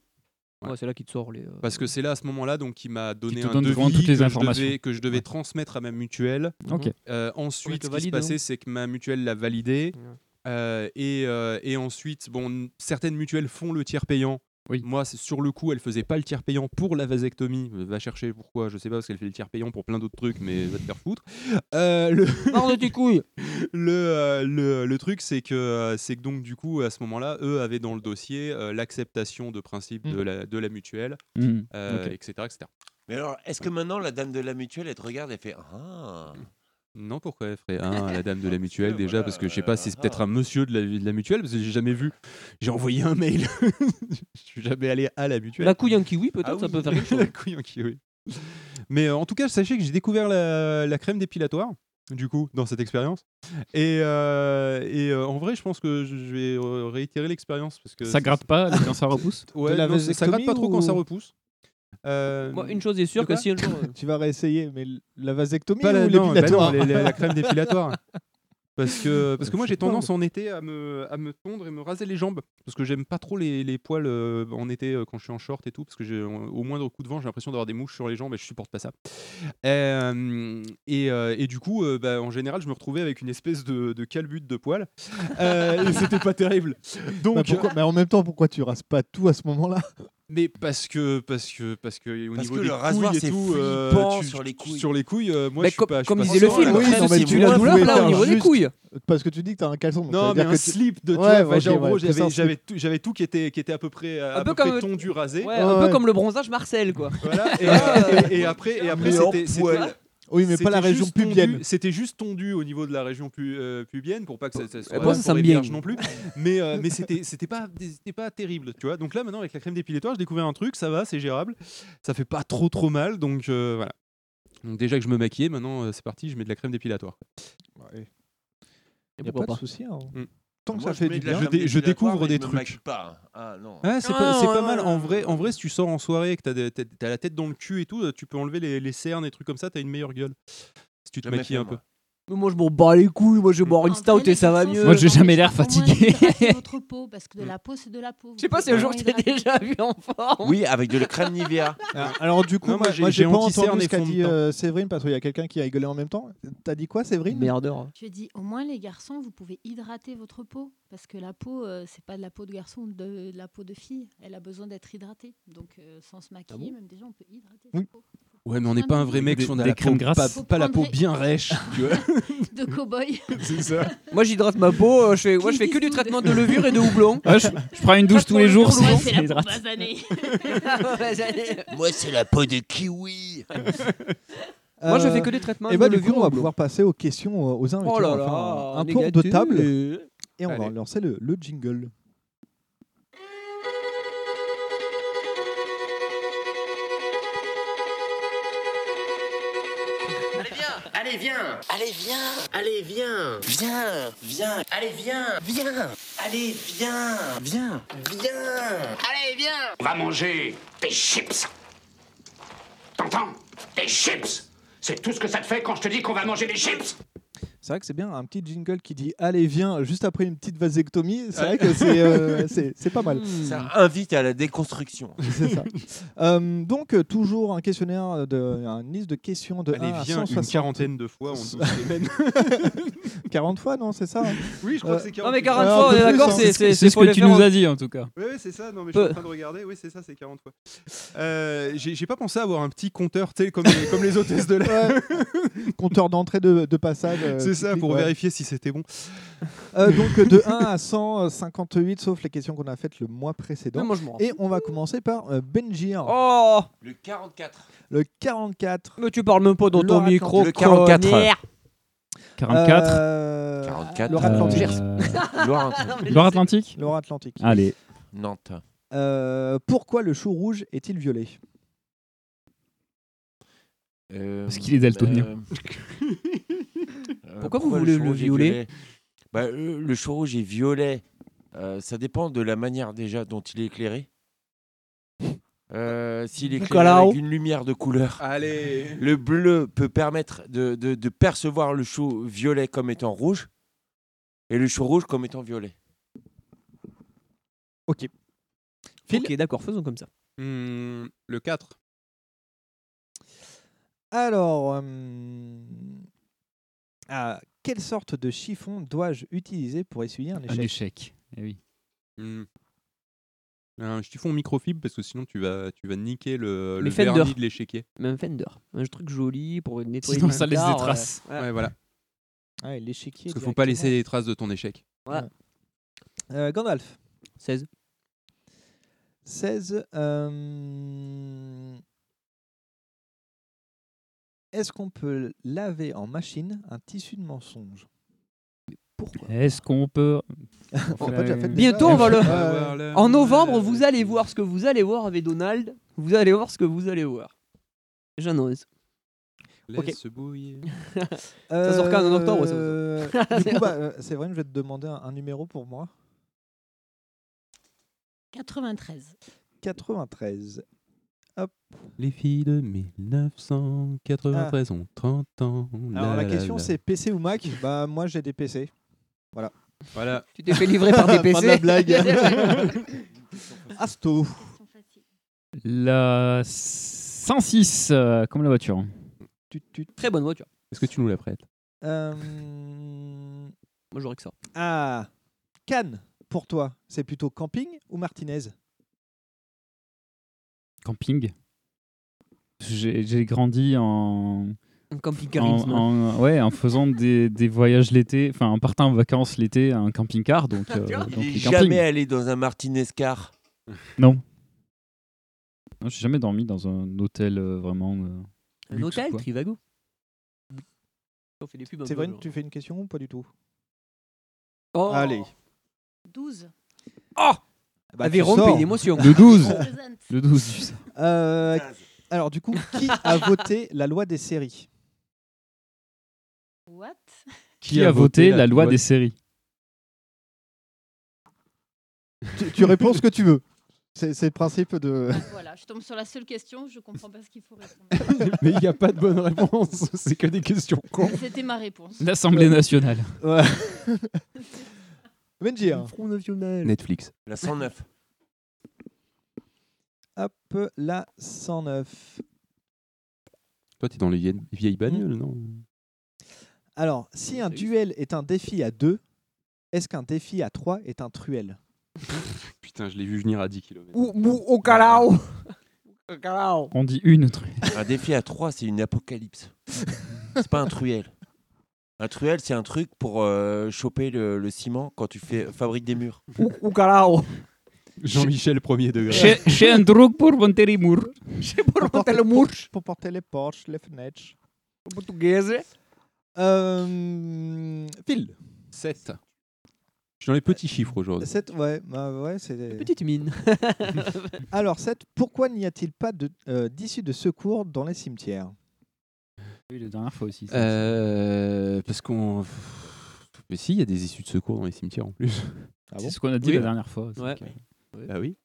S6: Ouais, c'est là qu'il te sort les. euh,
S7: Parce que c'est là à ce moment-là donc qui m'a donné
S10: Qui te
S7: un
S10: donne
S7: devis
S10: vraiment toutes les
S7: que,
S10: informations.
S7: Je devais, que je devais transmettre à ma mutuelle.
S10: Ok.
S7: Euh,
S6: Ouais,
S7: ensuite,
S6: te
S7: ce qui se
S6: valide, hein.
S7: passait,
S6: non
S7: c'est que ma mutuelle l'a validé. Euh, et, euh, et ensuite, bon, n- certaines mutuelles font le tiers payant. Moi, c'est- sur le coup, elle faisait pas le tiers payant pour la vasectomie. Euh, Va chercher pourquoi, je sais pas, parce qu'elle fait le tiers payant pour plein d'autres trucs, mais va te faire foutre. Euh, le...
S6: Parle de tes couilles
S7: le, euh, le, le truc, c'est que, euh, c'est que donc, du coup, à ce moment-là, eux avaient dans le dossier euh, l'acceptation de principe de,
S6: Mmh.
S8: Mm.
S7: la, de la mutuelle,
S10: Mm.
S7: euh,
S8: Ok.
S7: etc., etc.
S13: Mais alors, est-ce que maintenant la dame de la mutuelle, elle te regarde et fait Ah
S7: Non, pourquoi elle ferait un hein, à la dame de la mutuelle déjà Parce que je sais
S13: euh,
S7: pas, c'est peut-être un monsieur de la, de la mutuelle, parce que j'ai jamais vu. J'ai envoyé un mail. Je suis jamais allé à la mutuelle.
S6: La couille en kiwi, peut-être,
S7: Ah
S6: ça
S7: oui.
S6: peut faire quelque chose.
S7: la couille en kiwi. Mais euh, en tout cas, sachez que j'ai découvert la, la crème dépilatoire, du coup, dans cette expérience. Et, euh, et, euh, en vrai, je pense que je je vais euh, réitérer l'expérience. parce que
S10: Ça gratte pas quand ça repousse
S7: Ouais,
S10: De la
S7: non, ça- ça gratte
S10: vasectomie
S7: pas trop quand ça
S10: ou-
S7: repousse. Euh,
S6: Moi, une chose est sûre
S7: de
S6: que
S7: quoi
S6: si un jour. euh,
S5: Tu vas réessayer, mais l- la vasectomie
S7: Pas la-
S5: ou
S7: non, bah
S5: l'épilatoire
S7: non, les- les- la crème dépilatoire. Parce que, parce que
S5: Je
S7: moi
S5: sais
S7: j'ai
S5: pas,
S7: tendance
S5: moi.
S7: en été à me, à me tondre et me raser les jambes. Parce que j'aime pas trop les, les poils euh, en été euh, quand je suis en short et tout. Parce que j'ai, euh, au moindre coup de vent, j'ai l'impression d'avoir des mouches sur les jambes et je supporte pas ça. Euh, et, euh, et du coup, euh, bah, en général, je me retrouvais avec une espèce de, de calbute de poils. Euh, et c'était pas terrible. Donc,
S14: Bah, pourquoi- mais en même temps, pourquoi tu rases pas tout à ce moment-là
S7: mais parce que parce que parce que au
S13: Parce
S7: niveau
S13: que
S7: des
S13: le rasoir,
S7: couilles et
S13: c'est
S7: tout, euh,
S13: flippant
S7: tu-
S13: sur les couilles.
S7: Sur les couilles, euh, moi
S6: Mais
S7: je suis
S6: Bah, comme-
S7: pas. je suis
S6: comme
S7: pas
S6: disait le
S7: sûr.
S6: film,
S7: Ouais,
S6: après,
S7: non, mais
S6: c'est
S7: tu-
S6: moins
S7: la douleur,
S6: flippant
S7: là, au
S6: au niveau des couilles.
S14: Parce que tu dis que t'as un caleçon. donc ça veut
S7: Non, mais
S14: dire
S7: un
S14: que tu-
S7: slip de tu
S14: Ouais,
S7: vois,
S14: ouais,
S7: enfin, j'ai-
S14: ok,
S7: en gros,
S14: ouais, plus un
S7: j'avais,
S14: slip.
S7: j'avais tout, j'avais tout qui était, qui était à peu près, euh, à
S6: Un peu
S7: peu près
S6: comme-
S7: tondu, rasé.
S6: ouais, un
S14: ouais.
S6: peu comme le bronzage marcel, quoi. Ah,
S7: Voilà, et, et- et après, et après
S14: Mais en
S7: c'était, c'était-
S14: poil. Oui, mais pas la
S7: c'était
S14: région
S7: juste tondu-
S14: pubienne.
S7: C'était juste tondu au niveau de la région pu- euh, pubienne pour pas que ça, ça soit
S6: Après,
S7: pour
S6: ça sent
S7: les
S6: bien.
S7: vierges non plus. Mais, euh, mais c'était, c'était, pas, c'était pas terrible, tu vois. Donc là, maintenant, avec la crème dépilatoire, j'ai découvert un truc, ça va, c'est gérable. Ça fait pas trop trop mal, donc euh, voilà. Donc déjà que je me maquillais, maintenant euh, c'est parti, je mets de la crème dépilatoire.
S5: Il n'y a pas de souci. hein.
S7: Mm.
S5: Tant que
S13: Moi,
S5: ça
S13: je
S5: fait
S13: mets
S5: du
S13: de la
S5: bien.
S13: crème
S7: Je dé- je
S13: dépilatoire,
S7: découvre
S13: mais
S7: des
S13: je me
S7: trucs.
S13: maquille pas. Ah non.
S7: Ah, c'est
S13: Ah,
S7: pas,
S13: non,
S7: c'est pas
S13: non,
S7: mal.
S13: non,
S7: En
S13: non.
S7: vrai, en vrai, si tu sors en soirée et que t'as, des- t'as- t'as la tête dans le cul et tout, tu peux enlever les, les cernes et trucs comme ça, t'as une meilleure gueule. Si tu te
S13: Jamais
S7: maquilles
S13: fait,
S7: un peu.
S13: moi.
S6: Mais moi, je m'en bats les couilles. Moi, je vais boire une
S9: En vrai,
S6: stout
S9: les
S6: et ça va
S9: garçons,
S6: mieux.
S10: Moi, j'ai jamais l'air
S9: Au moins,
S10: fatigué.
S9: hydratez votre peau, parce que de la peau, c'est de la peau.
S6: Je sais pas si un jour t'es déjà vu en forme.
S13: Oui, avec de la crème Nivea.
S5: Oh. Ah, Alors du coup,
S7: Non, moi,
S5: moi,
S7: j'ai-
S5: moi, j'ai
S7: j'ai
S5: pas
S7: anti-cerne
S5: entendu
S7: et
S5: ce qu'a
S7: fond de
S5: dit
S7: teint.
S5: euh, Séverine parce qu'il y a quelqu'un qui a rigolé en même temps. T'as dit quoi, Séverine
S6: Merdeur.
S9: Je dis, au moins, les garçons, vous pouvez hydrater votre peau, parce que la peau, euh, c'est pas de la peau de garçon, de, de la peau de fille. Elle a besoin d'être hydratée. Donc, euh, sans se
S7: Ah
S9: maquiller, même déjà, on peut hydrater sa
S7: Oui.
S9: peau.
S7: Ouais, mais on n'est pas un vrai mec
S10: Des-
S7: si on a
S10: des
S7: la peau
S10: crèmes
S7: pas,
S10: grasses.
S7: pas, la peau
S9: prendre des-
S7: bien rêche, tu vois.
S9: De cow-boy.
S7: c'est ça.
S6: Moi, j'hydrate ma peau. euh, je fais, moi, je fais que du traitement de levure et de houblon.
S10: Ah, je, je prends une douche tous les jours, c'est
S9: c'est la
S10: hydrate.
S9: mauvaise année.
S13: Moi, c'est la peau de kiwi.
S6: Moi, je
S5: Euh,
S6: fais que des traitements
S5: Et bah
S6: de
S5: du coup,
S6: levure
S5: on
S6: et
S5: va
S6: houblon.
S5: pouvoir passer aux questions euh, aux uns.
S6: Oh là là,
S5: un
S6: on est
S5: tour de
S6: gâtés.
S5: table et on va
S7: Allez.
S5: lancer le, le jingle.
S12: Allez, viens Allez, viens Allez, viens Allez, viens Viens Viens Allez, viens Viens Allez, viens Viens Viens Allez, viens
S3: On va manger des chips. T'entends Des chips C'est tout ce que ça te fait quand je te dis qu'on va manger des chips
S5: C'est vrai que c'est bien un petit jingle qui dit allez viens juste après une petite vasectomie. C'est vrai que c'est euh, c'est- c'est pas mal.
S7: Hmm.
S13: Mmh. Ça invite à la déconstruction.
S5: C'est ça. Euh, donc euh, toujours un questionnaire de un liste de questions de
S7: Allez,
S5: 1 à
S7: viens,
S5: 160.
S7: une quarantaine de fois en 12 semaines.
S5: 40 fois non, c'est ça
S7: Oui, je crois
S5: Euh,
S7: que c'est
S6: Non, mais
S7: 40
S6: 40
S5: Ouais,
S6: fois,
S5: un
S6: on
S5: peu
S6: est
S5: plus,
S6: d'accord,
S5: hein.
S6: c'est
S10: C'est
S6: c'est
S10: ce
S6: pour
S10: que
S6: les
S10: tu
S6: faire en-
S10: nous as dit en tout cas.
S7: hein. Ouais, ouais, c'est ça. Non, mais je suis en train de regarder. Oui, c'est ça, c'est 40 fois. Euh, j'ai j'ai pas pensé à avoir un petit compteur, tu sais, comme, les- comme les hôtesses de l'air.
S5: Compteur d'entrée de, de passage. euh,
S7: c'est
S5: tu
S7: ça,
S5: cliques,
S7: pour
S5: ouais.
S7: vérifier si c'était bon.
S5: Euh, donc euh, de 1 à 158, sauf les questions qu'on a faites le mois précédent.
S6: Mais moi, je m'en
S5: Et on va commencer par euh, Benjir,
S6: Oh,
S13: Le 44.
S5: le 44.
S6: mais tu parles même pas dans ton
S5: Laura
S6: micro.
S13: Le 44.
S6: connard.
S10: 44.
S5: Euh,
S13: 44.
S5: Laura Atlantique.
S10: Euh,
S13: Loire-
S10: Loire Atlantique
S5: Laura Atlantique.
S10: Allez.
S13: Nantes.
S5: Euh, pourquoi le chou rouge est-il violet
S13: Euh,
S10: Parce qu'il est daltonien.
S13: euh, euh,
S6: Pourquoi vous
S13: le
S6: voulez
S13: chou
S6: le
S13: rouge est
S6: violet
S13: Bah, euh, Le chou rouge est violet. Euh, ça dépend de la manière déjà dont il est éclairé. Euh, S'il est éclairé
S6: Boucalao.
S13: avec une lumière de couleur.
S7: Allez.
S13: Le bleu peut permettre de, de- de percevoir le chou violet comme étant rouge et le chou rouge comme étant violet.
S5: Ok. Phil
S6: Ok, d'accord, faisons comme ça.
S7: Hmm, le 4.
S5: Alors, euh, ah, quelle sorte de chiffon dois-je utiliser pour essuyer un échec
S10: Un échec. Eh oui.
S7: Hmm. Un chiffon microfibre parce que sinon tu vas, tu vas niquer le, le
S6: Les Fender.
S7: vernis de l'échiquier.
S6: Mais un fender, un truc joli pour nettoyer.
S10: Sinon,
S6: les
S10: ça laisse des
S6: guitares,
S10: traces.
S6: euh, ouais.
S7: Ouais, voilà.
S5: Ah, et l'échiquier.
S7: Parce qu'il faut pas laisser
S5: directement.
S7: les traces de ton échec.
S6: Voilà.
S5: Euh, Gandalf.
S6: 16.
S5: 16. euh, Est-ce qu'on peut laver en machine un tissu de mensonge
S10: Est-ce qu'on peut.
S5: On l'a déjà fait déjà.
S6: Bientôt, on va le.
S5: Ouais.
S6: En novembre, vous allez voir ce que vous allez voir avec Donald. Vous allez voir ce que vous allez voir. J'annonce. Ok.
S7: Laisse bouillir.
S6: Ça sort quand en octobre ça
S5: Euh, du coup, bah, euh, c'est vrai, je vais te demander un, un numéro pour moi.
S9: 93.
S5: 93. Hop.
S7: Les filles de 1993 ont 30 ans.
S5: Ah. Alors la,
S7: la, la,
S5: question
S7: la.
S5: c'est PC ou Mac Bah moi j'ai des PC. Voilà.
S7: Voilà.
S5: Tu
S6: t'es fait livrer par des PC.
S5: la blague. Asto.
S10: La 106, euh, comme la voiture.
S6: Très bonne voiture.
S7: Est-ce que tu nous la prêtes
S6: Moi, j'aurais que ça.
S5: Euh, Ah. Cannes pour toi, c'est plutôt camping ou Martinez
S10: Camping. J'ai j'ai grandi en.
S6: Un camping-carisme.
S10: en- en- ouais, en faisant des, des voyages l'été, enfin en partant en vacances l'été à un camping-car. Donc, euh, donc
S8: Il est
S10: les campings.
S8: jamais allé dans un Martinez car.
S10: Non. Non, J'ai jamais dormi dans un hôtel euh, vraiment. euh,
S6: Un
S10: luxe,
S6: hôtel,
S10: quoi.
S6: Trivago. On fait des pubs un
S5: C'est
S6: peu,
S5: vrai,
S6: genre.
S5: tu fais une question ou pas du tout
S6: Oh.
S5: Allez.
S9: 12.
S6: Oh
S5: Bah,
S6: Avait
S5: tu
S6: rompu
S5: sors.
S6: une émotion.
S10: Le 12. Le 12, tu sais.
S5: Euh, alors du coup, qui a voté la loi des séries
S9: What
S10: Qui a voté la loi des séries
S16: tu, tu réponds ce que tu veux. C'est c'est le principe de.
S9: Voilà, je tombe sur la seule question, je comprends pas ce qu'il faut répondre.
S16: Mais il n'y a pas de bonne réponse. C'est que des questions cons.
S9: C'était ma réponse.
S10: L'Assemblée nationale.
S5: Ouais. Benji. hein.
S6: Front National.
S7: Netflix.
S8: La 109.
S5: Hop, la 109.
S7: Toi, t'es dans les vieilles, vieilles
S5: Mmh.
S7: bagnoles, non
S5: Alors, si un duel est un défi à deux, est-ce qu'un défi à trois est un truel
S7: Putain, je l'ai vu venir à 10 km.
S6: Ou, ou, au calao. Au calao.
S10: On dit une truc.
S8: Un défi à 3, c'est une apocalypse. c'est pas un truel. Un truel, c'est un truc pour euh, choper le, le ciment quand tu fais fabrique des murs.
S6: Ou, ou calao.
S7: Jean-Michel, premier degré.
S10: Chez, chez un truc pour monter les murs.
S6: Pour porter le mouche.
S5: Pour porter les porches, les fenêtres.
S6: Portugaise.
S5: Euh, Phil.
S7: 7. Je suis dans les petits chiffres aujourd'hui.
S5: 7, ouais, bah ouais, c'est.
S6: Petite mine.
S5: Alors, 7, pourquoi n'y a-t-il pas de- euh, d'issue de secours dans les cimetières
S10: Oui, la dernière fois aussi.
S7: Euh, parce qu'on. Mais si, il y a des issues de secours dans les cimetières en plus.
S5: Ah
S10: C'est ce qu'on a dit
S6: Oui.
S10: la dernière fois.
S6: Ouais.
S7: Ah oui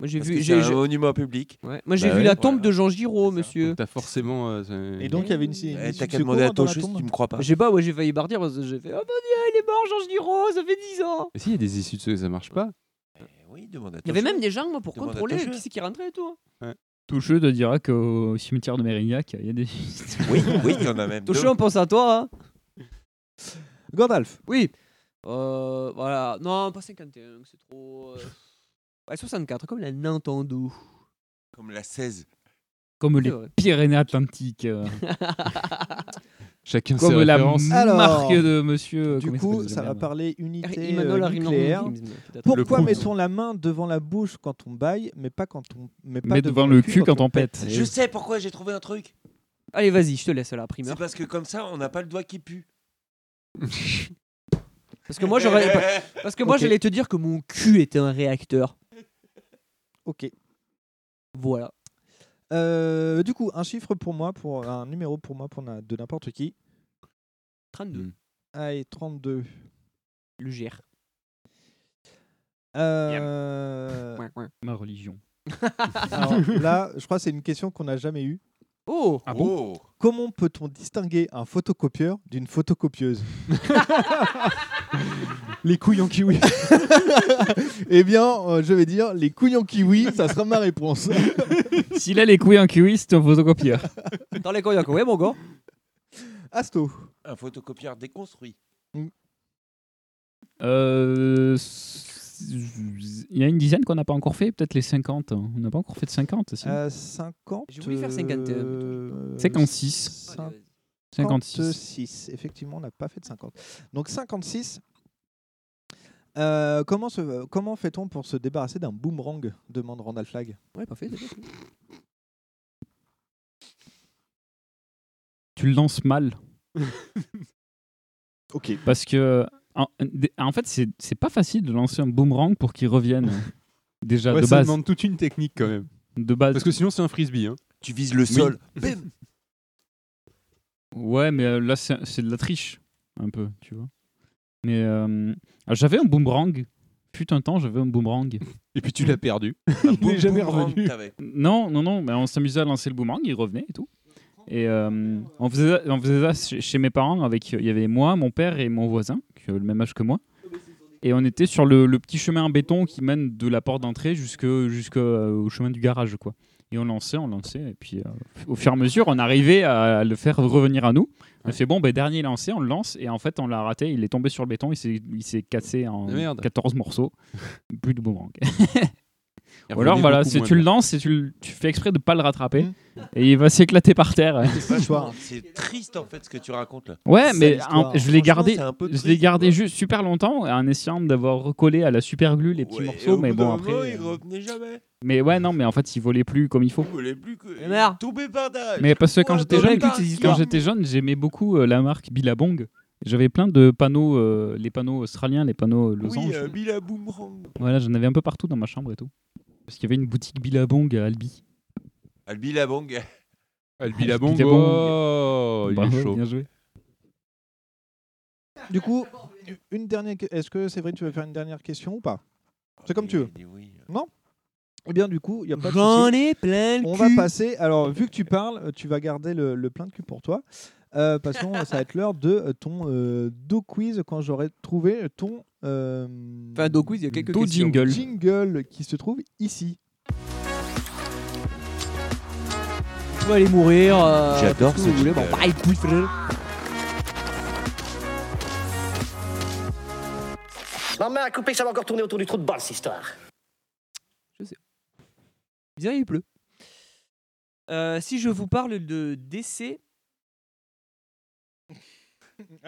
S6: Moi j'ai
S8: Parce
S6: vu,
S8: que
S6: j'ai,
S8: c'est un
S6: j'ai-
S8: monument public.
S6: Ouais. moi j'ai
S7: Bah
S6: vu
S7: ouais,
S6: la tombe
S7: voilà.
S6: de Jean Giraud, monsieur.
S7: T'as forcément. euh, c'est-
S5: Et donc, il y avait une. une
S8: Eh,
S5: issue
S8: T'as
S5: de secours
S8: qu'à demander à
S5: dans la
S8: Tochus si
S5: tombe
S8: tu me crois pas.
S6: Je sais pas, ouais, j'ai failli partir parce que j'ai fait Oh mon dieu, il est mort, Jean Giraud, ça fait 10 ans.
S7: Si, il y a des issues de secours, ça marche pas.
S8: Eh Oui, demande à
S6: Il y avait
S8: Tochus.
S6: même des gens moi, pour
S8: Demande à
S6: contrôler
S8: Tocheux.
S6: qui c'est qui rentrait et
S8: hein.
S6: tout.
S10: Toucheux te dira qu'au cimetière de Mérignac, il y a des.
S8: Oui, oui, il y en a même.
S6: Tocheux,
S8: deux.
S6: on pense à toi. hein.
S5: Gandalf.
S6: Oui. Euh, voilà. Non, pas 51, c'est trop. euh, Ouais, 64, comme la Nintendo.
S8: Comme la 16.
S10: Comme
S6: C'est
S10: les
S6: vrai.
S10: Pyrénées-Atlantiques. euh,
S7: Chacun ses
S10: comme la
S7: références.
S5: Alors,
S10: marque de monsieur. euh,
S5: Du
S10: comment il
S5: coup,
S10: s'appelle,
S5: ça va
S10: merde
S5: parler unité
S6: Imanol
S5: euh,
S6: Arimon
S5: nucléaire.
S6: Films, peut-être. Le
S5: Pourquoi
S6: prout.
S5: mettons la main devant la bouche quand on baille, mais pas quand on mais pas
S10: Mais devant le cul quand on pète.
S8: Je sais pourquoi j'ai trouvé un truc.
S6: Allez, vas-y, je te laisse la
S8: C'est
S6: primeur.
S8: parce que comme ça, on n'a pas le doigt qui pue.
S6: Parce que moi, j'aurais. Parce que moi,
S5: Ok.
S6: j'allais te dire que mon cul était un réacteur.
S5: Ok.
S6: Voilà.
S5: Euh, du coup, un chiffre pour moi, pour un numéro pour moi, pour na- de n'importe qui.
S6: 32.
S7: Mm.
S5: Allez, 32.
S6: Hmm. Le GR.
S5: Euh,
S6: Ouin, ouin.
S10: Ma religion.
S5: alors, là, je crois que c'est une question qu'on n'a jamais eue.
S6: Oh
S10: Ah bon
S8: Oh
S5: Comment peut-on distinguer un photocopieur d'une photocopieuse
S7: Les couilles en kiwi.
S16: Eh bien, euh, je vais dire les couilles en kiwi, ça sera ma réponse.
S10: S'il a les couilles en kiwi, c'est un photocopieur.
S6: Dans les coyotes, ouais, mon gars.
S5: Asto.
S8: Un photocopieur déconstruit.
S10: Euh, s- Il y a une dizaine qu'on n'a pas encore fait, peut-être les 50. hein. On n'a pas encore
S7: Euh,
S10: fait de 50. si.
S5: Euh, 50.
S17: euh,
S6: J'ai voulu faire 51, mais
S5: euh,
S10: 56.
S5: 50.
S10: 56.
S17: 56. Effectivement, on n'a pas fait de 50. Donc 56. Euh, comment se- comment fait-on pour se débarrasser d'un boomerang demande Randall Flag.
S6: Ouais, pas fait.
S10: Tu le lances mal.
S17: ok.
S10: Parce que. En, en fait, c'est c'est pas facile de lancer un boomerang pour qu'il revienne. Déjà,
S7: Ouais,
S10: de
S7: ça
S10: base.
S7: demande toute une technique quand même.
S10: De base.
S7: Parce que sinon, c'est un frisbee. hein.
S8: Tu vises le sol. Bim
S10: Ouais, mais euh, là, c'est c'est de la triche, un peu, tu vois. Mais euh, ah, j'avais un boomerang. Fut un temps, j'avais un boomerang.
S7: Et puis tu l'as perdu.
S10: Il
S7: n'est jamais boomerang revenu. que t'avais.
S10: Non, non, non. mais on s'amusait à lancer le boomerang, il revenait et tout. Et euh, on, faisait, on faisait ça chez- chez mes parents. avec euh, Il y avait moi, mon père et mon voisin, qui a le même âge que moi. Et on était sur le, le petit chemin en béton qui mène de la porte d'entrée jusque- jusqu'au chemin du garage, quoi. Et on lançait, on lançait, et puis euh, au fur et à mesure, on arrivait à le faire revenir à nous. On a fait bon, ben, dernier lancé, on le lance, et en fait, on l'a raté, il est tombé sur le béton, il s'est il s'est cassé en
S7: Ah, merde.
S10: 14 morceaux. Plus de boomerang.
S7: Il
S10: Ou alors
S7: revenait
S10: voilà,
S7: beaucoup
S10: si
S7: moins
S10: tu le
S7: bien.
S10: lances, si tu, le- tu fais exprès de pas le rattraper, et il va s'éclater par terre.
S8: Vachement, C'est triste en fait ce que tu racontes là.
S10: Ouais,
S8: C'est
S10: mais
S8: l'histoire.
S10: un- je l'ai
S8: Franchement,
S10: gardé,
S8: c'est un peu
S10: je
S8: triste.
S10: l'ai gardé juste super longtemps en essayant d'avoir recollé à la super glue les petits
S8: Et
S10: morceaux,
S8: au
S10: mais
S8: bout
S10: bon
S8: d'un
S10: après.
S8: moment,
S10: euh,
S8: il revenait jamais.
S10: Mais ouais, non, mais en fait, il volait plus comme il faut.
S8: Il voulait plus que. il
S6: merde.
S8: tombait par terre.
S10: Mais parce que quand
S8: Ouais,
S10: j'étais
S8: tombé
S10: jeune,
S8: par terre.
S10: quand j'étais jeune, j'aimais beaucoup euh, la marque Billabong. J'avais plein de panneaux, euh, les panneaux australiens, les panneaux euh,
S8: Oui,
S10: losanges.
S8: euh, Bila Boomerang.
S10: Voilà, j'en avais un peu partout dans ma chambre et tout. Parce qu'il y avait une boutique Billabong à Albi.
S8: Albi la Bong.
S7: Albi la bongo.
S10: Billabong.
S7: Oh, il
S10: Bravo,
S7: est chaud.
S10: bien joué.
S17: Du coup, une dernière. que- Est-ce que Séverine, tu veux faire une dernière question ou pas C'est comme tu veux. Non Eh bien, du coup, il y a pas de
S8: J'en
S17: souci.
S8: ai plein le
S17: On
S8: cul.
S17: va passer. Alors, vu que tu parles, tu vas garder le, le plein de cul pour toi. Euh, parce que ça va être l'heure de euh, ton euh, do quiz quand j'aurai trouvé ton. euh,
S6: Enfin, do quiz, il y a quelques
S17: do
S6: questions.
S17: jingle. Jingle qui se trouve ici.
S6: Tu vas aller mourir. euh,
S8: J'adore
S6: tout
S8: ce
S6: que vous voulez.
S8: jingle.
S6: Bon, bye, pouille, frère.
S12: Ma main a coupé, ça va encore tourner autour du trou de balle, cette histoire.
S6: Je dirais, il pleut. Euh, si je vous parle de décès.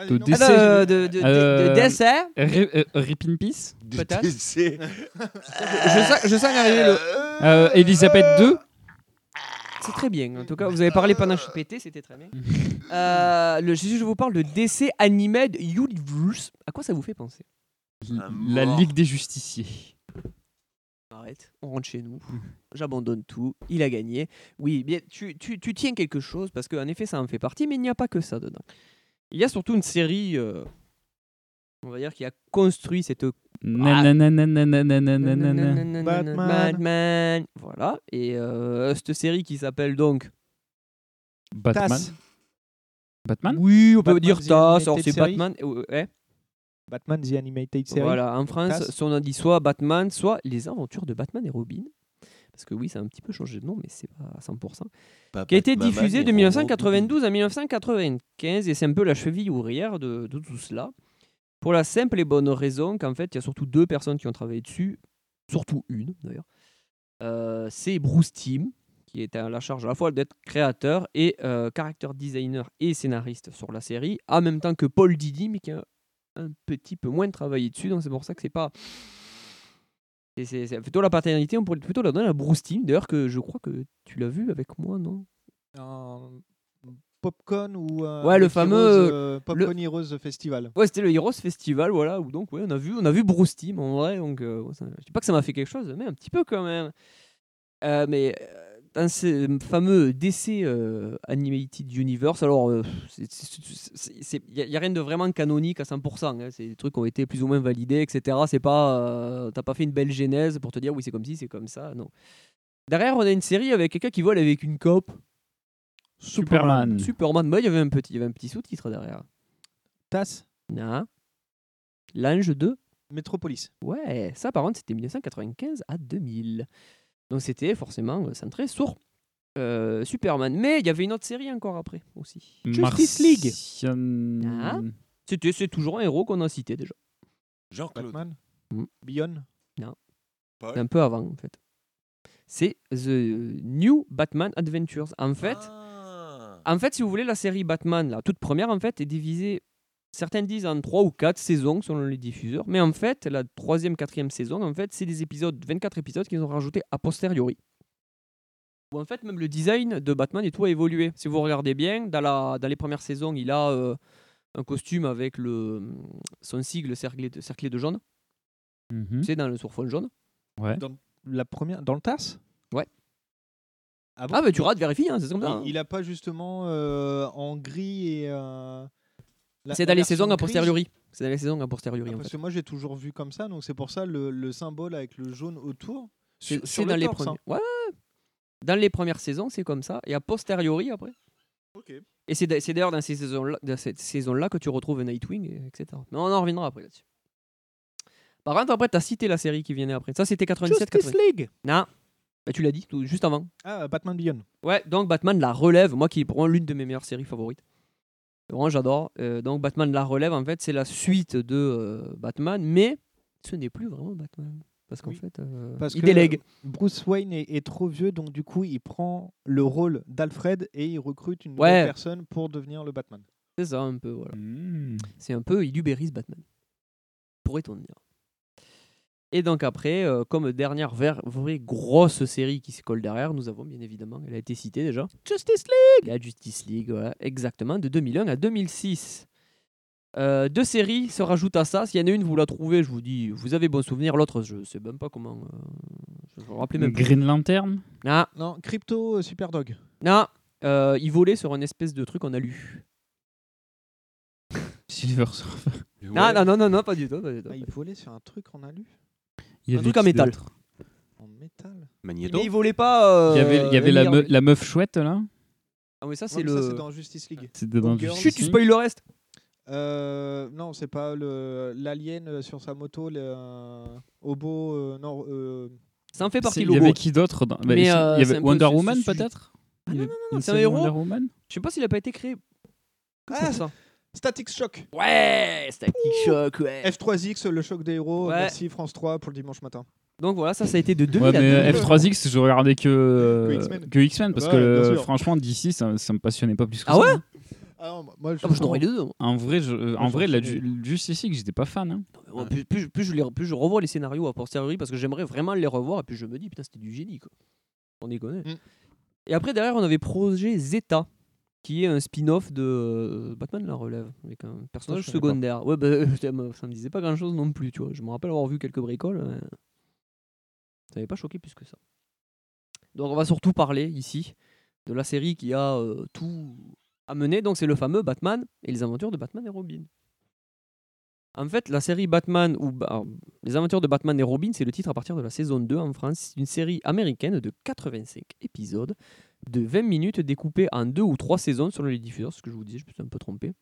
S10: De
S6: non.
S10: décès.
S6: Ah non, euh, de- de- de- de décès.
S10: Ré- euh, Rip in peace.
S6: Peut-être.
S8: Décès.
S6: Je sens, je sens arriver le.
S10: Euh, Elisabeth II.
S6: C'est très bien. En tout cas, vous avez parlé panache pété, c'était très bien. Euh, le, si je vous parle de décès Animed Universe, à quoi ça vous fait penser
S10: La Ligue des Justiciers.
S6: Arrête, on rentre chez nous. J'abandonne tout. Il a gagné. Oui, bien, tu, tu- tu tiens quelque chose parce qu'en effet, ça en fait partie, mais il n'y a pas que ça dedans. Il y a surtout une série, euh, on va dire, qui a construit cette. Ah.
S10: Nananananananananana.
S6: Batman. Voilà. Et euh, cette série qui s'appelle donc.
S10: Batman.
S6: Tass.
S10: Batman
S6: Oui, on peut
S17: Batman
S6: dire
S17: The
S6: Tass. alors
S17: Animated
S6: c'est
S17: Series.
S6: Batman. euh, ouais.
S17: Batman The Animated Series.
S6: Voilà, en France,
S17: Tass.
S6: si on a dit soit Batman, soit Les Aventures de Batman et Robin. Parce que oui, ça a un petit peu changé de nom, mais c'est pas à 100%.
S8: Pas
S6: qui a été
S8: Batman
S6: diffusé
S8: et
S6: de 1992 à 1995, et c'est un peu la cheville ouvrière de, de tout cela. Pour la simple et bonne raison qu'en fait, il y a surtout deux personnes qui ont travaillé dessus, surtout une d'ailleurs. Euh, c'est Bruce Timm, qui est à la charge à la fois d'être créateur et euh, caractère designer et scénariste sur la série, en même temps que Paul Didi, mais qui a un petit peu moins travaillé dessus, donc c'est pour ça que c'est pas. c'est- C'est c'est plutôt la paternité, on pourrait plutôt la donner à Bruce Timm, d'ailleurs que je crois que tu l'as vu avec moi, non
S17: Popcorn ou. euh,
S6: Ouais, le
S17: avec
S6: fameux-
S17: Heroes, euh, Popcorn
S6: le-
S17: Heroes Festival.
S6: Ouais, c'était le Heroes Festival, voilà, où donc ouais, on a vu, on a vu Bruce Timm en vrai, donc euh, ouais, ça- je dis pas que ça m'a fait quelque chose, mais un petit peu quand même. Euh, mais euh, dans ce fameux DC euh, Animated Universe, alors euh, c'est- c'est- c'est- c'est- il y a- il y a rien de vraiment canonique à 100%. hein, c'est des trucs qui ont été plus ou moins validés, etc. C'est pas, euh, t'as pas fait une belle genèse pour te dire oui c'est comme ci, c'est comme ça, non. Derrière, on a une série avec quelqu'un qui vole avec une cope.
S10: Superman.
S6: Superman. Bah, il y avait un petit, il y avait un petit sous-titre derrière.
S17: Tasse.
S6: Non. L'ange de
S17: Metropolis.
S6: Ouais, ça par contre c'était 1995 à 2000. Donc c'était forcément euh, centré sur euh, Superman. Mais il y avait une autre série encore après aussi. Justice League. Ah.
S17: Hmm.
S6: C'était- C'est toujours un héros qu'on a cité déjà.
S8: Jean-Claude.
S17: Batman.
S6: Mm.
S17: Beyond.
S5: Ah
S6: Non.
S8: Paul.
S6: C'est un peu avant en fait. C'est The New Batman Adventures. En fait, En fait, si vous voulez, la série Batman, la toute première, en fait, est divisée. Certains disent en 3 ou 4 saisons selon les diffuseurs, mais en fait, la troisième, quatrième saison, en fait, c'est des épisodes, 24 épisodes qu'ils ont rajoutés a posteriori. Où en fait, même le design de Batman et tout a évolué. Si vous regardez bien, dans, la, dans les premières saisons, il a euh, un costume avec le, son sigle cerclé de, cerclé de jaune.
S5: Mhm.
S6: C'est dans le sur fond jaune.
S5: Ouais. Dans la première, dans le TARS
S6: Ouais.
S5: Ah,
S6: Ah, bah, tu rates, vérifie, hein, c'est comme ça,
S5: Il-
S6: hein.
S5: Il a pas justement euh, en gris et. euh, la-
S6: C'est
S5: la
S6: dans les
S5: version
S6: saisons a
S5: grise
S6: posteriori. C'est dans les saisons a posteriori.
S5: Ah,
S6: en
S5: parce
S6: fait.
S5: que moi j'ai toujours vu comme ça, donc c'est pour ça le, le symbole avec le jaune autour.
S6: C'est c'est
S5: sur- sur
S6: dans
S5: le
S6: les
S5: torse,
S6: premiers.
S5: hein.
S6: Ouais, ouais. Dans les premières saisons, c'est comme ça. Et a posteriori, après. Et c'est d'a- c'est d'ailleurs dans, ces saisons-là- dans cette saison-là que tu retrouves Nightwing, et- etc. Mais on en reviendra après là-dessus. Par contre, après, t'as cité la série qui venait après. Ça, c'était 97
S5: Justice
S6: 80.
S5: League
S6: Non. Bah, tu l'as dit, tout- juste avant.
S5: Ah, Batman Beyond.
S6: Ouais, donc Batman la relève, moi qui est vraiment l'une de mes meilleures séries favorites. Vraiment, j'adore. Euh, donc Batman la relève, en fait, c'est la suite de euh, Batman, mais ce n'est plus vraiment Batman. Parce qu'en fait, euh,
S5: Parce
S6: il
S5: que
S6: délègue.
S5: Bruce Wayne est, est trop vieux, donc du coup il prend le rôle d'Alfred et il recrute une
S6: Ouais.
S5: nouvelle personne pour devenir le Batman.
S6: C'est ça, un peu, voilà. C'est un peu, il ubérise Batman. Pourrait-on dire. Et donc après, euh, comme dernière ver- vraie grosse série qui se colle derrière, nous avons bien évidemment, elle a été citée déjà, Justice League La Justice League, voilà, exactement, de 2001 à 2006. Euh, deux séries se rajoutent à ça. S'il y en a une, vous la trouvez, je vous dis, vous avez bon souvenir. L'autre, je sais même pas comment. euh, je vous rappelle même. plus.
S10: Green Lantern
S6: Non.
S5: Non, Crypto euh, Superdog.
S6: Non, euh, il volait sur un espèce de truc en alu.
S10: Silver Surfer.
S6: Ah, Non, non, non, non, non, pas du tout. Pas du tout.
S5: Ah, il volait sur un truc en alu
S10: Il y
S6: un
S10: avait
S6: truc
S10: qui
S6: en métal.
S10: d'autre
S5: En métal
S8: Magneto.
S6: Mais il volait pas. euh,
S10: Il y avait, il y avait la,
S6: énervé.
S10: me- la meuf chouette là
S6: Ah, mais ça, c'est
S5: Ouais, mais
S6: le.
S5: ça, c'est dans Justice League.
S10: C'était dans
S5: Home
S10: Justice
S5: Girl.
S10: Chut, tu League. spoil
S6: le reste
S5: Euh, non, c'est pas le- l'alien euh, sur sa moto, le euh, hobo. euh, non, euh,
S6: Ça en fait
S10: C'est-
S6: partie
S10: Il y
S6: logo.
S10: avait qui d'autre dans- bah,
S6: Mais,
S10: il y
S6: euh,
S10: avait
S6: c'est un peu
S10: Wonder
S6: ce- ce
S10: Woman
S6: sujet.
S10: peut-être
S6: Ah,
S10: Il y
S6: non, non,
S10: avait
S6: non,
S10: une
S6: c'est un
S10: série
S6: héros.
S10: Wonder Woman
S6: Je sais pas s'il a pas été créé. que
S5: Ah,
S6: pour ça.
S5: Static Shock.
S6: Ouais, Static Shock, ouais.
S5: F3X, le choc des héros.
S6: Ouais.
S5: Merci France 3 pour le dimanche matin.
S6: Donc voilà, ça, ça a été de 2000
S10: Ouais, mais
S6: à 2000.
S10: F3X, je regardais que, euh,
S5: Que X-Men.
S10: que X-Men parce
S5: Ouais,
S10: que
S5: bien
S10: euh,
S5: sûr.
S10: franchement, d'ici, ça, ça me passionnait pas plus que
S6: Ah
S10: ça.
S6: ouais
S10: hein.
S5: moi,
S6: Ah, bah, je t'envoie les deux. moi.
S10: En vrai, je, euh, en
S6: je
S10: vrai la,
S6: suis-
S10: ju- Justice League, j'étais pas fan. hein.
S6: Ouais, Plus, plus- plus je les, plus je revois les scénarios à posteriori parce que j'aimerais vraiment les revoir et puis je me dis putain c'était du génie quoi. On déconne. Et après derrière on avait projet Zeta qui est un spin-off de euh, Batman la relève avec un personnage
S5: je connais pas.
S6: secondaire. Ouais bah, ça me ça me disait pas grand chose non plus tu vois. Je me rappelle avoir vu quelques bricoles. mais Ça m'avait pas choqué plus que ça. Donc on va surtout parler ici de la série qui a euh, tout amené donc c'est le fameux Batman et les aventures de Batman et Robin. En fait, la série Batman ou Ba- alors, Les aventures de Batman et Robin, c'est le titre à partir de la saison 2 en France. C'est une série américaine de 85 épisodes de 20 minutes découpée en deux ou trois saisons selon les diffuseurs, ce que je vous disais, je me suis un peu trompé,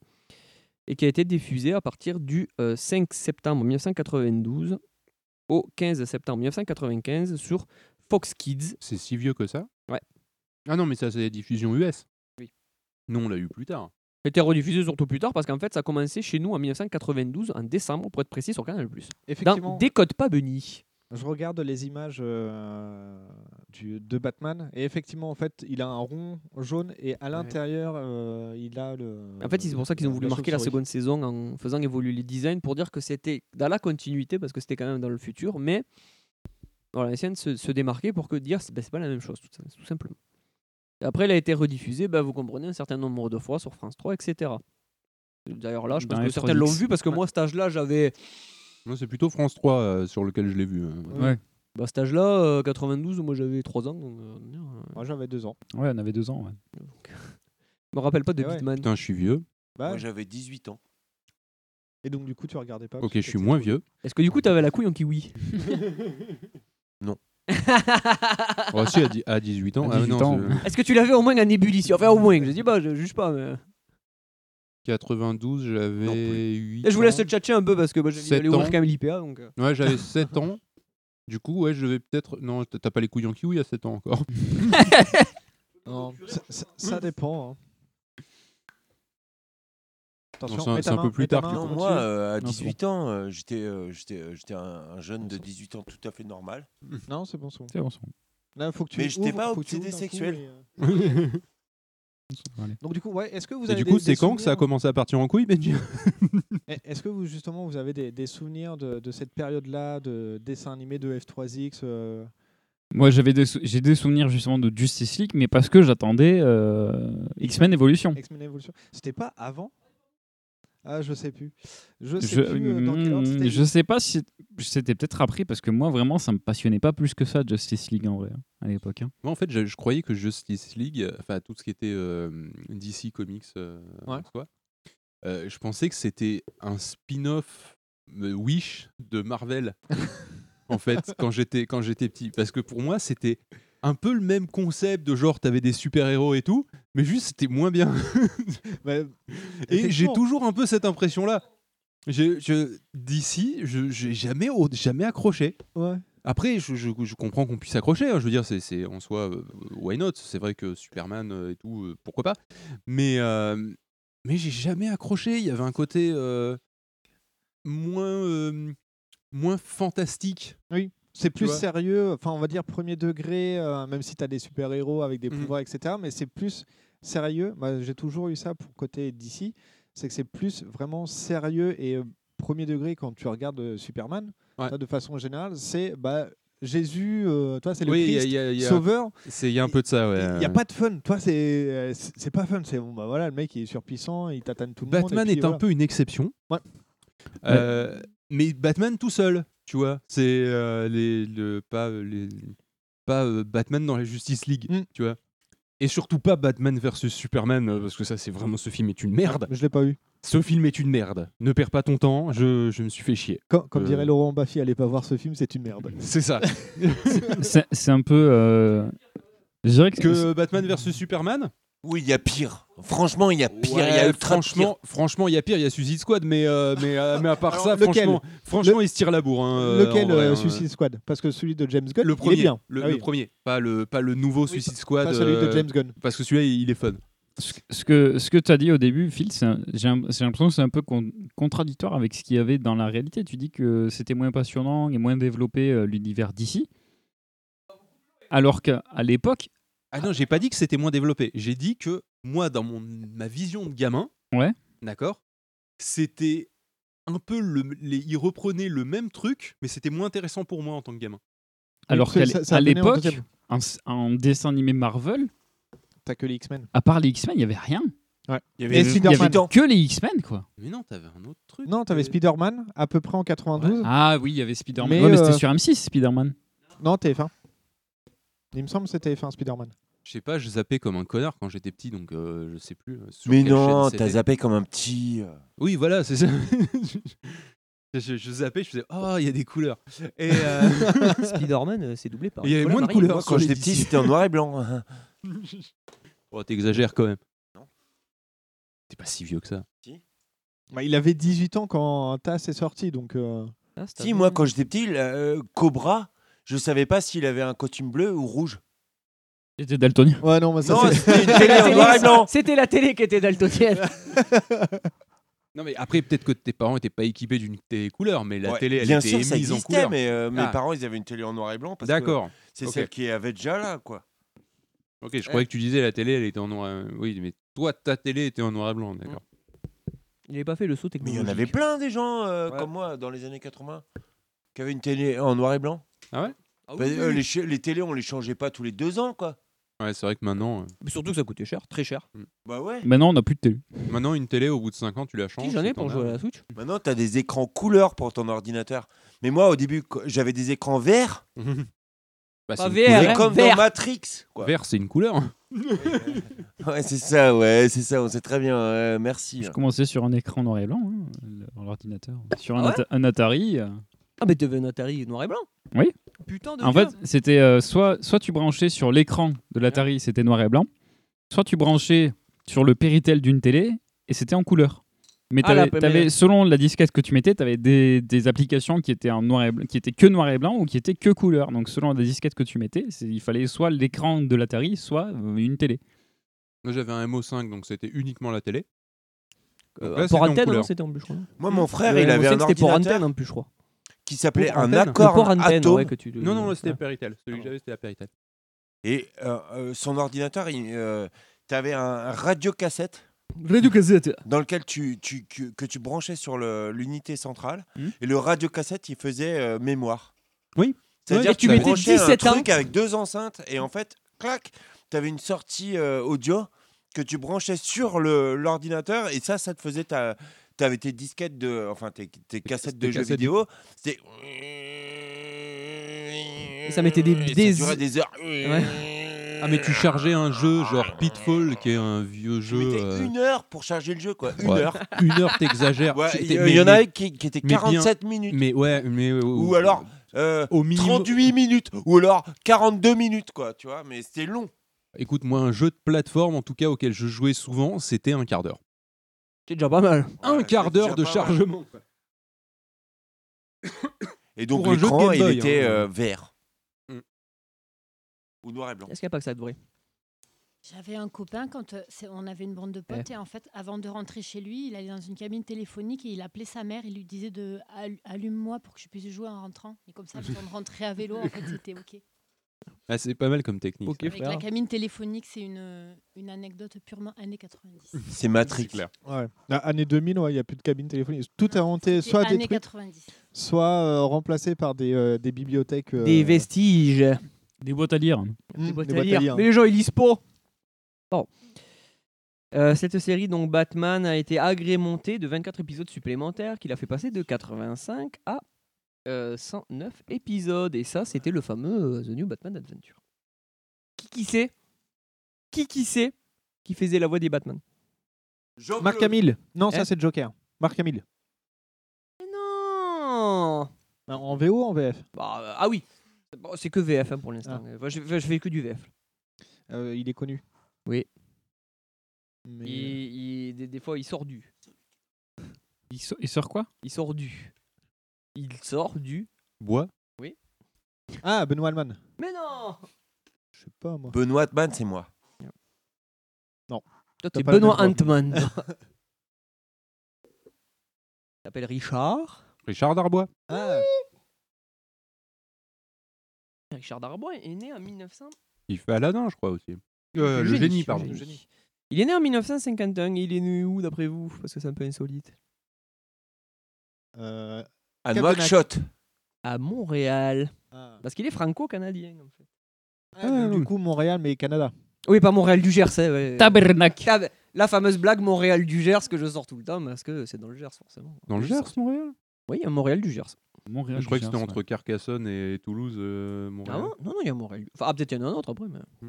S6: et qui a été diffusée à partir du euh, 5 septembre 1992 au 15 septembre 1995 sur Fox Kids.
S7: C'est si vieux que ça
S6: Ouais.
S7: Ah non, mais ça, c'est la diffusion US.
S6: Oui.
S7: Nous, on l'a eu plus tard.
S6: Ça a été rediffusé surtout plus tard parce qu'en fait, ça a commencé chez nous en 1992, en décembre, pour être précis, sur Canal+.
S5: Effectivement.
S6: Dans Décode pas Bunny.
S5: Je regarde les images euh, du, de Batman et effectivement, en fait, il a un rond jaune et à l'intérieur, euh, il a le.
S6: En fait, c'est pour ça qu'ils ont voulu marquer la
S5: chauve-souris.
S6: seconde saison en faisant évoluer les designs pour dire que c'était dans la continuité parce que c'était quand même dans le futur, mais voilà, essayant de se, se démarquer pour que dire c'est ben, c'est pas la même chose, tout, tout simplement. Et après, elle a été rediffusée, ben, vous comprenez, un certain nombre de fois sur France 3, etc. D'ailleurs, là, je pense
S7: Dans
S6: que
S7: F3X.
S6: certains l'ont vu parce que moi, à cet âge-là, j'avais.
S7: Moi, c'est plutôt France 3 euh, sur lequel je l'ai vu. hein.
S6: Bah, à cet âge-là, euh, 92, moi j'avais 3 ans. Donc, euh,
S5: Moi, j'avais deux ans.
S10: Ouais, on avait deux ans. ouais.
S6: je me rappelle pas de
S5: Eh ouais.
S6: Batman.
S7: Putain, je suis vieux.
S5: Bah,
S8: Moi, j'avais 18 ans.
S5: et donc, du coup, tu regardais pas.
S7: Ok, je suis moins vieux.
S6: Est-ce que du coup, t'avais la couille en kiwi
S8: Non.
S7: Oh, si, à, dix- à 18 ans.
S10: À
S7: ah,
S10: 18
S7: non,
S10: ans.
S7: c'est-
S6: Est-ce que tu l'avais au moins en ébullition Enfin, au moins, je dis pas, je juge pas, mais.
S7: 92, j'avais 8
S6: Et je vous laisse
S7: ans.
S6: tchatcher un peu parce que bah, j'ai
S7: Sept
S6: aller ouvrir
S7: ans.
S6: quand même l'IPA. Donc... euh.
S7: Ouais, j'avais 7 ans. Du coup, ouais, je vais peut-être. Non, t- t'as pas les couilles en kiwi à 7 ans encore.
S5: Non, ça, ça- ça dépend. hein. Attention,
S7: Non, c'est un-
S5: mets ta
S7: c'est un
S5: main,
S7: peu plus
S5: mets ta
S7: tard
S5: main,
S7: que
S8: Non,
S5: au-dessus.
S8: moi, euh, à
S5: Non, c'est
S8: 18 ans, euh, j'étais euh, j'étais euh, j'étais un, un jeune de 18 ans tout à fait normal.
S5: bon. Non, c'est bon, c'est bon.
S10: C'est bon, c'est bon.
S5: Là, faut que tu
S8: Mais j'étais
S5: ouvres,
S8: pas
S5: faut que tu
S8: obsédé
S5: ouvres d'un coup
S8: sexuel.
S5: et, euh, Donc du coup, ouais, est-ce que vous
S7: Et
S5: avez
S7: du
S5: des-
S7: coup,
S5: des
S7: c'est quand que ça a
S5: souvenirs-
S7: commencé à partir en couille, Benji
S5: Eh, Est-ce que vous justement vous avez des, des souvenirs de, de cette période-là, de dessins animés de F3X euh,
S10: Moi, j'avais des sou- j'ai des souvenirs justement de Justice League, mais parce que j'attendais euh, X-Men Evolution.
S5: X-Men Evolution. C'était pas avant Ah, je sais plus. Je sais
S10: Je,
S5: plus euh, dans quel ordre
S10: hmm,
S5: c'était.
S10: je sais pas si c'était peut-être après, parce que moi, vraiment, ça me passionnait pas plus que ça, Justice League en vrai, hein, à l'époque. hein.
S7: Moi, en fait, je, je croyais que Justice League, euh, enfin tout ce qui était euh, DC Comics, euh, en soi, euh, je pensais que c'était un spin-off euh, Wish de Marvel. en fait, quand j'étais quand j'étais petit, parce que pour moi, c'était un peu le même concept de genre t'avais des super héros et tout, mais juste c'était moins bien. et j'ai
S5: effectivement.
S7: toujours un peu cette impression là. Je, je- d'ici, je j'ai jamais au- jamais accroché.
S5: Ouais.
S7: Après, je, je- je comprends qu'on puisse accrocher. hein. Je veux dire, c'est, c'est en soi, euh, why not C'est vrai que Superman euh, et tout, euh, pourquoi pas Mais euh, mais j'ai jamais accroché. Il y avait un côté euh, moins euh, moins fantastique.
S5: Oui. C'est
S7: Tu
S5: plus
S7: vois
S5: sérieux, enfin on va dire premier degré, euh, même si tu as des super-héros avec
S7: Hmm.
S5: des pouvoirs, etc. Mais c'est plus sérieux. Bah, J'ai toujours eu ça pour côté d'ici, c'est que c'est plus vraiment sérieux et euh, premier degré quand tu regardes euh, Superman,
S7: Ouais.
S5: toi, de façon générale, c'est bah, Jésus, euh, toi c'est le
S7: Oui, il y a-
S5: Christ,
S7: il y a- il y a-
S5: sauveur.
S7: C'est il y a un peu de ça. Ouais.
S5: Il n'y a pas de fun, toi c'est euh, c'est c'est pas fun, c'est bon bah voilà le mec il est surpuissant, il tatane tout le monde.
S7: Batman
S5: et puis
S7: est un
S5: voilà.
S7: peu une exception.
S5: Ouais.
S7: Euh, Mais Batman tout seul, tu vois, c'est euh, les, le, pas, euh, les, pas euh, Batman dans la Justice League,
S5: Hmm.
S7: tu vois. Et surtout pas Batman versus Superman, euh, parce que ça, c'est vraiment ce film est une merde.
S5: Je l'ai pas eu.
S7: Ce film est une merde. Ne perds pas ton temps, je, je me suis fait chier.
S5: Comme, comme
S7: Euh,
S5: dirait Laurent Baffy, allez pas voir ce film, c'est une merde.
S7: C'est ça.
S10: C'est c'est un peu. euh, Je dirais que.
S7: que Batman versus Superman
S8: Oui, il y a pire. Franchement, il y a pire. il y a
S7: Ouais,
S8: ultra
S7: franchement, franchement, il y a pire, il y a Suicide Squad, mais, euh, mais, euh, mais à part ça,
S5: lequel
S7: franchement, franchement ils se tirent la bourre. hein,
S5: Lequel
S7: en vrai,
S5: euh,
S7: hein.
S5: Suicide Squad Parce que celui de James Gunn,
S7: Le premier,
S5: il est bien.
S7: Le,
S5: Ah oui.
S7: le premier, pas le, pas le nouveau Suicide Squad. euh,
S5: pas celui de James Gunn.
S7: Parce que celui-là, il est fun.
S10: Ce que, ce que tu as dit au début, Phil, c'est un- j'ai un- j'ai l'impression que c'est un peu con- contradictoire avec ce qu'il y avait dans la réalité. Tu dis que c'était moins passionnant et moins développé euh, l'univers d'ici. Alors qu'à à l'époque,
S7: Ah non, j'ai pas dit que c'était moins développé. J'ai dit que moi, dans mon, ma vision de gamin,
S10: ouais,
S7: d'accord, c'était un peu le, les, ils reprenaient le même truc, mais c'était moins intéressant pour moi en tant que gamin.
S10: alors qu'à
S7: que
S10: l'é- à l'époque, en, s- en dessin animé Marvel,
S5: t'as que les X-Men.
S10: À part les X-Men, il y avait rien.
S5: Ouais.
S10: Il y
S5: Et
S10: avait, il y
S5: Spider-Man.
S10: avait que les X-Men, quoi.
S7: Mais non, t'avais un autre truc.
S5: Non, t'avais Spider-Man à peu près en 92.
S10: Ah oui, il y avait Spider-Man.
S5: Mais,
S10: Ouais, Mais, c'était
S5: euh,
S10: sur M6, Spider-Man.
S5: Non, TF1. Il me semble que c'était TF1 Spider-Man.
S7: Je sais pas, je zappais comme un connard quand j'étais petit, donc euh, je sais plus. euh, sur
S8: Mais
S7: quelle
S8: non,
S7: chaîne c'était.
S8: t'as zappé comme un petit. euh.
S7: Oui, voilà, c'est ça. je, je- je zappais, je faisais oh, il y a des couleurs. Et euh,
S6: Spider-Man, euh, c'est doublé par.
S7: Il y avait
S6: Nicolas
S7: moins de
S6: Marie.
S7: couleurs
S6: Moi,
S7: sur les DC.
S8: et blanc.
S7: oh, t'exagères quand même. T'es pas si vieux que ça.
S5: Bah, il avait 18 ans quand TAS est sorti, donc. euh,
S8: Si, moi, quand j'étais petit, le, euh, Cobra, je savais pas s'il avait un costume bleu ou rouge.
S10: C'était daltonien.
S5: Ouais, non, mais ça,
S8: Non,
S5: c'est-
S8: c'était une télé en noir et blanc.
S6: C'était la télé qui était daltonienne.
S7: Non mais après peut-être que tes parents étaient pas équipés d'une télé couleur, mais la
S8: Ouais,
S7: télé elle
S8: bien
S7: était
S8: sûr, ça
S7: émise en
S8: existait,
S7: couleur.
S8: mais euh, mes
S7: Ah,
S8: parents, ils avaient une télé en noir et blanc. parce que
S7: D'accord.
S8: C'est
S7: Ok.
S8: celle qui avait déjà là, quoi. Eh,
S7: Ok, je croyais que tu disais la télé elle était en noir. euh, Oui, mais toi ta télé était en noir et
S8: Hmm.
S7: blanc, d'accord.
S6: Il n'avait pas fait le saut
S8: Mais il
S6: technologique.
S8: y en avait plein des gens euh,
S6: Ouais.
S8: comme moi dans les années 80 qui avaient une télé en noir et blanc.
S7: Ah ouais
S6: Ah
S8: Bah,
S6: oui, oui,
S8: euh,
S6: oui.
S8: les, ch- les télés, on les changeait pas tous les deux ans, quoi.
S7: Ouais, c'est vrai que maintenant. euh,
S6: Mais surtout que ça coûtait cher, très cher.
S8: Bah ouais.
S10: Maintenant, on n'a plus de télé.
S7: Maintenant une télé au bout de 5 ans tu la changes.
S8: Si, j'en ai
S7: et t'en
S8: pour
S7: as.
S8: jouer à
S6: la Switch.
S8: Maintenant, t'as des écrans couleurs pour ton ordinateur. Mais moi, au début, co- j'avais des écrans verts.
S7: Bah,
S8: c'est
S7: Pas
S8: une
S7: vert,
S8: couleur.
S7: hein,
S8: Mais comme
S7: vert.
S8: dans Matrix. Quoi.
S7: Vert c'est une couleur.
S8: Ouais, c'est ça, ouais, c'est ça, on sait très bien. ouais, merci.
S10: Je commençais sur un écran noir et blanc, hein, le- l'ordinateur. Sur un,
S6: Ah ouais
S10: Ata- un Atari. euh,
S6: Ah, mais devait Atari noir et blanc.
S10: Oui.
S6: Putain de
S10: En
S6: Dieu.
S10: fait, c'était euh, soit, soit tu branchais sur l'écran de l'Atari, c'était noir et blanc, soit tu branchais sur le péritel d'une télé et c'était en couleur. Mais,
S6: Ah, la-
S10: t'avais-
S6: mais-
S10: t'avais- selon la disquette que tu mettais, tu avais des, des applications qui étaient, en noir et blanc, qui étaient que noir et blanc ou qui étaient que couleur. Donc selon la disquette que tu mettais, c'est- il fallait soit l'écran de l'Atari, soit euh, une télé.
S7: Moi j'avais un MO5 donc c'était uniquement la télé.
S6: Euh,
S7: Donc là,
S6: pour
S7: c'était en
S6: antenne,
S7: couleur.
S6: non, c'était en plus, je crois.
S8: Moi, mon frère,
S6: Le
S8: il avait
S6: MO5,
S8: un
S6: C'était pour
S8: ordinateur.
S6: antenne en plus, je crois.
S8: Qui s'appelait
S7: Pour
S8: un
S7: antenne
S8: accord
S6: Le port antenne,
S8: atome.
S6: ouais, que tu-
S7: Non non, là, c'était
S6: Ah.
S7: le Péritel. Celui que j'avais c'était la Péritel.
S8: Et euh, euh, son ordinateur, il, euh, tu avais un radio-cassette.
S6: Radio-cassette.
S8: Dans lequel tu, tu- que, que tu branchais sur le- l'unité centrale.
S6: Hmm.
S8: Et le radio-cassette, il faisait euh, mémoire.
S7: Oui.
S8: C'est-à-dire
S6: Et
S8: que
S6: tu
S8: tu
S6: mettais
S8: branchais
S6: 17
S8: un
S6: ans.
S8: truc avec deux enceintes. Et en fait, clac, tu avais une sortie euh, audio que tu branchais sur le- l'ordinateur. Et ça, ça te faisait ta. T'avais tes disquettes de, enfin tes, tes cassettes de
S6: tes
S8: jeux
S6: cassettes.
S8: vidéo, c'était
S6: Ça mettait des.
S8: Et ça
S6: des...
S8: durait des heures. Ah,
S7: Ah, mais tu chargeais un jeu genre Pitfall, qui est un vieux jeu. euh,
S8: une heure pour charger le jeu, quoi. Une
S7: ouais.
S8: heure.
S7: Une heure, t'exagères.
S8: Ouais,
S7: Tu-
S8: il
S7: t'es-
S8: y-
S7: mais-
S8: il y en a
S7: mais-
S8: qui, qui étaient
S7: mais bien-
S8: 47 minutes.
S7: Mais ouais, mais.
S8: Ou alors euh, 38 minutes. Ou alors 42 minutes, quoi. Tu vois, mais c'était long.
S7: Écoute, moi, un jeu de plateforme, en tout cas, auquel je jouais souvent, c'était un quart d'heure.
S6: C'est déjà pas mal.
S7: un quart d'heure de chargement.
S8: Et donc
S7: Pour un jeu de
S8: l'écran,
S7: Game
S8: il
S7: Boy,
S8: était
S7: hein.
S8: euh, vert.
S7: Mm.
S8: Ou noir et blanc.
S6: Est-ce qu'il n'y a pas que ça de vrai
S9: J'avais un copain quand euh, c'est- on avait une bande de potes et en fait, avant de rentrer chez lui, il allait dans une cabine téléphonique et il appelait sa mère. Il lui disait de Allu- allume-moi pour que je puisse jouer en rentrant. Et comme ça, on rentrait à vélo. En fait, c'était ok.
S7: Ah, c'est pas mal comme technique. ça.
S9: Avec la cabine téléphonique, c'est une, une anecdote purement années 90.
S8: C'est Matrix.
S17: Ouais. La année 2000, il n'y a plus de cabine téléphonique. Tout est hanté,
S9: c'était
S17: soit
S9: années
S17: détruit,
S9: 90.
S17: soit euh, remplacé par des, euh, des bibliothèques. euh,
S6: Des vestiges.
S10: Des boîtes à lire.
S6: Mmh, Des boîtes
S17: des
S6: à
S17: boîtes à
S6: lire.
S10: hein.
S17: lire.
S6: Mais les gens, ils lisent pas. Bon. Euh, cette série, donc Batman, a été agrémentée de 24 épisodes supplémentaires qu'il a fait passer de 85 à euh, 109 épisodes. Et ça, c'était le fameux euh, The New Batman Adventure. Qui qui sait Qui qui sait qui faisait la voix des Batman
S17: Marc Camille. Non,
S6: Hein
S17: ça c'est Joker. Marc Camille.
S6: Non
S17: En VO ou en VF
S6: Bah, euh, Ah oui Bon, C'est que VF hein, pour l'instant. Moi, Je, je fais que du VF.
S17: Ah. Euh, Il est connu.
S6: Oui.
S17: Mais-
S6: Il- il- des, des fois, il sort du.
S10: Il, so- il sort quoi
S6: Il sort du. Il sort du.
S7: Bois
S17: Ah, Benoît Alman.
S6: Mais non
S17: Je sais pas moi.
S8: Benoît Atman, c'est moi.
S17: Non.
S6: Toi,
S17: T'as
S6: t'es
S17: pas la
S6: Benoît
S17: même voix.
S6: Antman. toi. T'appelles Richard.
S7: Richard Darbois.
S17: Ah.
S6: Richard Darbois est né en 1900.
S7: Il fait Aladdin, je crois aussi. Euh, le, génie, pardon.
S6: le génie. Il est né en 1951. Il est né où, d'après vous Parce que c'est un peu insolite.
S17: Euh,
S8: À
S17: Cap de Nac.
S8: Nouakchott.
S6: À Montréal.
S17: Ah.
S6: Parce qu'il est franco-canadien. en fait.
S17: Ah, donc, du coup, Montréal, mais Canada.
S6: Oui, pas Montréal du Gers. hein, ouais.
S10: Tabernacle.
S6: Tab- La fameuse blague Montréal du Gers que je sors tout le temps parce que c'est dans le Gers, forcément.
S7: Dans le
S6: Je
S7: Gers,
S6: sors-
S7: Montréal
S6: Oui, il y a Montréal du Gers.
S10: Montréal.
S7: Je crois que
S10: Gers,
S7: c'était entre
S10: ouais.
S7: Carcassonne et Toulouse, euh,
S6: Ah
S7: Montréal.
S6: non, non, non, il y a Montréal. Enfin, ah, peut-être il y en a un autre après. Mais...
S7: Hmm.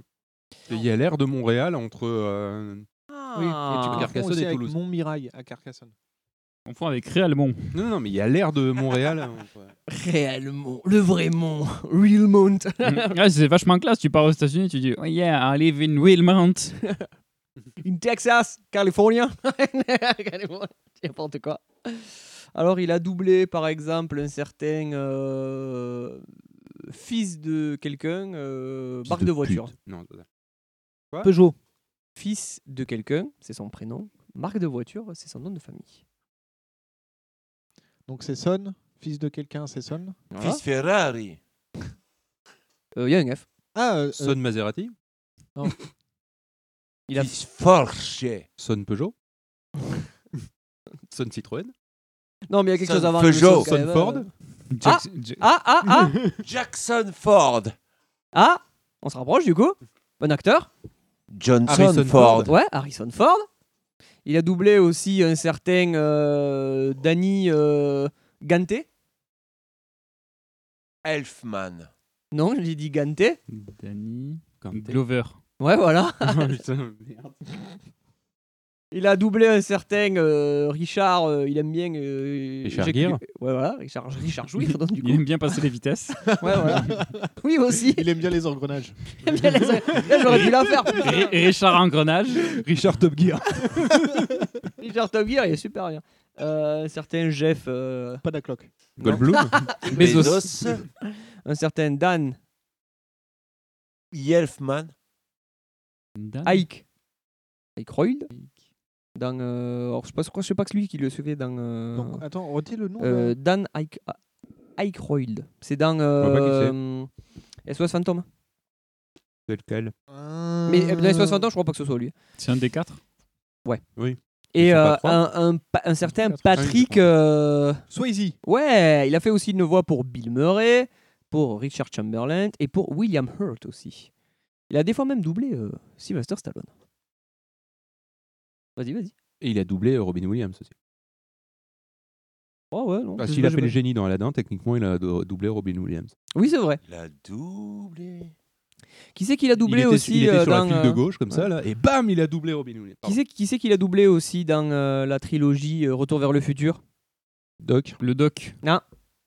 S7: Et il y a l'air de Montréal entre. euh,
S17: Oui.
S6: Ah.
S17: Et tu
S7: Carcassonne
S17: confonds aussi
S7: et
S17: avec
S7: Toulouse.
S17: Montmirail à Carcassonne.
S10: On confond avec Réalmont.
S7: Non, non, non, mais il y a l'air de Montréal. entre-
S6: Réellement, le vrai mont, real mont.
S10: Mmh. Ouais, c'est vachement classe. Tu pars aux États-Unis, tu dis oh Yeah, I live in Wilmont.
S6: In Texas, Californien. N'importe quoi. Alors, il a doublé, par exemple, un certain euh, fils de quelqu'un, euh,
S7: Fils
S6: marque de,
S7: pute.
S6: voiture.
S7: Non, attends.
S17: Peugeot.
S6: Fils de quelqu'un, c'est son prénom. Marque de voiture, c'est son nom de famille.
S17: Donc c'est Son. Fils de quelqu'un, c'est Son.
S6: Voilà. Euh,
S8: Fils Ferrari.
S6: Il y a un F.
S17: Ah, euh,
S7: Son Maserati,
S6: Il a
S8: Fils Porsche.
S7: Son Peugeot, Son Citroën,
S6: Non, mais il y a quelque
S8: Son
S6: chose avant.
S8: Peugeot.
S6: Son quand même,
S7: Son
S6: euh,
S7: Ford.
S6: Ah, ah, ah, ah,
S8: Jackson Ford.
S6: ah. On se rapproche du coup. Bon acteur.
S8: Johnson
S7: Harrison
S8: Ford.
S6: Ouais, Harrison Ford. Il a doublé aussi un certain euh, Danny euh, Ganté.
S8: Elfman.
S6: Non, j'ai dit Ganté.
S10: Danny
S7: Quand t'es-
S10: Glover.
S6: Ouais, voilà.
S7: Ah, putain, merde.
S6: Il a doublé un certain euh, Richard. euh, il aime bien. euh,
S7: Richard
S6: Jacques-
S7: Gere.
S6: Ouais, voilà, Richard, Richard Jouir, donc, du coup.
S10: Il aime bien passer les vitesses.
S6: Ouais, voilà. Oui, aussi.
S17: Il aime bien les engrenages.
S6: Il aime bien les- Là, J'aurais dû la faire.
S10: Ré- Richard Engrenage.
S7: Richard Top Gear.
S6: Richard Top Gear, il est super bien. Euh, un certain Jeff. euh,
S17: Pas d'Aclock.
S7: Goldblum.
S10: Bezos.
S6: un certain Dan
S8: E. Elfman.
S10: Dan.
S6: Ike. Ike Royd. Dans, euh, alors, je ne sais, pas- je sais pas que c'est lui qui le suivait dans. euh,
S17: Donc, attends, redis le nom.
S6: Euh,
S17: là.
S6: Dan Ike- Aykroyd. C'est dans
S7: vois pas qui
S6: euh, SOS Phantom.
S7: Tel quel.
S6: Mais euh, dans les 60 ans, je crois pas que ce soit lui.
S10: C'est un des quatre
S6: Ouais.
S7: Oui.
S6: Et
S7: C'est pas
S6: euh,
S7: trois.
S6: un, un pa- un certain
S7: Quatre, cinq, je
S6: Patrick.
S7: crois.
S6: euh,
S7: Swayze.
S6: Ouais, il a fait aussi une voix pour Bill Murray, pour Richard Chamberlain et pour William Hurt aussi. Il a des fois même doublé euh, Sylvester Stallone. Vas-y, vas-y.
S7: Et il a doublé euh, Robin Williams aussi.
S6: Oh ouais, non.
S7: Parce
S6: je-
S7: qu'il Bah, a
S6: je-
S7: fait le génie dans Aladdin, techniquement, il a do- doublé Robin Williams.
S6: Oui, c'est vrai.
S8: Il a doublé.
S6: Qui c'est qu'il a doublé
S7: il était,
S6: aussi
S7: il était
S6: euh,
S7: sur
S6: dans,
S7: la file de
S6: euh,
S7: gauche, comme ça,
S6: ouais.
S7: là, et bam, il a doublé Robin Williams.
S6: Qui c'est qui c'est qu'il a doublé aussi dans euh, la trilogie euh, Retour vers le futur Ah.
S7: Doc.
S10: Le Doc.
S6: Non.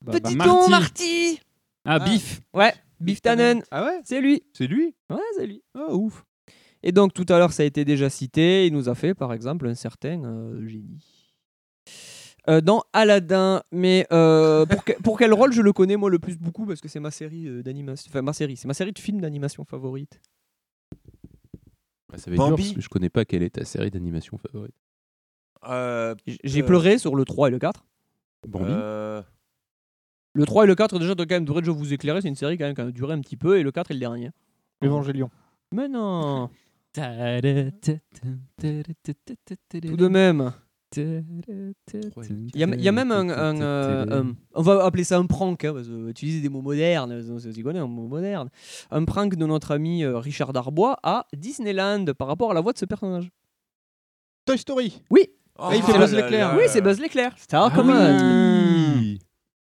S10: Bah,
S6: Petit
S10: bah,
S6: con,
S10: Marty.
S6: Marty
S10: Ah, Biff.
S6: Ouais, Biff Tannen.
S7: Ah ouais
S6: C'est lui.
S7: C'est lui
S6: Ouais, c'est lui.
S7: Ah, ouf.
S6: Et donc, tout à l'heure, ça a été déjà cité. Il nous a fait, par exemple, un certain euh, génie. Euh, dans Aladdin, mais euh, pour, que- pour quel rôle je le connais moi le plus beaucoup parce que c'est ma série euh, d'animation, enfin ma série, c'est ma série de films d'animation favorite.
S7: Bah, ça va être dur,
S8: Bambi.
S7: parce que je connais pas quelle est ta série d'animation favorite.
S8: Euh,
S6: J- J'ai
S8: euh,
S6: pleuré sur le 3 et le 4.
S7: Bambi
S8: euh,
S6: Le 3 et le 4 déjà doivent quand même durer, je vais vous éclairer, c'est une série quand même qui a duré un petit peu et le 4 est le dernier.
S5: Évangélion.
S6: Mais non,
S10: Tout de
S6: tout de même. Il y, a-
S10: Il
S6: il y a même un, un, euh, un- on va appeler ça un prank, hein, parce que utiliser des mots modernes, euh, on se connaît un mot moderne. Un prank de notre ami euh, Richard Darbois à Disneyland par rapport à la voix de ce personnage.
S5: Toy Story.
S6: Oui.
S8: oh
S5: Ah, il fait
S8: là
S5: Buzz
S8: là
S5: l'éclair.
S8: là
S6: Oui,
S8: là.
S6: c'est Buzz
S17: Ah
S6: l'éclair. Star Command.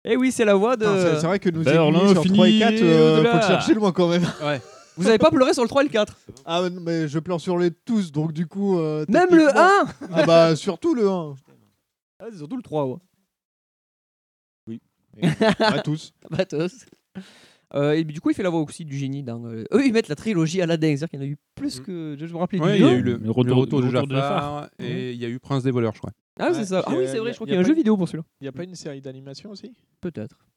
S6: Et oui, c'est la voix de.
S5: Putain, C'est c'est vrai que nous
S10: Vers
S5: aiguiller sur
S10: l'infini
S5: 3 et 4, euh,
S6: au-delà.
S5: faut le chercher loin quand même.
S7: Ouais.
S6: Vous avez pas pleuré sur le 3 et le 4
S5: Ah mais je pleure sur les tous, donc du coup. euh,
S6: Même le 1
S5: techniquement- Ah bah surtout le 1.
S6: ah, C'est surtout le 3, ouais.
S5: À tous.
S6: Matos. Euh, et du coup, il fait la voix aussi du génie dans. euh, Eux, ils mettent la trilogie Aladdin. C'est-à-dire qu'il y en a eu plus que. Je me rappelais
S7: Ouais,
S6: du
S7: il y a
S6: nom.
S7: eu le,
S10: Le retour-
S7: le retour
S10: le
S7: de
S10: retour de
S7: Jafar, et il y a eu Prince des voleurs, je crois.
S6: Ah, c'est
S5: Ouais,
S6: ça. Ah
S5: puis,
S6: oui,
S5: euh,
S6: c'est vrai,
S5: y a-
S6: je crois
S5: y
S6: qu'il
S5: a
S6: y a un
S5: pas
S6: jeu
S5: eu-
S6: vidéo pour celui-là.
S5: Il n'y a pas une série d'animation aussi
S6: Peut-être.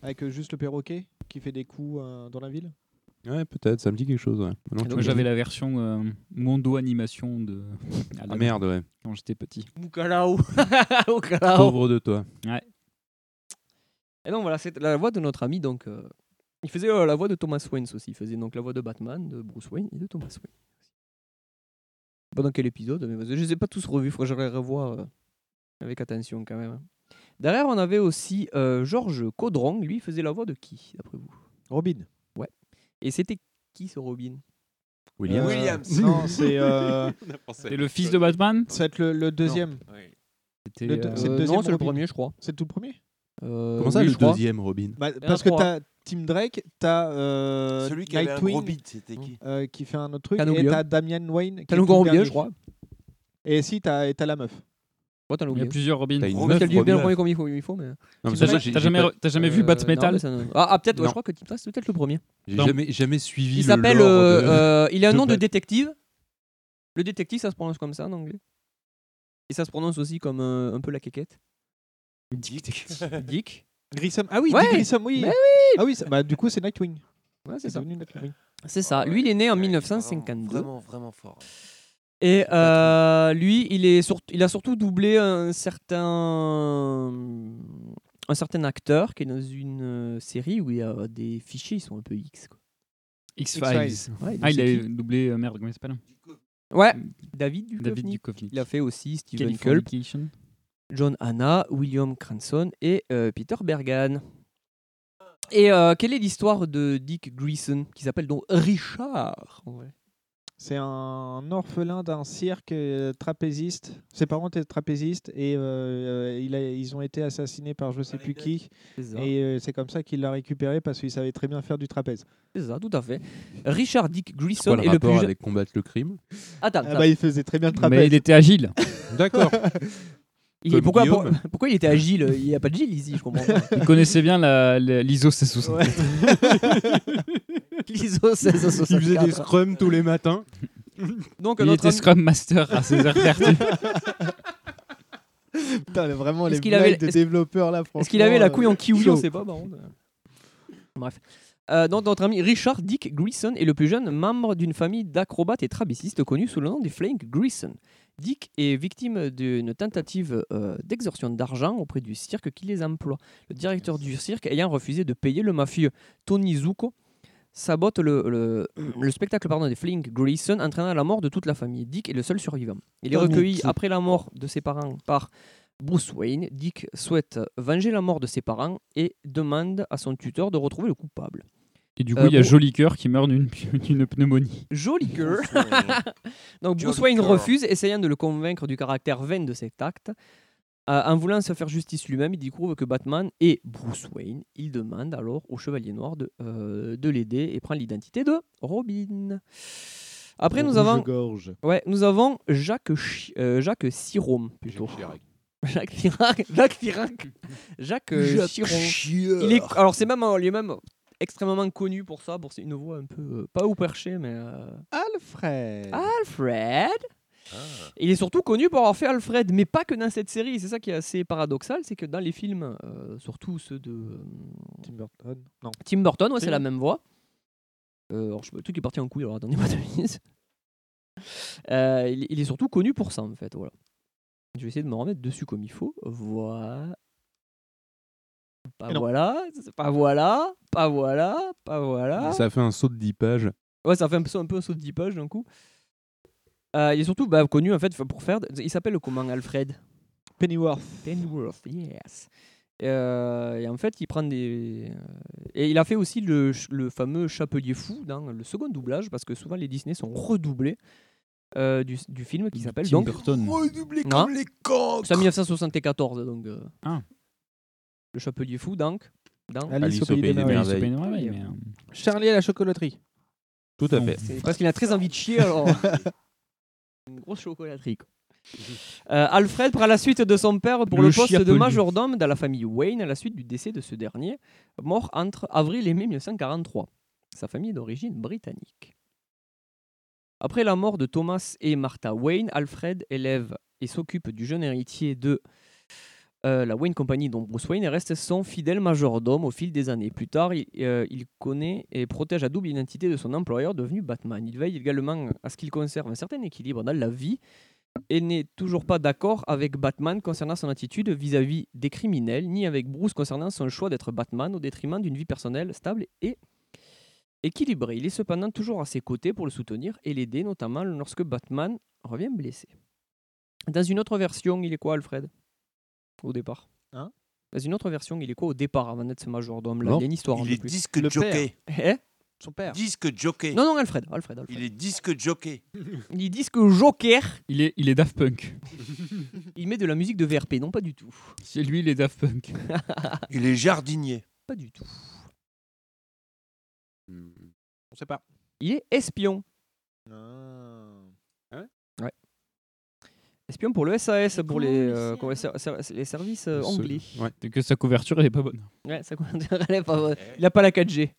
S5: Avec euh, juste le perroquet qui fait des coups euh, dans la ville
S7: Ouais, peut-être, ça me dit quelque chose. ouais.
S6: Ah,
S7: Maintenant que
S10: Moi,
S7: Ah tu
S10: j'avais
S7: me dis.
S10: la version euh, Mondo Animation de
S7: Ah merde, ouais.
S10: quand j'étais petit.
S6: Moukalao. Ah, oh.
S7: Pauvre de toi.
S6: Et donc voilà, c'est la voix de notre ami. Donc, euh, il faisait euh, la voix de Thomas Wayne aussi. Il faisait donc la voix de Batman, de Bruce Wayne et de Thomas Wayne. Pas dans quel épisode, mais je les ai pas tous revus. Faut que je les revoie euh, avec attention quand même. hein. Derrière, on avait aussi euh, Georges Caudron. Lui, il faisait la voix de qui, d'après vous
S5: Robin.
S6: Et c'était qui ce Robin
S7: William.
S5: Euh,
S8: Williams.
S5: Non, c'est euh,
S10: C'était le fils de Batman
S5: ça va être le, le deuxième.
S8: Oui.
S10: C'était,
S5: Le deux-
S10: euh,
S5: c'est- le
S6: Euh,
S5: deuxième
S6: Non, c'est le
S5: Robin.
S6: premier, je crois.
S5: C'est tout le premier
S6: Euh,
S7: Comment ça,
S6: oui,
S7: le
S6: je crois.
S7: deuxième Robin
S5: Bah,
S6: en a
S5: Parce que
S6: trois.
S5: t'as Tim Drake, t'as euh,
S8: Celui qui avait un gros
S5: Nightwing
S8: bide, c'était qui
S5: euh, qui fait un autre truc, et
S6: Canobium.
S5: t'as Damian Wayne qui est
S6: T'as
S5: tout
S6: encore oublié,
S5: dernier.
S6: je crois.
S5: Et si, t'as et t'as la meuf.
S6: Ouais, t'as
S10: Il y a
S6: oublié.
S10: plusieurs Robin.
S7: T'as une
S10: T'as
S7: meuf,
S6: Parce qu'elle dit bien le
S7: Robin.
S6: premier comme il faut, il faut, mais.
S7: Non, mais
S10: jamais-
S7: ça, j'ai-
S10: t'as
S7: j'ai
S10: jamais,
S7: pas-
S10: re- t'as jamais vu
S6: Euh,
S10: Bat
S6: non,
S10: Metal
S6: mais ça ne- Ah, ah, peut-être, ouais,
S7: Non.
S6: je crois que Tim Drake, c'est peut-être le premier.
S7: J'ai
S10: Non.
S7: jamais, jamais suivi.
S6: Il
S7: le
S6: s'appelle.
S7: lore
S6: euh,
S7: de-
S6: euh, il a un
S7: de
S6: nom de
S7: Bat-
S6: détective. Le détective, ça se prononce comme ça en anglais. Et ça se prononce aussi comme euh, un peu la quéquette.
S8: Dick.
S6: Dick.
S5: Grissom. Ah oui,
S6: Ouais.
S5: Dick Grissom, oui.
S6: Mais
S5: Ah oui, ça- bah, du coup, c'est Nightwing.
S6: Ouais, c'est
S5: C'est
S6: ça.
S5: devenu Nightwing.
S6: C'est ça. Lui, il est né en
S8: Ouais,
S6: 1952.
S8: Vraiment, vraiment fort.
S6: Et
S8: C'est pas
S6: euh, lui, il, est sur- il a surtout doublé un certain... un certain acteur qui est dans une euh, série où il y a des fichiers, ils sont un peu X. Quoi.
S10: X-Files.
S6: Ouais, donc
S10: Ah, il a
S6: c'est qui
S10: doublé. euh, merde, comment il s'appelle Euh,
S6: Ouais, David
S10: David
S6: Duchovny.
S10: Duchovny.
S6: Il a fait aussi Steven Culp,
S10: Californication.
S6: John Hanna, William Cranston et euh, Peter Bergan. Et euh, quelle est l'histoire de Dick Grayson, qui s'appelle donc Richard en vrai
S5: C'est un orphelin d'un cirque euh, trapéziste. Ses parents étaient trapézistes et euh, euh, il a- ils ont été assassinés par je sais plus qui.
S6: C'est ça.
S5: Et euh, c'est comme ça qu'il l'a récupéré parce qu'il savait très bien faire du trapèze.
S6: C'est ça, tout à fait. Richard Dick Grayson
S7: Quoi, le
S6: est le plus
S7: rapport
S6: jeune.
S7: avec combattre le crime
S6: Attends,
S5: Ah
S6: attends.
S5: bah, il faisait très bien le
S10: Mais
S5: trapèze.
S10: il était agile.
S7: D'accord.
S6: Il-
S7: Comme
S6: pourquoi, pour-
S7: Guillaume.
S6: pourquoi il était agile Il n'y a pas de Gilles ici, je comprends pas.
S10: Il connaissait bien la- la- l'ISO 1660.
S6: L'ISO 1664.
S7: Il faisait des scrums tous les matins.
S6: Donc,
S10: Il
S6: notre
S10: était
S6: ami-
S10: Scrum Master à ses heures perdues.
S5: Putain, mais vraiment
S6: Est-ce
S5: les
S6: qu'il avait-
S5: blagues de
S6: est-ce-
S5: développeurs là. euh,
S6: est-ce qu'il avait la couille en kiwi
S5: chaud.
S6: On sait pas, par contre. Bref. Euh, donc, notre ami Richard Dick Grayson est le plus jeune membre d'une famille d'acrobates et trapézistes connus sous le nom des Flying Grayson. Dick est victime d'une tentative euh, d'extorsion d'argent auprès du cirque qui les emploie. Le directeur du cirque ayant refusé de payer le mafieux Tony Zuko sabote le, le, le spectacle pardon, des Flink Grayson, entraînant la mort de toute la famille. Dick est le seul survivant. Il est
S15: Oh, mais
S6: recueilli
S15: qui-
S6: après la mort de ses parents par Bruce Wayne. Dick souhaite venger la mort de ses parents et demande à son tuteur de retrouver le coupable.
S10: Et du coup,
S6: Euh,
S10: il y a
S6: pour-
S10: Joli Cœur qui meurt d'une d'une pneumonie.
S6: Joli cœur. Donc Bruce
S10: Joli
S6: Wayne
S10: cœur.
S6: refuse, essayant de le convaincre du caractère vain de cet acte. Euh, en voulant se faire justice lui-même, il découvre que Batman est Bruce Wayne. Il demande alors au Chevalier Noir de, euh, de l'aider et prend l'identité de Robin. Après, nous avons,
S5: Rouge-gorge.
S6: ouais, nous avons Jacques, Chi- euh, Jacques Sirom. Plutôt. Jacques Chirac. Jacques Chirac. Jacques, euh,
S15: Jacques
S6: Chiron.
S15: Chieur.
S6: Il est, alors, c'est même, euh, il est même extrêmement connu pour ça, pour une voix un peu, euh, pas haut perché, mais... euh,
S5: Alfred.
S6: Alfred. Il est surtout connu pour avoir fait Alfred, mais pas que dans cette série. C'est ça qui est assez paradoxal, c'est que dans les films, euh, surtout ceux de euh,
S5: Tim Burton. Non.
S6: Tim Burton, ouais,
S5: Tim.
S6: c'est la même voix. Euh, alors, je- le truc est parti en couille, alors attendez-moi deux minutes. Euh, il, il est surtout connu pour ça, en fait. Voilà. Je vais essayer de me remettre dessus comme il faut. Voilà. Pas
S5: Et non.
S6: voilà, pas voilà, pas voilà, pas voilà.
S7: Ça fait un saut de 10 pages.
S6: Ouais, ça fait un peu, un peu un saut de 10 pages d'un coup. Euh, il est surtout bah, connu en fait pour faire. Il s'appelle comment Alfred
S5: Pennyworth.
S6: Pennyworth, yes. Euh, et en fait, il prend des. euh, Et il a fait aussi le, ch- le fameux Chapelier Fou dans le second doublage, parce que souvent les Disney sont redoublés euh, du, du film qui s'appelle
S10: Tim
S6: donc. Hein?
S10: Burton.
S6: Redoublés
S10: comme
S6: les cancres C'est en 1974, donc. euh, Le Chapelier Fou, donc. Dans
S5: Ah. Alice au Alice au Pays Pays des des Merveilles. Merveilles.
S10: Alice au Pays des Merveilles,
S6: euh,
S5: Charlie à la chocolaterie.
S7: Tout à fait.
S6: C'est parce qu'il a très envie de chier, alors. Une grosse chocolaterie. quoi. Euh, Alfred prend la suite de son père pour
S10: Le
S6: le, poste de
S10: chiapelu.
S6: majordome dans la famille Wayne à la suite du décès de ce dernier, mort entre avril et mai 1943. Sa famille est d'origine britannique. Après la mort de Thomas et Martha Wayne, Alfred élève et s'occupe du jeune héritier de euh, la Wayne Company, dont Bruce Wayne, et reste son fidèle majordome au fil des années. Plus tard, il, euh, il connaît et protège à double identité de son employeur devenu Batman. Il veille également à ce qu'il conserve un certain équilibre dans la vie et n'est toujours pas d'accord avec Batman concernant son attitude vis-à-vis des criminels, ni avec Bruce concernant son choix d'être Batman au détriment d'une vie personnelle stable et équilibrée. Il est cependant toujours à ses côtés pour le soutenir et l'aider, notamment lorsque Batman revient blessé. Dans une autre version, il est quoi, Alfred Au départ
S5: Hein
S6: Dans une autre version, il est quoi au départ avant d'être ce majordome là
S8: Non.
S6: Il y a une histoire.
S8: Il
S6: en
S8: est
S6: plus.
S8: disque Le jockey.
S6: père. Eh
S5: Son père.
S8: Disque jockey.
S6: Non, non, Alfred. Alfred, Alfred.
S8: Il est disque jockey.
S6: Il est disque joker.
S10: Il est, il est Daft Punk.
S6: Il met de la musique de VRP, non pas du tout.
S10: C'est lui, il est Daft Punk.
S8: il est jardinier.
S6: Pas du tout.
S5: On sait pas.
S6: Il est espion.
S7: Ah ouais
S6: Ouais. Espion pour le SAS, pour les, euh, comment- ser- ser- les services euh,
S10: Ce-
S6: anglais.
S7: Ouais.
S10: C'est que sa couverture, elle est pas bonne.
S6: Ouais, ça considère- elle est pas vraie. Il n'a pas la 4G.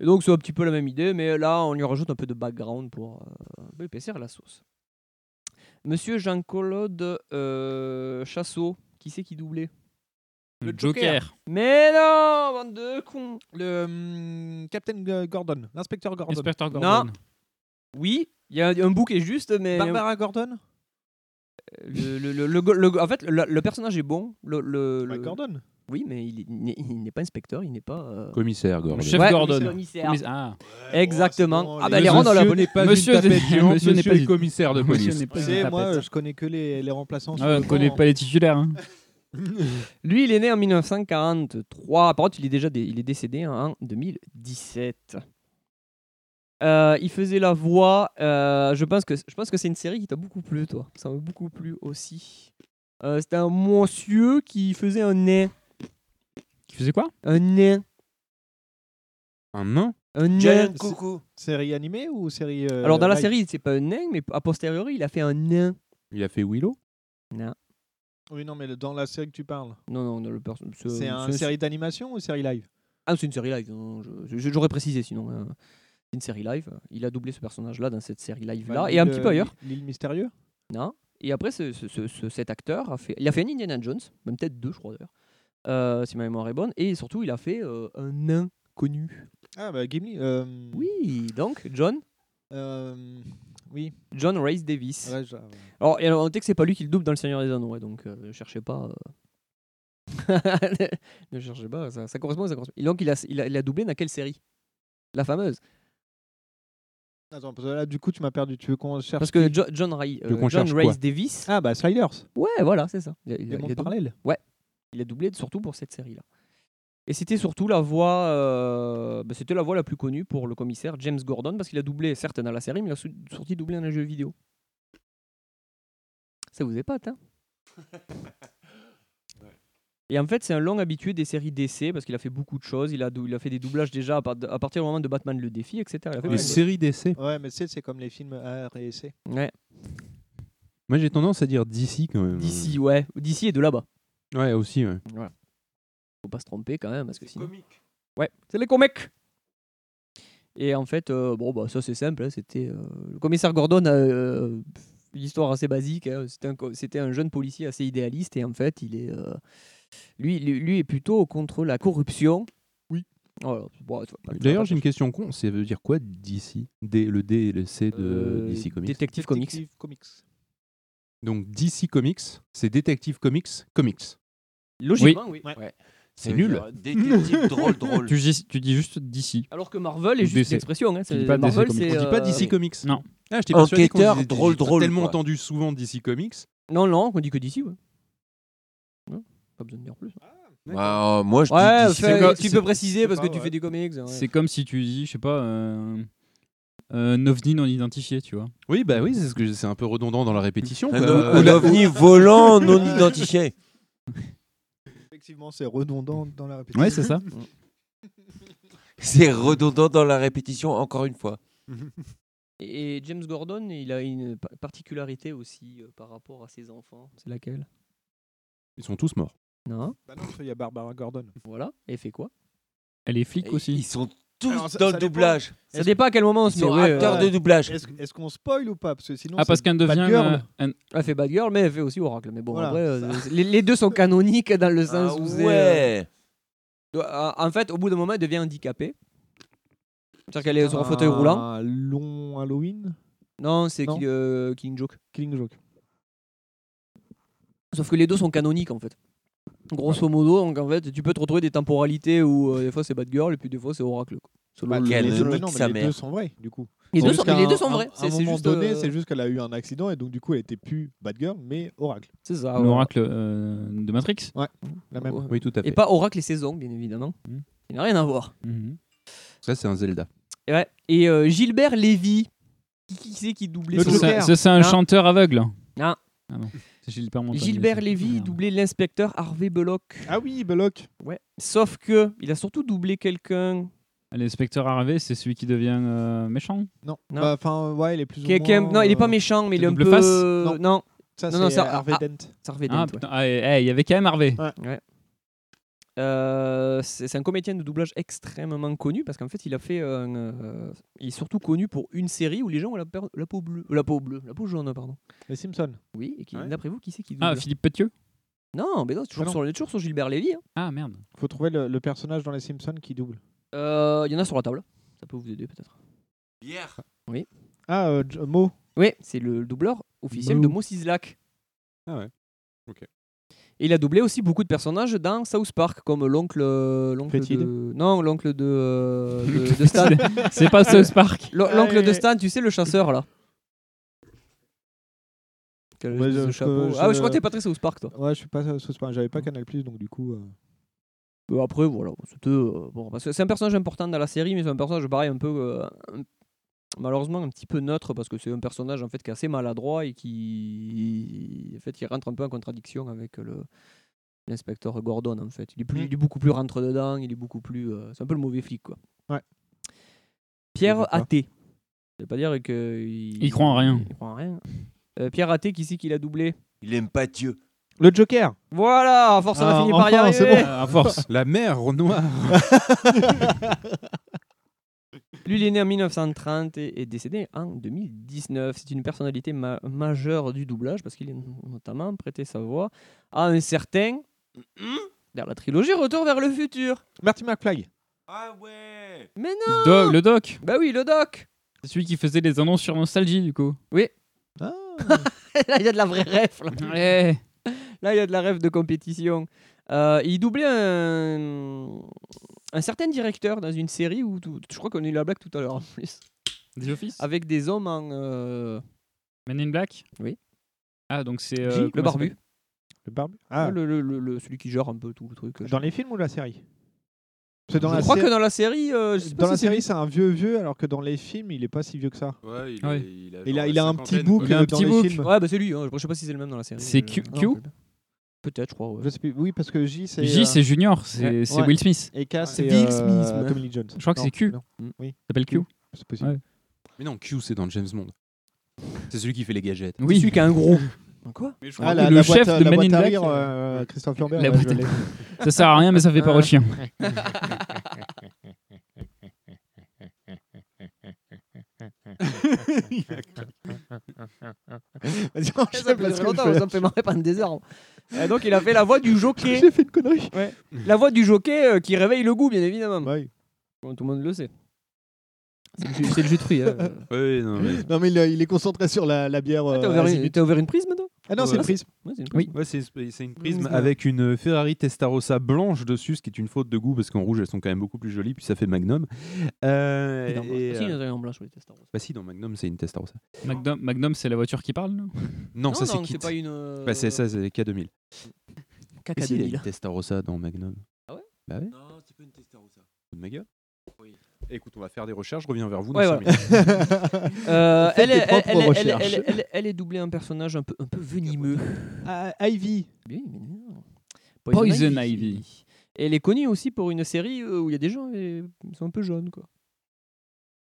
S6: Et donc, c'est un petit peu la même idée, mais là, on lui rajoute un peu de background pour euh, épaissir la sauce. Monsieur Jean-Claude euh, Chassot, qui c'est qui doublait
S10: Le Joker.
S6: Mais non, bande de cons
S5: Le hum, Captain euh, Gordon, l'inspecteur Gordon.
S10: Inspecteur
S6: Non.
S10: Gordon.
S6: Oui, il y a un bouc est juste, mais.
S5: Barbara Gordon
S6: le, le- le- le go- le go- en fait, le, le personnage est bon. Le, le- le-
S5: Gordon
S6: Oui, mais il est- il n'est il n'est pas inspecteur, il n'est pas. euh,
S7: Commissaire Gordon.
S10: Chef
S6: Ouais,
S10: Gordon.
S6: commissaire.
S10: Commissaire. Ah.
S6: Exactement.
S5: bon,
S6: ah,
S5: les
S6: bah,
S5: gars.
S6: les rangs dans la
S5: Monsieur
S6: bonne
S5: n'est pas une
S10: Monsieur
S5: tapette
S10: n'est-
S5: géante,
S10: Monsieur n'est
S5: monsieur
S10: pas
S5: est
S10: une-
S7: commissaire de
S10: Monsieur
S7: police.
S10: n'est pas
S5: Tu
S10: une
S5: sais,
S10: tapette.
S5: moi, euh, je connais que les, les remplaçants. sur
S10: Ah ouais,
S5: le
S10: on
S5: banc,
S10: connaît
S5: hein.
S10: pas les titulaires. hein.
S6: Lui, il est né en 1943. Par contre, il est déjà dé- il est décédé en 2017. Euh, il faisait la voix. euh, je pense que je pense que c'est une série qui t'a beaucoup plu, toi. Ça m'a beaucoup plu aussi. Euh, C'était un monsieur qui faisait un nain.
S10: Qui faisait quoi
S6: Un nain.
S7: Un nain
S6: Un nain.
S8: Giant coucou.
S5: Série animée ou série. euh,
S6: Alors dans la
S5: live
S6: série, c'est pas un nain, mais a posteriori, il a fait un nain.
S7: Il a fait Willow
S6: Non,
S5: Oui, non, mais le- dans la série que tu parles.
S6: non, non, non, le perso-
S5: C'est une série d'animation ou série live
S6: Ah, c'est une série live. non, je- je- J'aurais précisé sinon. hein. C'est une série live. Il a doublé ce personnage-là dans cette
S5: Bah,
S6: série live-là et un
S5: L'île-
S6: petit peu ailleurs.
S5: L'île mystérieux
S6: Non. Et après, ce- ce- ce- ce- cet acteur a fait, il a fait un Indiana Jones, même peut-être deux, je crois d'ailleurs, euh, si ma mémoire est bonne. Et surtout, il a fait euh, un nain connu.
S5: Ah, bah, Gimli. euh,
S6: Oui, donc John,
S5: euh, oui.
S6: John Rhys Davis.
S5: Ouais, je-
S6: Alors, et alors, notez que c'est pas lui qui le double dans Le Seigneur des Anneaux, ouais, donc euh, ne cherchez pas. Ah, euh. ne cherchez pas, ça, ça correspond, ça correspond. Et donc, il a, il a, il a doublé dans quelle série La fameuse.
S17: Attends, parce que là, du coup, tu m'as perdu. Tu veux qu'on cherche
S6: Parce que
S17: qui
S6: Jo- John, Ray,
S17: Tu veux
S6: euh,
S17: qu'on
S6: John
S17: cherche quoi
S6: Rhys Davis.
S17: Ah, bah, Sliders.
S6: Ouais, voilà, c'est ça. Il a,
S17: Des
S6: il a- il a
S17: mondes
S6: doublé.
S17: parallèles.
S6: Ouais. Il a doublé surtout pour cette série-là. Et c'était surtout la voix, euh, bah, c'était la voix la plus connue pour le commissaire James Gordon parce qu'il a doublé certes dans la série, mais il a sou- sorti doublé dans un jeu vidéo. Ça vous épate, hein Et en fait, c'est un long habitué des séries DC parce qu'il a fait beaucoup de choses. Il a, dou- il a fait des doublages déjà à, part- à partir du moment de Batman le défi, etc. Il a fait
S17: Ouais,
S6: beaucoup de-
S7: d'essai.
S17: Ouais, mais tu sais, c'est comme les films A, R et C.
S6: Ouais.
S7: Moi, j'ai tendance à dire d'ici quand même.
S6: D'ici, ouais. D'ici et de là-bas.
S7: Ouais, aussi, ouais.
S6: Voilà. Faut pas se tromper quand même parce que sinon. Ouais, c'est les comics. Et en fait, euh, bon bah ça c'est simple, hein, c'était euh, le commissaire Gordon a euh, une histoire assez basique. hein, C'était un, co- c'était un jeune policier assez idéaliste et en fait il est euh, lui, lui lui est plutôt contre la corruption. Oh, Oui.
S7: D'ailleurs, j'ai une question con. Ça veut dire quoi d'ici D, Le D et le C de
S6: Euh,
S7: DC Comics
S6: Détective Comics.
S17: Comics.
S7: Donc DC Comics, c'est Détective Comics Comics.
S6: Logiquement, oui.
S7: Ouais. C'est
S6: Ça veut
S7: nul.
S6: dire, euh, détective drôle, drôle.
S10: tu, dis, tu dis juste d'ici.
S6: Alors que Marvel est juste une expression, hein,
S10: Tu dis
S6: c'est-
S10: pas DC
S6: Marvel,
S10: Comics.
S6: c'est,
S10: On dit pas
S6: euh,
S10: d'ici Comics. Non.
S7: Ah, je t'ai persuadé qu'on
S10: Enquêteur
S7: disait
S10: drôle,
S7: DC. J'ai
S10: drôle,
S7: tellement
S10: quoi.
S7: entendu souvent DC Comics.
S6: Non, non, on dit que d'ici, ouais. Non, pas besoin de dire plus. hein.
S8: Bah, euh, moi, je dis
S6: ouais,
S8: d'ici.
S6: fais-
S8: C'est comme-
S6: tu
S8: c'est-
S6: peux préciser
S8: c'est
S6: parce
S8: pas,
S6: que tu
S8: ouais.
S6: fais des comics. ouais.
S10: C'est comme si tu dis, je sais pas, euh, euh, un ovni non identifié, tu vois.
S7: Oui, bah oui, c'est ce que c'est un peu redondant dans la répétition.
S10: Un
S7: quoi.
S10: o-
S7: Euh,
S10: un ovni
S13: Oh,
S10: volant non
S8: identifié.
S17: Effectivement, c'est redondant dans la répétition.
S10: Ouais, c'est ça.
S8: C'est redondant dans la répétition, encore une fois.
S6: Et et James Gordon, il a une pa- particularité aussi euh, par rapport à ses enfants. C'est laquelle
S7: Ils sont tous morts.
S6: Non.
S17: Bah non, il y a Barbara Gordon.
S6: Voilà. Elle fait quoi
S10: Elle est flic aussi.
S8: Ils sont tous
S17: Alors, ça-
S8: dans
S17: ça
S8: le
S17: dépend.
S8: doublage.
S6: Ça dépend à quel moment on se
S8: Ils
S6: met.
S8: sont
S6: ouais,
S8: acteurs
S6: ouais.
S8: de doublage.
S17: Est-ce est-ce qu'on spoil ou pas Parce que sinon,
S10: Ah, parce
S17: c'est
S10: qu'elle devient,
S17: Batgirl.
S10: euh, un-
S6: Elle Ah, fait Bad Girl, mais elle fait aussi Oracle. Mais bon,
S17: Voilà,
S6: après, euh,
S17: ça.
S6: les, les deux sont canoniques dans le sens
S8: Ah
S6: où c'est,
S8: ouais.
S6: euh, euh, En fait, au bout d'un moment, elle devient handicapée. C'est-à-dire qu'elle est sur un fauteuil roulant.
S17: Un long Halloween
S6: Non, c'est
S17: Non.
S6: Kill- euh, Killing Joke.
S17: Killing Joke.
S6: Sauf que les deux sont canoniques en fait. Grosso modo, donc en fait, tu peux te retrouver des temporalités où euh, des fois c'est Bad Girl et puis des fois c'est Oracle. quoi. Selon
S17: Bah,
S6: le-
S17: les deux-
S6: le-
S17: non, mais les deux sont vrais, du coup.
S6: Les deux
S17: Juste
S6: sont-
S17: qu'à
S6: mais les
S17: un-
S6: deux sont
S17: un-
S6: vrais.
S17: À
S6: C'est-
S17: un
S6: c'est
S17: moment
S6: juste,
S17: donné,
S6: euh,
S17: c'est juste qu'elle a eu un accident et donc du coup, elle était plus Batgirl, mais Oracle.
S6: C'est ça. Ah ouais.
S10: L'oracle euh, de Matrix
S17: Ouais, la même.
S7: Oui, tout à fait. Hmm.
S6: Et pas Oracle et saison, bien évidemment. Il n'a rien à voir.
S7: Ça, c'est un Zelda.
S6: Et, ouais. Et, euh, Gilbert Lévy, qui, qui c'est qui doublait son-
S10: Ça, ça, c'est un
S6: Hein
S10: chanteur aveugle.
S6: Hein
S10: Ah non, c'est Gilbert Montagnier,
S6: Gilbert
S10: ça.
S6: Lévy doublait l'inspecteur Harvey Belloc.
S17: Ah oui, Belloc.
S6: Ouais. Sauf que il a surtout doublé quelqu'un.
S10: L'inspecteur Harvey, c'est celui qui devient euh, méchant.
S17: Non.
S6: Non.
S17: Bah, Enfin, ouais, il est plus ou
S6: Quelqu'un-
S17: moins,
S6: Non, il est pas
S17: euh,
S6: méchant, mais il est un
S10: Double
S6: peu.
S10: face
S6: Non. non.
S17: Ça,
S6: non,
S17: c'est Harvey
S6: ah,
S17: Dent.
S6: c'est Harvey Dent,
S10: Ah,
S6: ouais.
S10: putain, ah, eh, eh, il y avait quand même Harvey.
S6: Ouais. Euh, c'est c'est un comédien de doublage extrêmement connu parce qu'en fait il a fait un, euh, il est surtout connu pour une série où les gens ont la, per- la peau bleue la peau bleue la peau jaune pardon
S17: Les Simpsons.
S6: oui et qui-
S17: Ouais.
S6: d'après vous qui c'est qui double
S10: Ah, Philippe Petieux
S6: non mais non c'est toujours,
S17: Ah non.
S6: Sur, on est toujours sur Gilbert Lévy hein.
S10: Ah merde.
S17: Faut trouver le, le personnage dans les Simpsons qui double.
S6: Euh, il y en a sur la table ça peut vous aider peut-être
S8: Hier.
S6: oui
S17: Ah, euh, J- Mo.
S6: oui c'est le doubleur officiel
S17: Mo.
S6: de Mo Sizlak
S7: Ah ouais. Ok.
S6: et il a doublé aussi beaucoup de personnages dans South Park comme l'oncle euh, l'oncle
S17: Fétide.
S6: de non l'oncle de, euh, de, de Stan
S10: C'est pas South Park.
S6: L'on- L'oncle de
S17: Allez.
S6: Stan, tu sais, le chasseur là. Quel
S17: Ouais,
S6: espèce de
S17: Euh, je-
S6: chapeau.
S17: je-
S6: Ah, ouais, je crois que t'es pas très South Park toi.
S17: Ouais, je suis pas euh, sous j'avais pas Canal Plus donc du coup. euh,
S6: Euh, Après, voilà, c'était. euh, bon, parce que c'est un personnage important dans la série, mais c'est un personnage pareil, un peu. euh, un- malheureusement, un petit peu neutre, parce que c'est un personnage en fait qui est assez maladroit et qui. En fait, qui rentre un peu en contradiction avec le. L'inspecteur Gordon, en fait. Il est, plus, il est beaucoup plus rentre-dedans, il est beaucoup plus. euh, c'est un peu le mauvais flic, quoi.
S17: Ouais.
S6: Pierre
S17: D'accord.
S6: Athé. Ça veut pas dire que. Il,
S10: Il croit en rien.
S6: Il croit en rien. Euh, Pierre Athé, qui c'est qui l'a doublé
S8: Il aime pas Dieu.
S17: Le Joker.
S6: Voilà, à force, on a
S17: Ah,
S6: fini par y
S17: enfin,
S6: arriver.
S17: c'est bon.
S10: À force.
S7: La mer noire.
S6: Lui, il est né en 1930 et est décédé en 2019. C'est une personnalité ma- majeure du doublage parce qu'il a notamment prêté sa voix à un certain
S8: Mm-hmm.
S6: vers la trilogie Retour vers le futur.
S17: Marty McFly.
S8: Ah ouais.
S6: Mais non
S10: Doc, le Doc.
S6: Bah oui, le doc
S10: C'est celui qui faisait les annonces sur Nostalgie, du coup.
S6: Oui.
S17: Ah.
S6: Là, il y a de la vraie ref. Là,
S10: Eh.
S6: Là, il y a de la rêve de compétition. Euh, il doublait un, un certain directeur dans une série où tout- je crois qu'on a eu la blague tout à l'heure en plus.
S10: The Office
S6: Avec des hommes en. euh,
S10: Men in Black
S6: Oui.
S10: Ah, donc c'est.
S6: J, le
S10: comment ça
S6: barbu.
S10: s'appelle
S5: Le barbe
S6: Ouais, le, le- le- le- celui qui gère un peu tout le truc.
S5: Ah.
S6: euh,
S5: Dans les films ou la série Parce que
S6: je
S5: la
S6: crois
S5: série-
S6: que dans la série. euh, je sais pas
S5: Dans
S6: si
S5: la
S6: c'est
S5: série,
S6: lui.
S5: c'est un vieux vieux, alors que dans les films, il est pas si vieux que ça.
S6: Ouais, il
S10: est- Ouais.
S6: il a
S5: il a,
S6: genre
S5: il a
S6: la
S5: un petit
S6: cinquantaine,
S5: bouc
S6: quoi. Il a un
S5: euh,
S6: petit
S5: dans
S6: bouc.
S5: les films. Ah
S6: Ouais, bah c'est lui, hein. je sais pas si c'est le même dans la série.
S10: C'est
S6: Euh,
S10: Q-
S6: non,
S10: Q
S6: Peut-être, je crois. ouais.
S5: Je sais plus. Oui, parce que J, c'est.
S10: J,
S5: euh,
S10: c'est Junior, c'est
S5: ouais.
S10: c'est
S5: Ouais.
S10: Will Smith.
S5: Et K, c'est.
S6: Ah, Will
S5: euh,
S6: Smith, Mm. ouais.
S5: Tommy Lee Jones. Mm.
S10: Je crois que
S5: Non,
S10: c'est Q.
S5: non. Oui.
S10: Ça s'appelle Q.
S5: C'est possible.
S10: Ouais.
S7: Mais non, Q, c'est dans James Bond. C'est celui qui fait les gadgets.
S10: Oui.
S6: Celui qui a un gros. Quoi
S10: Mais je
S5: Ah,
S10: crois
S5: la,
S10: que le
S5: la
S10: chef
S5: boîte,
S10: de
S5: la
S10: Men
S5: boîte
S10: in
S5: à
S10: Black.
S5: rire, euh, Christophe Lambert.
S10: La
S5: ouais,
S10: boîte à-
S5: je l'ai. Euh,
S10: Ça sert à rien, mais ça fait peur aux chiens.
S5: Vas-y,
S6: Ça,
S5: enchaîne,
S6: ça peut
S5: parce
S6: durer
S5: que
S6: longtemps,
S5: je vais-
S6: ça me fait marrer pendant des heures. Et donc il a fait la voix du jockey.
S5: J'ai fait une connerie.
S6: Ouais. La voix du jockey euh, qui réveille le goût, bien évidemment. Bon, tout le monde le sait. C'est le jus- c'est le jus de fruits. hein.
S7: Euh, Oui, non, mais.
S5: Non, mais il, il est concentré sur la, la bière.
S6: Ah, T'as
S5: euh,
S6: ouvert, une-
S5: azimut.
S6: t'as ouvert une prisme, toi
S5: Ah non, c'est
S7: Ouais.
S5: une prise.
S6: Ouais, c'est une
S10: Oui.
S7: Ouais, c'est c'est une
S5: Prisme.
S7: prisme avec une Ferrari Testarossa blanche dessus, ce qui est une faute de goût parce qu'en rouge elles sont quand même beaucoup plus jolies, puis ça fait Magnum. Euh,
S6: prisme.
S7: et,
S6: Si, il hein, y en
S7: euh,
S6: a en blanc sur les Testarossa.
S7: bah si, dans Magnum c'est une Testarossa.
S10: Magnum, Magnum, c'est la voiture qui parle, non
S7: Non,
S6: Non,
S7: ça c'est
S6: non,
S7: Kit.
S6: c'est pas une, euh,
S7: Bah, c'est ça, c'est K2000.
S6: KK
S7: Mais si, il y a
S6: 2000.
S7: une Testarossa dans Magnum.
S6: Ah ouais
S7: Bah ouais.
S13: Non, c'est pas une Testarossa.
S7: de méga. Écoute, on va faire des recherches, je reviens vers vous. Dans
S6: Ouais,
S7: cinq
S6: voilà.
S7: minutes.
S6: Euh,
S5: Faites
S6: elle,
S5: tes
S6: est, elle,
S5: propres
S6: elle, elle-
S5: recherches.
S6: elle- elle- elle est doublée à un personnage un peu, un peu venimeux.
S5: Ah, Ivy.
S6: Oui, mais non.
S10: Poison Ivy.
S6: Et elle est connue aussi pour une série euh, où il y a des gens et ils sont un peu jeunes quoi.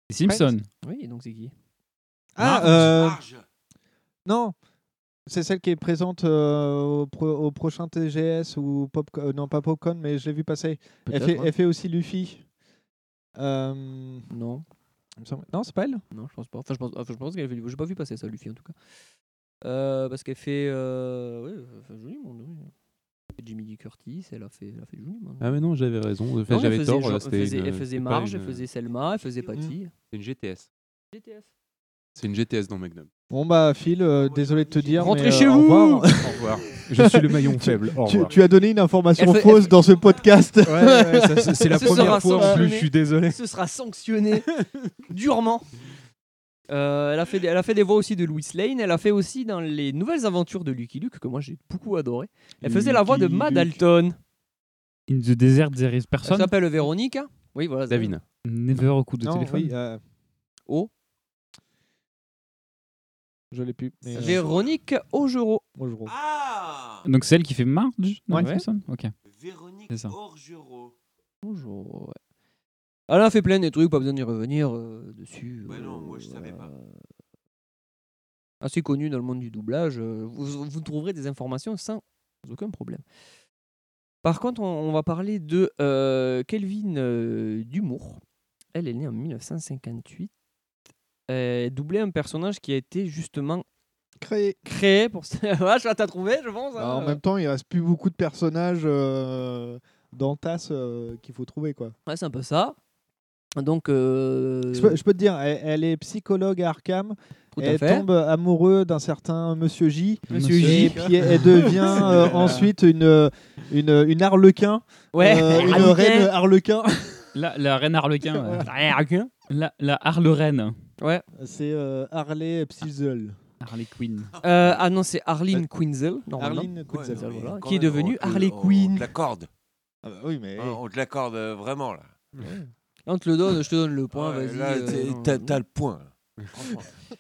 S10: Les Simpsons.
S6: Oui, donc c'est qui
S5: Ah, euh, Non. C'est celle qui est présente euh, au, pro- au prochain TGS ou pop euh, non pas Popcorn mais je l'ai vu passer. Elle
S6: Peut-être,
S5: fait,
S6: ouais.
S5: elle fait aussi Luffy. Euh,
S6: Non,
S5: il me semble- Non, c'est pas elle.
S6: non, je pense pas. Enfin, je pense, enfin, je pense qu'elle fait. J'ai pas vu passer ça, Luffy en tout cas. Euh, parce qu'elle fait. Euh... Ouais, elle fait joli monde. oui. Elle fait Jimmy Lee Curtis, elle a fait, elle a fait joli monde.
S7: Ah mais non, j'avais raison. Enfin,
S6: Non, elle
S7: j'avais
S6: faisait
S7: tort.
S6: Jean-
S7: euh,
S6: elle
S7: c'était
S6: faisait,
S7: une-
S6: elle faisait
S7: c'était pas
S6: Marge,
S7: une- euh,
S6: elle faisait Selma, elle faisait
S7: Mmh.
S6: Patty.
S7: C'est une GTS.
S6: GTS.
S7: C'est une GTS dans Magnum.
S5: Bon bah Phil, euh, désolé de te dire.
S6: Rentrez
S5: mais, euh,
S6: chez
S5: au
S6: vous.
S5: revoir.
S7: Au revoir. Je suis le maillon faible. Au
S5: Tu,
S7: revoir.
S5: tu as donné une information
S6: Elle fait-
S5: fausse dans ce podcast.
S7: Ouais, ouais, ça, c'est- c'est la
S6: Ce sera
S7: première fois en plus,
S6: sanctionné.
S7: je suis désolé.
S6: Ce sera sanctionné durement. Euh, elle, a fait des, elle a fait des voix aussi de Louis Lane. Elle a fait aussi dans les nouvelles aventures de Lucky Luke, que moi j'ai beaucoup adoré. Elle faisait la voix de
S10: Lucky
S6: Mad
S10: Luke.
S6: Alton.
S10: In the Desert, there is
S6: Elle
S10: person.
S6: s'appelle Véronique. hein Oui, voilà. c'est
S7: Davina.
S10: Never au coup de
S5: Non,
S10: téléphone.
S5: oui, euh,
S6: Oh.
S5: je l'ai plus. mais, euh,
S6: Véronique Augereau.
S5: bonjour.
S13: Ah
S10: Donc c'est elle qui fait Marge dans
S6: Ouais.
S10: les Simpsons Ok.
S13: Véronique
S10: C'est ça.
S13: Orgereau.
S6: Bonjour. ouais. Elle a fait plein de trucs, pas besoin d'y revenir euh, dessus.
S13: Ouais, non,
S6: euh,
S13: moi, je savais
S6: voilà. Assez connue dans le monde du doublage. euh, Vous, vous trouverez des informations sans aucun problème. Par contre, on, on va parler de euh, Kelvin euh, Dumour. Elle est née en 1958. Elle doublait un personnage qui a été justement
S5: Créé.
S6: créé pour. Vache, là, t'as trouvé, je pense.
S5: Bah, en
S6: hein.
S5: même temps, il reste plus beaucoup de personnages euh, dans TAS euh, qu'il faut trouver quoi.
S6: Ouais, c'est un peu ça. Donc. euh,
S5: Je peux, je peux te dire, elle, elle est psychologue à Arkham.
S6: tout à
S5: elle
S6: fait.
S5: tombe amoureux d'un certain Monsieur J.
S6: Monsieur J.
S5: Et puis elle, elle devient euh, ensuite une, une, une harlequin.
S6: Ouais,
S5: euh, une
S6: Harlequin.
S5: reine harlequin.
S10: La, la reine Harlequin. euh,
S6: Ouais, Harlequin.
S10: la, la Harle-Reine.
S6: Ouais.
S5: C'est euh, Harley Psyzel.
S10: Harley Quinn.
S6: Euh, ah non, c'est Arlene Quinzel, normalement.
S5: Harleen Quinzel.
S6: Quinzel,
S13: mais
S6: voilà,
S13: quand
S6: qui est
S13: même,
S6: devenue
S13: on te-
S6: Harley
S13: on- On
S6: Quinn.
S13: te l'accorde.
S5: Ah bah oui, mais.
S13: Hein, on te l'accorde euh, vraiment là.
S6: Là, on te le donne, je te donne le point,
S13: Ah ouais,
S6: vas-y.
S13: là,
S6: euh,
S13: t'es-
S6: non,
S13: t'as,
S6: non.
S13: t'as le point. là. Franchement.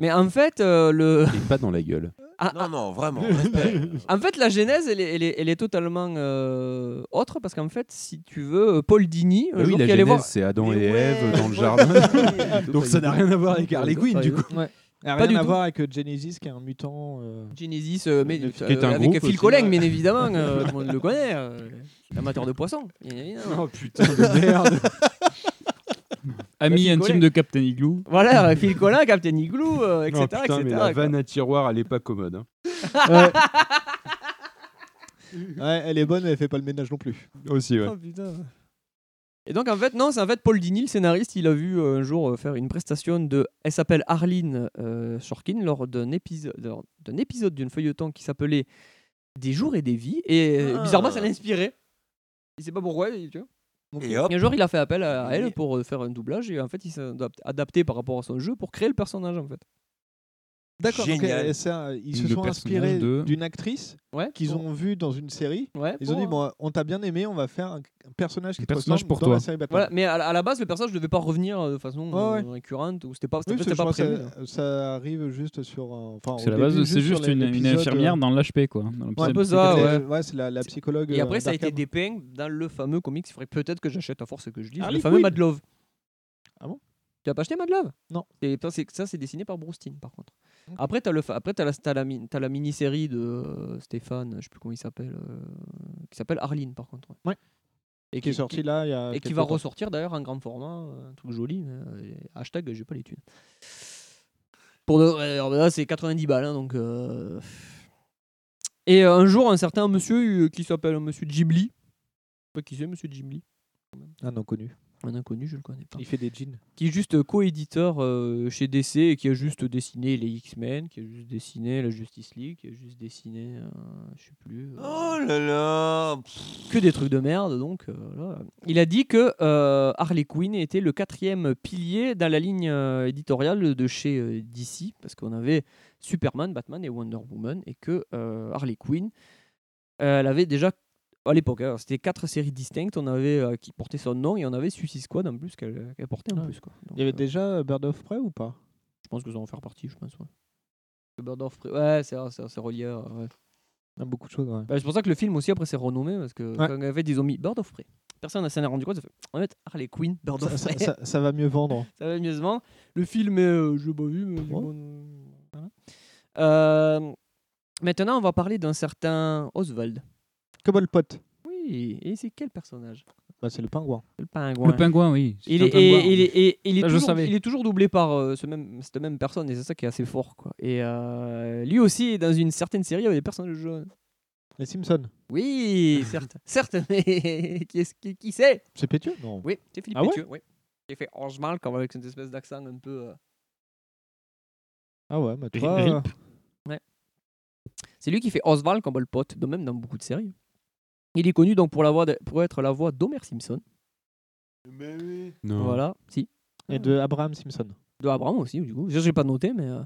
S6: Mais en fait, euh, le...
S7: Et pas dans la gueule.
S6: Ah,
S13: non, non, vraiment. respect.
S6: en fait, la genèse, elle est, elle est, elle est totalement euh, autre parce qu'en fait, si tu veux, euh, Paul Dini, un
S7: Ah oui,
S6: jour
S7: la
S6: qui allait
S7: genèse,
S6: voir.
S7: c'est Adam
S13: Mais
S7: et
S13: ouais,
S7: Ève dans
S13: ouais.
S7: le jardin. Donc ça n'a rien à voir avec
S6: Pas
S7: Harley
S6: du
S7: Quinn,
S6: tout.
S7: du coup.
S5: Ouais. Elle a
S6: Pas
S5: rien
S6: du
S5: à
S6: tout.
S5: voir avec euh, Genesis qui est un mutant. euh,
S6: Genesis, euh, mais,
S5: Qui
S6: euh,
S7: est un
S6: avec
S7: groupe
S6: Phil
S7: aussi,
S6: Colleng,
S7: ouais.
S6: bien évidemment, euh, tout le monde le connaît, euh, amateur de poisson. bien évidemment.
S7: Oh putain de merde.
S10: Ami
S6: Bah, c'est
S10: intime
S6: collègue.
S10: de Captain Igloo.
S6: Voilà, euh, Phil Colleng, Captain Igloo, euh,
S7: Oh,
S6: etc.
S7: putain, mais
S6: etc.,
S7: la
S6: quoi.
S7: vanne à tiroir, elle est pas commode. hein.
S5: ouais. Ouais, elle est bonne, mais elle fait pas le ménage non plus.
S7: Aussi, ouais.
S6: Oh, putain. Et donc en fait, non, c'est en fait Paul Dini, le scénariste, il a vu euh, un jour euh, faire une prestation de... Elle s'appelle Arlene euh, Shorkin lors d'un épisode lors d'un épisode d'une feuilleton qui s'appelait Des jours et des vies. Et euh,
S13: Ah.
S6: bizarrement, ça l'a inspiré. Il sait pas pourquoi, il- tu vois.
S8: Et hop.
S6: un jour, il a fait appel à elle pour euh, faire un doublage et en fait, il s'est adap- adapté par rapport à son jeu pour créer le personnage en fait.
S5: D'accord, donc,
S6: Génial.
S5: euh, ça, ils se
S6: Le
S5: sont
S6: personnage
S5: inspirés
S6: de-
S5: d'une actrice
S6: Ouais, Oh.
S5: qu'ils
S6: pour-
S5: ont vue dans une série. ils ont
S6: pour-
S5: dit bon, on t'a bien aimé, on va faire un un personnage qui te
S10: personnage
S5: ressemble
S10: pour
S5: dans
S10: toi.
S5: la série Batman.
S6: Voilà, mais à, la- à la base, le personnage ne devait pas revenir euh, de façon euh, récurrente ou c'était pas, c'était-
S5: Oui,
S6: c'était
S5: parce que
S6: pas
S5: je
S6: prévu. hein.
S5: crois que ça, ça arrive juste sur. un- Enfin,
S10: C'est la base, c'est juste une- une infirmière dans l'HP, quoi, hein, dans
S5: euh, Ouais,
S10: l'épisode
S5: un peu ça,
S10: psychologue.
S5: ouais. Ouais, c'est la, la psychologue.
S6: Et
S5: euh,
S6: après, ça a été
S5: d'Arkham.
S6: dépeint dans le fameux comics. Il faudrait peut-être que j'achète à force que je lise.
S5: Harley
S6: le fameux
S5: Quinn.
S6: Mad Love.
S5: Ah bon
S6: Tu as pas acheté Mad Love
S5: Non.
S6: Et putain, c'est- ça, c'est dessiné par Bruce Timm, par contre. Après, t'as le, fa- après, t'as la, t'as la, mi- t'as la mini-série de euh, Stéphane, je sais plus comment il s'appelle, euh, qui s'appelle Arline, par contre.
S5: Ouais.
S6: Et
S5: Qui est sorti là, il y a
S6: et qui
S5: quelques
S6: va
S5: temps.
S6: ressortir d'ailleurs en grand format, euh, un truc joli. mais, euh, hashtag, j'ai pas les thunes. Pour de- ouais, alors là, c'est 90 balles, hein, donc. euh, Et euh, un jour, un certain monsieur euh, qui s'appelle Monsieur Ghibli, pas qui c'est, Monsieur Ghibli,
S5: Un inconnu.
S6: Un inconnu, je le connais pas.
S5: Il fait des jeans.
S6: qui est juste co-éditeur euh, chez DC et qui a juste dessiné les X-Men, qui a juste dessiné la Justice League, qui a juste dessiné, euh, je sais plus.
S5: Ah,
S6: euh,
S8: Oh là là
S6: que des trucs de merde, donc. euh, voilà. Il a dit que euh, Harley Quinn était le quatrième pilier dans la ligne euh, éditoriale de chez euh, DC, parce qu'on avait Superman, Batman et Wonder Woman, et que euh, Harley Quinn, euh, elle avait déjà, à l'époque, hein, c'était quatre séries distinctes, on avait euh, qui portaient son nom, et on avait Suicide Squad en plus qu'elle qu'elle portait en
S5: Ah.
S6: plus. Quoi. Donc,
S5: Il y avait déjà euh, Bird of Prey ou pas
S6: je pense que ça en faire partie, je pense. Ouais, Le Bird of Prey- ouais c'est c'est- c'est relié. à- ouais.
S5: Ah, Beaucoup de choses, ouais.
S6: Bah, c'est pour ça que le film aussi après s'est renommé parce que
S5: Ouais.
S6: quand en fait, ils ont mis Bird of Prey. Personne ne s'en est rendu compte. ça fait, On va mettre Harley Quinn, Bird
S5: Ça,
S6: of
S5: ça-
S6: Prey.
S5: ça- ça va mieux vendre.
S6: Ça va mieux se vendre. Le film est. euh, je l'ai pas vu, mais. du coup, euh, voilà. Euh, maintenant, on va parler d'un certain Oswald.
S5: Comment le pote
S6: Oui, et c'est quel personnage
S5: Bah, c'est le pingouin.
S6: Le pingouin.
S10: Le pingouin, oui. c'est
S6: Il
S10: un
S6: est,
S10: pingouin.
S6: et- il est- et- il est
S10: Ça, je
S6: toujours,
S10: savais.
S6: il est toujours doublé par euh, ce même, cette même personne et c'est ça qui est assez fort. Quoi. Et euh, lui aussi, dans une certaine série, il y avait des personnages jaunes.
S5: Les Simpsons.
S6: Oui, certes, certes, mais qui, est, qui, qui c'est
S5: C'est Pétieux Non.
S6: Oui, c'est Philippe
S5: Ah ouais
S6: Pétieux, oui. Qui fait Orange Mal comme avec cette espèce d'accent un peu. euh,
S5: Ah ouais, mais
S6: Rip,
S5: toi.
S6: rip.
S5: euh,
S6: Ouais. C'est lui qui fait Oswald comme le pote, de même dans beaucoup de séries. Il est connu donc pour, la voix de- pour être la voix d'Homer Simpson.
S5: Non.
S6: Voilà, si.
S5: Et de Abraham Simpson.
S6: De Abraham aussi, du coup. Je n'ai pas noté, mais. euh,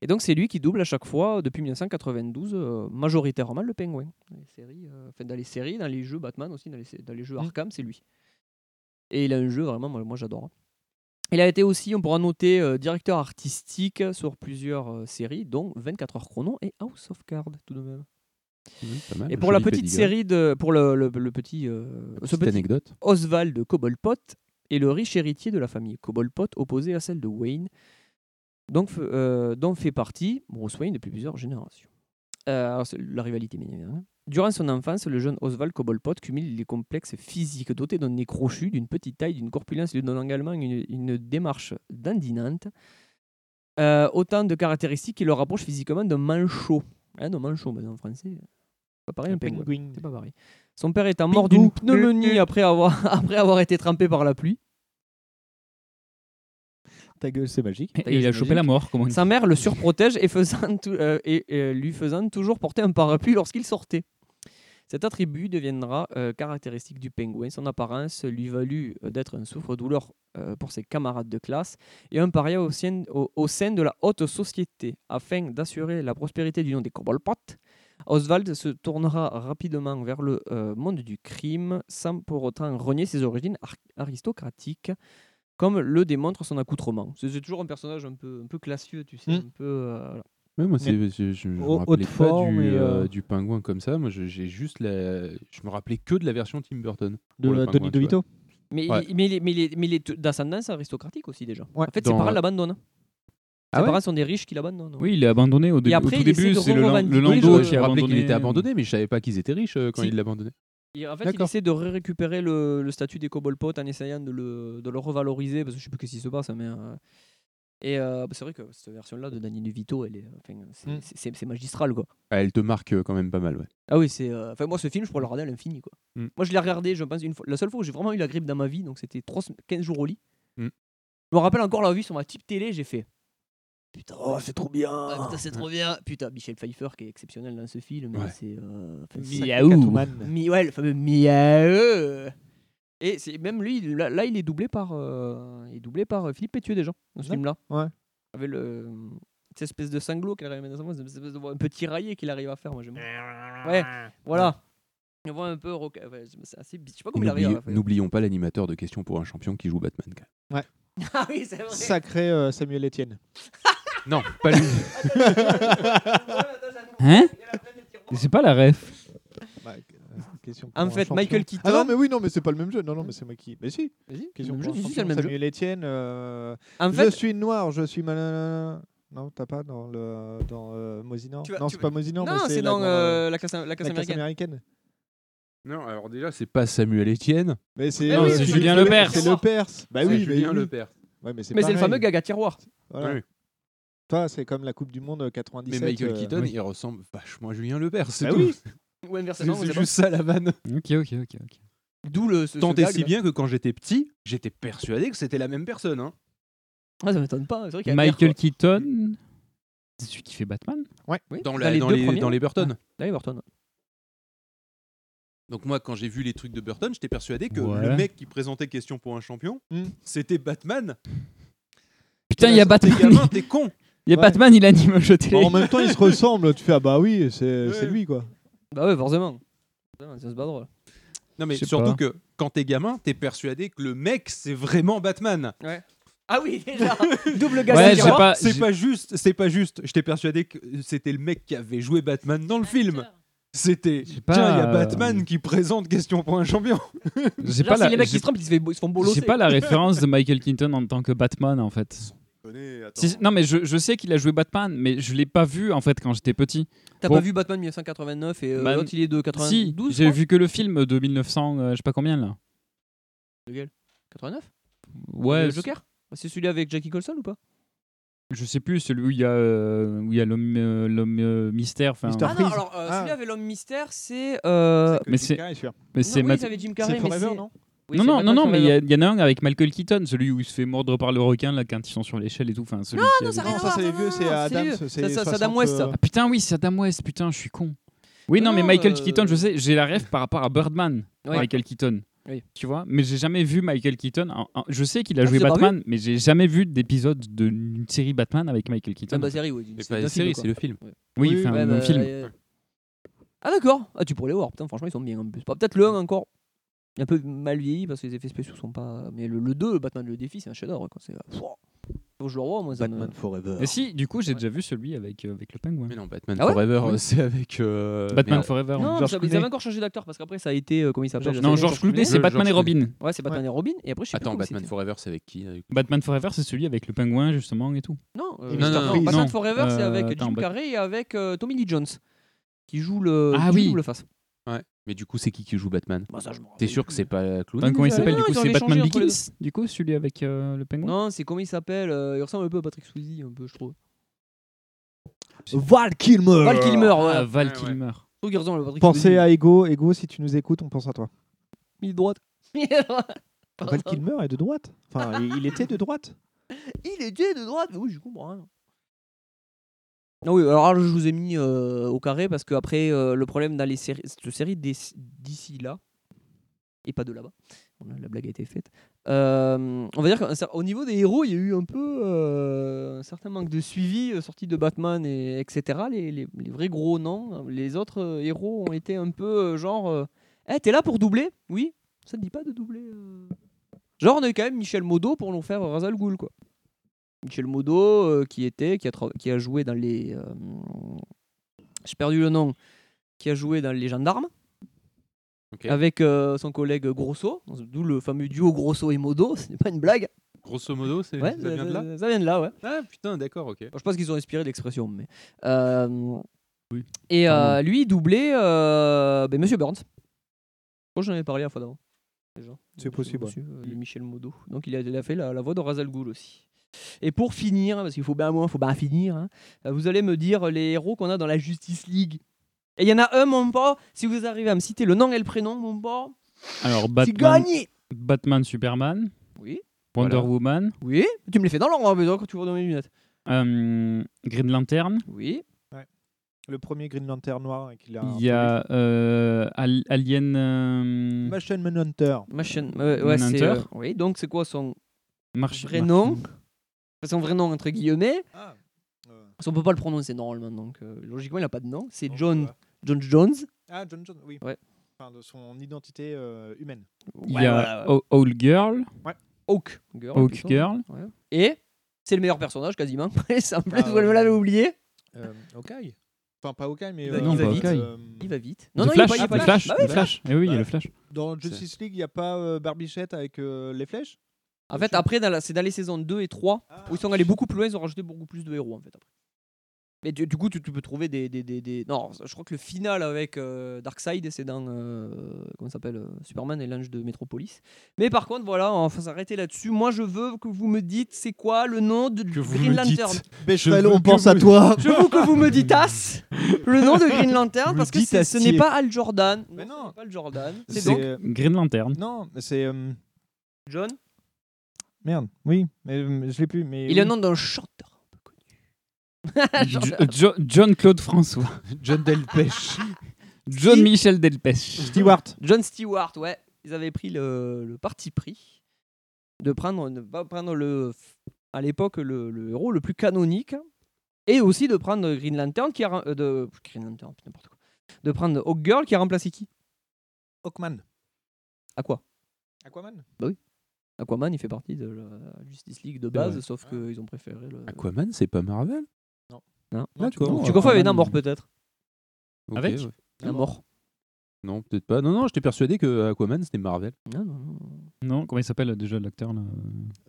S6: Et donc, c'est lui qui double à chaque fois, depuis 1992, euh, majoritairement le pingouin. Dans les séries, euh, enfin, dans les séries, dans les jeux Batman aussi, dans les, sé- dans les jeux Arkham, c'est lui. Et il a un jeu vraiment, moi, moi, j'adore. Il a été aussi, on pourra noter, euh, directeur artistique sur plusieurs euh, séries, dont 24 heures chrono et House of Cards, tout de même.
S7: pas mal,
S6: et pour la
S7: joli
S6: petite
S7: pedigree.
S6: série de, pour le, le- le petit, euh, ce
S7: petite
S6: petit
S7: anecdote.
S6: Oswald Cobblepot est le riche héritier de la famille Cobblepot, opposé à celle de Wayne, donc, f- euh, dont fait partie Bruce Wayne depuis plusieurs générations. Euh, alors, c'est la rivalité, bien évidemment. Durant son enfance, le jeune Oswald Cobblepot cumule les complexes physiques, doté d'un nez crochu, d'une petite taille, d'une corpulence lui donnant également une, une démarche dandinante. Euh, autant de caractéristiques qui le rapprochent physiquement d'un manchot. Hein, d'un manchot, mais en français, c'est pas pareil, un,
S5: Un
S6: pingouin.
S5: pingouin.
S6: C'est pas pareil. Son père étant mort d'une
S5: Pingou.
S6: pneumonie après avoir, après avoir été trempé par la pluie.
S5: Ta gueule, c'est magique.
S10: Et il a chopé la mort, comme on dit.
S6: Sa mère le surprotège et, faisant tou- euh, et, euh, lui faisant toujours porter un parapluie lorsqu'il sortait. Cet attribut deviendra euh, caractéristique du pingouin. Son apparence lui valut euh, d'être un souffre-douleur euh, pour ses camarades de classe et un paria au sein, au- au sein de la haute société. Afin d'assurer la prospérité du nom des Cobblepots, Oswald se tournera rapidement vers le euh, monde du crime sans pour autant renier ses origines ar- aristocratiques comme le démontre son accoutrement. C'est c'est toujours un personnage un peu, un peu classieux, tu sais,
S5: Mm.
S6: un peu... euh, voilà.
S7: Ouais, moi, c'est, je, je me
S5: Haute
S7: rappelais pas
S5: forme
S7: du,
S5: et, euh,
S7: euh, du pingouin comme ça. Moi, je- j'ai juste la... je me rappelais que de la version Tim Burton.
S5: De
S7: pour le
S5: la-
S7: pingouin,
S5: Danny
S7: tu vois.
S5: DeVito.
S6: Mais,
S7: Ouais.
S6: il, mais, il est- mais il est- mais il est d'ascendance aristocratique aussi déjà.
S5: Ouais.
S6: En fait, ses
S10: Dans-
S6: parents l'abandonnent.
S7: Ah
S6: ses
S7: ouais
S6: parents sont des riches qui l'abandonnent. ouais.
S10: Oui, il est abandonné au, dé-
S6: Et
S10: au
S6: après,
S10: tout
S6: il essaie
S10: début.
S6: de
S10: C'est le, lan-
S6: revendiquer,
S10: le
S7: Oui,
S10: landau
S7: je,
S10: qui
S7: je
S10: est
S7: me rappelais
S10: abandonné.
S7: qu'il était abandonné, mais je savais pas qu'ils étaient riches euh, quand
S6: Si.
S7: il l'abandonnait.
S6: Et en fait, il
S7: D'accord.
S6: essaie de ré- récupérer le, le statut des cobolpotes en essayant de le, de le revaloriser, parce que je sais plus ce qui se passe, mais... euh, Et euh, bah, c'est vrai que cette version-là de Danny DeVito, elle est, enfin, c'est-
S7: Mm.
S6: c'est- c'est c'est magistral, quoi.
S7: Ah, elle te marque euh, quand même pas mal, ouais.
S6: Ah oui, c'est. euh, Enfin, moi, ce film, je pourrais le regarder à l'infini, quoi.
S7: Mm.
S6: Moi, je l'ai regardé, je pense, une fois. La seule fois où j'ai vraiment eu la grippe dans ma vie, donc c'était trois sem- 15 jours au lit.
S7: Mm.
S6: Je me rappelle encore la vue sur ma type télé, j'ai fait. Putain,
S12: Oh, c'est trop bien.
S6: Ah, putain, c'est trop bien. Putain, Michel Pfeiffer qui est exceptionnel dans ce film. mais
S7: Ouais.
S6: C'est. euh, enfin, c'est-
S10: Miaou.
S6: Mi- ouais, le fameux Miaou. euh, Et c'est même lui, il- là, là, il est doublé par, euh, il est doublé par euh, Philippe Pétieux déjà dans ce
S5: Ouais.
S6: film-là.
S5: Ouais.
S6: Avec le cette espèce de sanglot qu'elle arrive à mettre dans sa voix, cette espèce de voix un peu tiraillée qu'il arrive à faire. Moi j'aime. bien. Ouais, voilà. On voit un peu roca- ouais, c'est assez bi- Je sais pas comment il arrive.
S7: N'oubliez-
S6: à faire.
S7: N'oublions pas l'animateur de Question pour un champion qui joue Batman. quand même.
S5: Ouais.
S6: Ah oui, c'est vrai.
S5: Sacré euh, Samuel Etienne.
S7: Non, pas lui.
S10: Hein C'est pas la ref.
S5: Bah, euh, question
S6: En
S5: pour un
S6: fait,
S5: champion.
S6: Michael Keaton-
S5: Ah non, mais oui, non, mais c'est pas le même jeu. Non, non, mais c'est moi qui. Mais si.
S6: Vas-y,
S5: Question
S6: le même
S5: pour
S6: jeu,
S5: un
S6: si, si, c'est le
S5: champion,
S6: même jeu.
S5: Samuel Etienne. euh,
S6: En
S5: Je
S6: fait-
S5: suis noir, je suis malin. Non, t'as pas dans le dans euh, Mosinor.
S6: Tu vas-
S5: Non,
S6: tu
S5: c'est
S6: vas-
S5: pas Mosinor.
S6: Non,
S5: mais
S6: c'est dans, euh, la classe- la classe américaine.
S7: Non, alors déjà, c'est pas Samuel Etienne.
S5: Mais
S6: Ah
S5: c'est
S10: Non,
S5: euh,
S10: c'est
S5: Philippe
S10: Julien
S5: Le-
S10: Lepers.
S5: C'est Le Perse. Bah
S7: C'est
S5: oui, mais
S7: Julien
S5: oui.
S7: Lepers.
S5: Ouais, mais c'est
S6: Mais c'est le
S5: pareil.
S6: fameux gaga tiroir.
S5: Voilà.
S7: Oui.
S5: Toi, c'est comme la Coupe du Monde euh, 97.
S7: Mais Michael
S5: euh,
S7: Keaton,
S5: oui.
S7: il ressemble vachement à Julien Lepers. C'est
S5: Bah
S7: tout.
S5: oui.
S6: Ou inversement,
S7: C'est-
S6: on sait
S7: C'est
S6: pas.
S7: juste ça la vanne.
S10: Ok, ok, ok. ok.
S6: D'où le. ce- ce
S7: Tant et
S6: gag,
S7: si
S6: là.
S7: bien que quand j'étais petit, j'étais persuadé que c'était la même personne. hein.
S6: Ah, ça m'étonne pas. C'est vrai qu'il y a
S10: Michael
S6: l'air, quoi.
S10: Keaton. C'est celui qui fait Batman
S6: Oui,
S7: Dans, la- dans
S6: deux
S7: les,
S6: premiers,
S7: dans les
S6: ouais.
S7: Burton.
S6: Dans les Burton. ouais.
S7: Donc moi, quand j'ai vu les trucs de Burton, j'étais persuadé que
S10: Ouais.
S7: le mec qui présentait Question pour un champion,
S5: Hmm.
S7: c'était Batman.
S10: Putain, il y a Batman.
S7: T'es gamin, t'es con.
S10: Il y a
S5: Ouais.
S10: Batman, il anime le jeu télé.
S5: Bah, En même temps, ils se ressemblent. Tu fais ah bah oui, c'est c'est lui quoi.
S6: Bah ouais, forcément. Forcément, Ça se bat drôle.
S7: Non mais
S10: Je sais
S7: surtout
S10: pas.
S7: que quand t'es gamin, t'es persuadé que le mec c'est vraiment Batman.
S6: Ouais. Ah oui, déjà. Double gaz
S10: Ouais,
S6: à
S10: je sais
S6: tiroir.
S10: pas.
S7: C'est
S10: j'ai-
S7: pas juste, c'est pas juste. J'étais persuadé que c'était le mec qui avait joué Batman
S6: Ah,
S7: dans le film. C'était
S10: J'ai pas,
S7: tiens, il y a
S10: euh,
S7: Batman qui présente Question pour un champion.
S10: J'ai
S6: Genre,
S10: pas
S6: si
S10: la.
S6: les mecs qui
S10: j'ai-
S6: se trompent, ils se, fait- ils se font bolosser.
S10: j'ai pas la référence de Michael Keaton en tant que Batman en fait. Si- non mais je, je sais qu'il a joué Batman, mais je l'ai pas vu en fait quand j'étais petit.
S6: T'as
S10: Bon.
S6: pas vu Batman 1989 et euh,
S10: Bah,
S6: l'autre il est de
S10: si,
S6: 92
S10: j'ai vu que le film de 1900, euh, je sais pas combien là.
S6: Lequel 89
S10: Ouais,
S6: Le Joker Bah, C'est celui avec Jackie Colson ou pas
S10: Je sais plus, celui où il y a, euh, où il y a l'homme euh, l'homme, euh, mystère. enfin-
S5: Mister
S6: Ah non,
S5: Freeze.
S6: alors euh,
S5: Ah.
S6: celui avec l'homme mystère c'est. Euh...
S5: Que
S10: mais
S5: Jim
S10: c'est-
S5: Carrey, celui-là.
S10: mais
S6: non,
S10: c'est
S6: oui,
S10: Mat-
S6: c'est avec Jim Carrey.
S5: C'est
S6: mais
S5: Forever,
S6: c'est-
S5: non
S6: Oui,
S10: non, non,
S6: c'est
S10: non,
S6: Batman
S10: non, mais il y, a-
S6: Forever.
S10: il y en a un avec Michael Keaton, celui où il se fait mordre par le requin là quand ils sont sur l'échelle et tout. Enfin, celui qui a-
S6: Ah, non, ça a rien
S5: Non,
S6: à
S5: ça
S6: voir,
S5: c'est les vieux,
S6: non,
S5: c'est
S6: non,
S5: Adams.
S6: vieux.
S5: c'est
S6: Ça, ça, c'est
S5: 60,
S6: Adam West.
S5: euh,
S10: Ah, putain, oui, c'est Adam West, putain, je suis con. Oui, non,
S6: Non,
S10: mais Michael
S6: euh,
S10: Keaton, je sais, j'ai la rêve par rapport à Birdman,
S6: Ouais.
S10: Michael Keaton.
S6: Oui.
S10: Tu vois, mais j'ai jamais vu Michael Keaton. en- en- Je sais qu'il a
S6: Ah,
S10: joué
S6: tu l'as pas
S10: Batman, mais j'ai jamais vu d'épisode d'une série Batman avec Michael
S6: Ah,
S10: Keaton.
S6: bah, série, oui.
S7: pas la
S6: d'un
S7: série,
S6: film, quoi.
S7: c'est le film.
S6: Ouais.
S10: oui,
S5: oui,
S10: enfin,
S6: Ouais,
S10: un
S6: bah,
S10: film.
S6: euh, Ah d'accord. Ah tu pourrais les voir. Putain, franchement ils sont bien en plus. Pas- Peut-être le 1 encore. Un peu mal vieilli parce que les effets spéciaux sont pas. Mais le, le 2, Batman le défi, c'est un chef-d'œuvre. quoi. C'est. Pouah. Faut que je le revoie moi. ça me-
S5: Batman Forever.
S10: Mais si, du coup, j'ai déjà vu celui avec, euh, avec le pingouin.
S7: Mais non, Batman
S6: Ah ouais
S7: Forever,
S6: Oui.
S7: euh, c'est avec euh,
S10: Batman
S7: merde.
S10: Forever.
S6: Non, mais
S5: George
S6: ça- ils
S5: Clooney.
S6: avaient encore changé d'acteur parce qu'après ça a été. euh, comment il s'appelle
S10: Non,
S6: euh,
S10: George Clooney, c'est
S7: George
S10: Batman et
S7: Clooney.
S10: Robin.
S6: Ouais, c'est Batman et Robin. Et après je sais plus
S7: Attends,
S6: comment
S7: Batman
S6: c'était.
S7: Forever, c'est avec qui euh,
S10: Batman Forever, c'est celui avec le pingouin, justement, et tout.
S6: Non, euh,
S5: Et
S6: non,
S7: Mr.
S6: non, non,
S5: Freeze.
S6: Batman
S10: Non.
S6: Forever, c'est
S10: Euh,
S6: avec
S10: attends,
S6: Jim
S10: Bat-
S6: Carrey et avec euh, Tommy Lee Jones qui joue le
S10: Ah
S6: qui
S10: oui.
S6: joue le face.
S7: Ouais. Mais du coup, c'est qui qui joue Batman
S6: Bah, ça, je m'en
S7: T'es
S6: rappelle
S7: sûr
S6: plus.
S7: que c'est pas Clooney
S10: Enfin, comment il
S7: déjà
S10: s'appelle
S6: non,
S10: du coup
S6: ils ont
S10: C'est
S6: les changé
S10: Batman
S6: entre les
S10: Begins Du coup, celui avec euh, le pingouin
S6: Non, c'est comment il s'appelle euh, Il ressemble un peu à Patrick Swayze un peu, je trouve.
S5: Val Kilmer.
S6: Val Kilmer, ouais.
S10: Ah,
S6: Je
S10: Val
S7: Ouais, ouais.
S10: Kilmer.
S6: trouve qu'il Oh, ressemble à Patrick
S5: Pensez
S6: Swayze.
S5: à Ego. Ego, si tu nous écoutes, on pense à toi.
S6: Il est droite. Il est droite.
S5: Val Kilmer est de droite. Enfin, il il était de droite.
S6: Il était de droite, mais oui, je comprends. hein. Non, oui, alors là, je vous ai mis euh, au carré parce que, après, euh, le problème dans les séries, cette série des- d'ici là, et pas de là-bas, on a- la blague a été faite. euh, on va dire qu'au niveau des héros, il y a eu un peu euh, un certain manque de suivi, euh, sorti de Batman, et etc. Les, les- les vrais gros noms, les autres euh, héros ont été un peu euh, genre. euh, Eh, t'es là pour doubler Oui, ça te dit pas de doubler. euh Genre, on a eu quand même Michel Modo pour nous faire Razal Ghoul, quoi. Michel Modo, euh, qui était, qui a, tra- qui a joué dans les. euh, J'ai perdu le nom. Qui a joué dans les gendarmes.
S7: Ok.
S6: Avec euh, son collègue Grosso. D'où le fameux duo Grosso et Modo. Ce n'est pas une blague.
S7: Grosso modo, c'est
S6: Ouais,
S7: ça vient de là
S6: ça vient de là, ouais.
S7: Ah putain, d'accord, ok.
S6: Bon, je pense qu'ils ont inspiré l'expression, mais. euh,
S10: Oui,
S6: Et
S10: pardon.
S6: euh, lui, il doublait euh, ben, Monsieur Burns. Je crois que j'en avais parlé la fois d'avant. déjà.
S5: C'est possible,
S6: Monsieur, euh, le Michel Modo. Donc il a, il a fait la, la voix de Razal Ghoul aussi. Et pour finir, parce qu'il faut bien un moment, il faut bien finir, hein, euh, vous allez me dire les héros qu'on a dans la Justice League. Et il y en a un, mon pote, si vous arrivez à me citer le nom et le prénom, mon pote,
S10: Alors,
S6: c'est
S10: Batman,
S6: gagné
S10: Batman Superman,
S6: Oui,
S10: Wonder
S7: Voilà.
S10: Woman,
S6: oui, tu me les fais dans l'ordre, hein, mais donc, quand tu vois dans mes lunettes.
S10: euh, Green Lantern,
S6: Oui,
S5: Le premier Green Lantern noir. hein, qu'il
S6: Ah,
S5: a un
S10: Il
S5: peu
S10: y a euh, Al- Alien. euh,
S5: Machine Manhunter.
S6: Machine, euh, ouais, c'est,
S10: Manhunter.
S6: euh, oui, donc c'est quoi son
S10: Marchi-
S6: vrai
S10: Marchi-
S6: nom Enfin, Son vrai nom, entre guillemets. Parce qu'on peut pas le prononcer normalement, donc euh, logiquement, il a pas de nom. C'est John, John Jones.
S5: Ah, John Jones, oui.
S6: Ouais.
S5: Enfin, de son identité euh, humaine.
S10: Il
S6: Ouais,
S10: y
S6: voilà,
S10: a
S6: ouais.
S10: O- Owl Girl.
S5: Ouais.
S6: Hawk Girl.
S10: Hawk
S6: plutôt.
S10: Girl.
S6: Ouais. Et c'est le meilleur personnage quasiment. C'est en plus,
S5: Ah,
S6: vous me l'avez oublié.
S5: Euh, Hawkeye. Enfin, pas Hawkeye, mais.
S6: Il va-
S5: euh,
S10: non,
S6: il, va
S10: pas
S6: vite.
S10: Hawkeye.
S6: bah, il va vite.
S10: The
S6: il y a
S10: Flash,
S6: pas- il y a
S10: The
S6: pas de
S10: Flash,
S6: Bah
S10: The
S6: oui,
S10: Flash. Eh oui, il y a
S5: Ouais.
S10: le Flash.
S5: Dans Justice League, il n'y a pas euh, Barbichette avec euh, les flèches Ah.
S6: En fait, après, dans la- c'est dans les saisons 2 et 3 où ils sont allés beaucoup plus loin, ils ont rajouté beaucoup plus de héros en fait. Après. Mais du, du coup, tu, tu peux trouver des, des, des, des- Non, je crois que le final avec euh, Darkseid, c'est dans. euh, comment ça s'appelle euh, Superman et l'ange de Metropolis. Mais par contre, voilà, on va s'arrêter là-dessus. Moi, je veux que vous me dites c'est quoi le nom de
S7: Que vous
S6: Green
S7: me
S6: Lantern.
S7: dites.
S14: Bechrel,
S7: Je veux
S14: on
S7: que
S14: pense à
S7: vous-
S14: toi.
S6: Je veux que vous me dites as, le nom de Green Lantern parce que
S5: dites
S6: c'est- ce
S5: acier.
S6: n'est pas Al Jordan.
S5: Mais
S6: Non, ce n'est pas Al Jordan. C'est
S5: C'est,
S6: donc
S5: euh,
S10: Green Lantern.
S5: Non, mais c'est. euh,
S6: John.
S5: merde, oui, mais, euh, je l'ai plus. Mais
S6: Il a
S5: oui. euh,
S6: le nom d'un chanteur.
S10: Jo- euh, Jo- John Claude François.
S5: John Delpech.
S10: John
S6: Si.
S10: Michel Delpech.
S5: Stewart.
S6: John Stewart, ouais. Ils avaient pris le, le parti pris de prendre, ne pas prendre le, à l'époque le, le héros le plus canonique et aussi de prendre Green Lantern qui a rem- euh, de Green Lantern, putain, n'importe quoi. De prendre Hawk Girl qui a remplacé qui
S5: Hawkman.
S6: À quoi
S5: Aquaman
S6: Bah Aquaman, il fait partie de la Justice League de base, sauf euh, qu'ils ont préféré le.
S7: Ah Aquaman, c'est pas Marvel
S5: Non.
S6: Non.
S7: D'accord. Ah,
S6: tu confonds avec
S10: Aquaman,
S6: Namor peut-être
S7: Ok,
S10: Avec
S7: ouais.
S6: Namor.
S7: Non, peut-être pas. Non, non, j'étais persuadé que Aquaman, c'était Marvel.
S6: Non, non, non.
S10: Non, comment il s'appelle déjà l'acteur là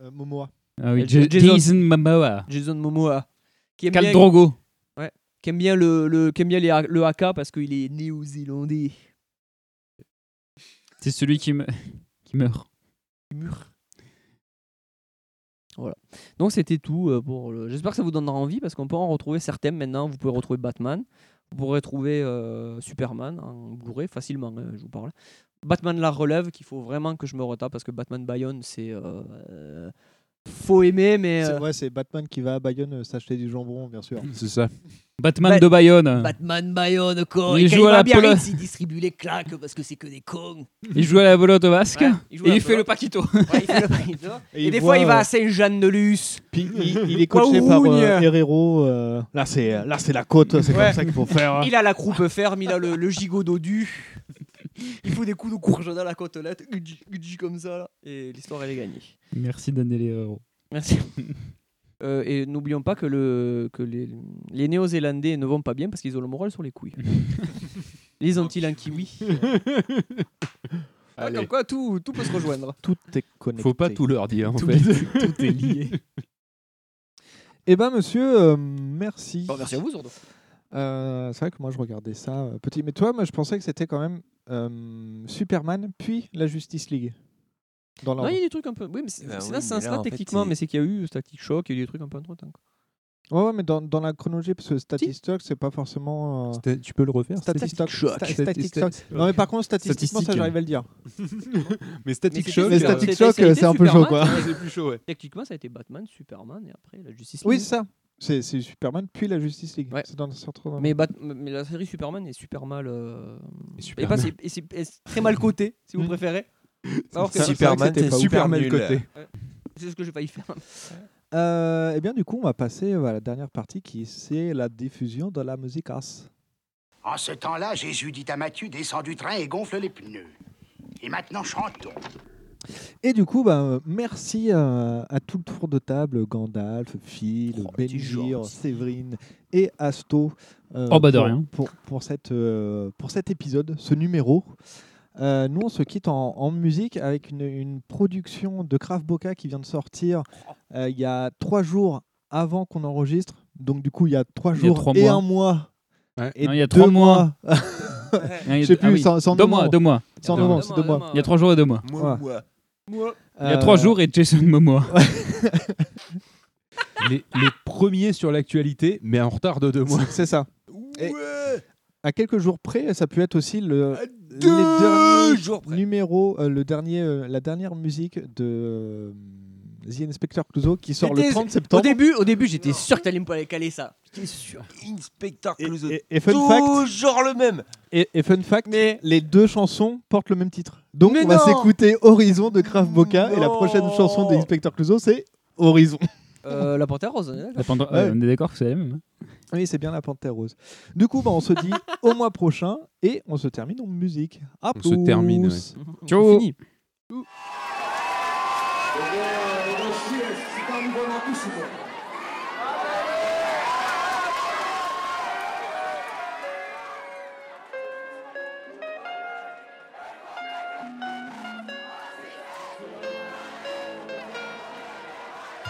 S5: Euh, Momoa.
S10: Ah oui,
S6: Euh,
S10: Ja-
S6: Jason-
S10: Jason Momoa.
S6: Jason Momoa. Qui aime
S10: Khal
S6: bien,
S10: Drogo.
S6: qui aime bien le, le, qui aime bien les ha- le Haka parce qu'il est néo-zélandais.
S10: C'est celui qui, me... qui meurt.
S6: Donc c'était tout euh, pour le... J'espère que ça vous donnera envie parce qu'on peut en retrouver certaines maintenant. Vous pouvez retrouver Batman, vous pourrez trouver euh, Superman en Blu-ray facilement, hein, je vous parle. Batman la relève qu'il faut vraiment que je me retape parce que Batman Bayonne c'est euh, euh, faut aimer mais
S5: C'est
S6: euh,
S5: ouais, c'est Batman qui va à Bayonne euh, s'acheter du jambon, bien sûr.
S7: C'est ça.
S10: Batman
S6: Ba-
S10: de Bayonne.
S6: Batman Bayonne quoi.
S10: Il
S6: Et quand
S10: joue à
S6: va
S10: la
S6: à Biarritz,
S10: polo-
S6: il distribue les claques parce que c'est que des cons.
S10: Il joue à la volotte au Basque
S6: Ouais, il joue à
S10: et
S6: la
S10: il fait
S6: volotte.
S10: le paquito.
S6: Ouais, il fait le paquito.
S5: Et
S6: Et,
S5: il
S6: des
S5: voit,
S6: fois il va
S5: euh,
S6: à Saint-Jean-de-Luz.
S5: Puis il, il est coaché par euh, Herrero. euh, là, c'est là, c'est la côte, c'est
S6: Ouais.
S5: comme ça qu'il faut faire. hein.
S6: Il a la croupe ferme, il a le, le gigot dodu. Il fout des coups de courge dans la côtelette, Udji, udji comme ça. là. Et l'histoire, elle est gagnée.
S10: Merci Daniel Herrero.
S6: Merci. Euh, et n'oublions pas que, le, que les, les Néo-Zélandais ne vont pas bien parce qu'ils ont le moral sur les couilles. les ont-ils un kiwi Ah, Comme quoi, tout, tout peut se rejoindre.
S5: Tout est connecté.
S7: Faut pas tout leur dire, en
S5: Tout
S7: fait.
S10: Tout est lié.
S5: Eh ben, monsieur, euh, merci.
S6: Bon, merci à vous, surtout.
S5: Euh, c'est vrai que moi je regardais ça euh, petit, mais toi, moi je pensais que c'était quand même euh, Superman puis la Justice League. Dans
S6: Non,
S5: l'ordre.
S6: il y a des trucs un peu. Oui, mais c'est
S13: Ben oui,
S6: c'est dans ce
S13: mais là,
S6: sens-là,
S13: en fait,
S6: techniquement,
S13: c'est-
S6: mais c'est qu'il y a eu Static Shock, il y a eu des trucs un peu entre-temps. quoi.
S5: Ouais, ouais, mais dans, dans la chronologie, parce que Statistock, c'est pas forcément. euh,
S7: C'était- Tu peux le refaire
S5: Static Shock.
S6: Shock.
S5: Sta-
S7: Static
S5: Static
S7: Shock.
S5: Shock. Non, mais par contre, statistiquement, ça
S7: Statistique.
S5: j'arrive à le dire.
S7: Mais
S6: Mais
S7: Static
S6: c'était
S7: Shock.
S5: Mais
S6: Superman,
S7: euh,
S5: Static
S6: c'était-
S5: Shock,
S6: ça a été
S5: c'est un peu chaud,
S6: Superman,
S5: quoi.
S6: ça a été-
S7: C'est plus chaud, ouais.
S6: Techniquement, ça a été Batman, Superman et après la Justice League.
S5: Oui, c'est ça. C'est c'est Superman puis la Justice League.
S6: Ouais.
S5: C'est dans c'est entre-
S6: Mais, Bat- mais la série Superman est super mal. euh,
S7: Et
S6: Et,
S7: Superman.
S6: pas, c'est- et c'est- et c'est très mal coté, si vous
S5: Mm.
S6: préférez. Alors que
S5: C'est
S6: c'est
S5: vrai que
S8: Superman,
S5: c'était
S8: c'est
S5: pas ouf.
S8: super
S7: Superman
S8: nul.
S7: côté.
S6: c'est ce que j'ai failli faire.
S5: Euh, Eh bien, du coup, on va passer à la dernière partie qui c'est la diffusion de la musique as.
S12: En ce temps-là, Jésus dit à Matthieu, descends du train et gonfle les pneus. Et maintenant, chantons.
S5: Et du coup, ben, merci euh, à tout le tour de table Gandalf, Phil,
S6: Oh, petit
S5: Benjir,
S6: gentil.
S5: Séverine et Asto. euh,
S10: Oh, bah, de
S5: pour,
S10: rien.
S5: Pour, pour cette, euh, pour cet épisode, ce numéro. Euh, nous, on se quitte en, en musique avec une, une production de Kraft Boca qui vient de sortir euh, il y a trois jours avant qu'on enregistre. Donc, du coup, il y a trois
S10: Il y a
S5: jours
S10: trois
S5: et
S10: mois.
S5: un mois.
S7: Ouais.
S5: Et
S10: Non, il y a
S5: deux
S10: trois mois.
S5: mois.
S10: Ah, il y a-
S5: Je sais plus,
S10: ah oui.
S5: c'est en- c'est en
S10: deux
S5: novembre.
S10: mois, deux mois.
S5: C'est en
S10: Deux mois.
S5: novembre, c'est deux mois.
S10: Il y a trois jours et deux mois.
S8: Moi,
S5: Ouais.
S8: moi.
S6: mois.
S10: Il y a trois
S5: Euh,
S10: jours et Jason Momoa.
S7: les, les premiers sur l'actualité, mais en retard de deux mois.
S5: C'est ça. Et-
S8: Ouais.
S5: À quelques jours près, ça peut être aussi le,
S8: À
S5: les
S8: deux
S5: derniers
S8: jours près.
S5: numéros, euh, le dernier, euh, la dernière musique de euh, The Inspector Clouseau qui sort le 30 septembre.
S6: Au début, au début j'étais sûr que t'allais me pas aller caler ça. J'étais sûr.
S13: Inspector Clouseau.
S5: Et, et fun fact,
S13: Toujours le même.
S5: et, et fun fact, les deux chansons portent le même titre. Donc on va s'écouter Horizon de Krav Boca et la prochaine chanson de Inspector Clouseau c'est Horizon.
S6: Euh, la panthère rose. on est d'accord
S10: La Pandore-
S5: Ouais.
S10: euh, on est d'accord que c'est la même. hein
S5: Oui, c'est bien la Panthère Rose. Du coup, bah, on se dit au mois prochain et on se termine en musique. À
S7: On se termine,
S5: plus.
S7: ouais.
S5: On
S7: Ciao.
S5: finit.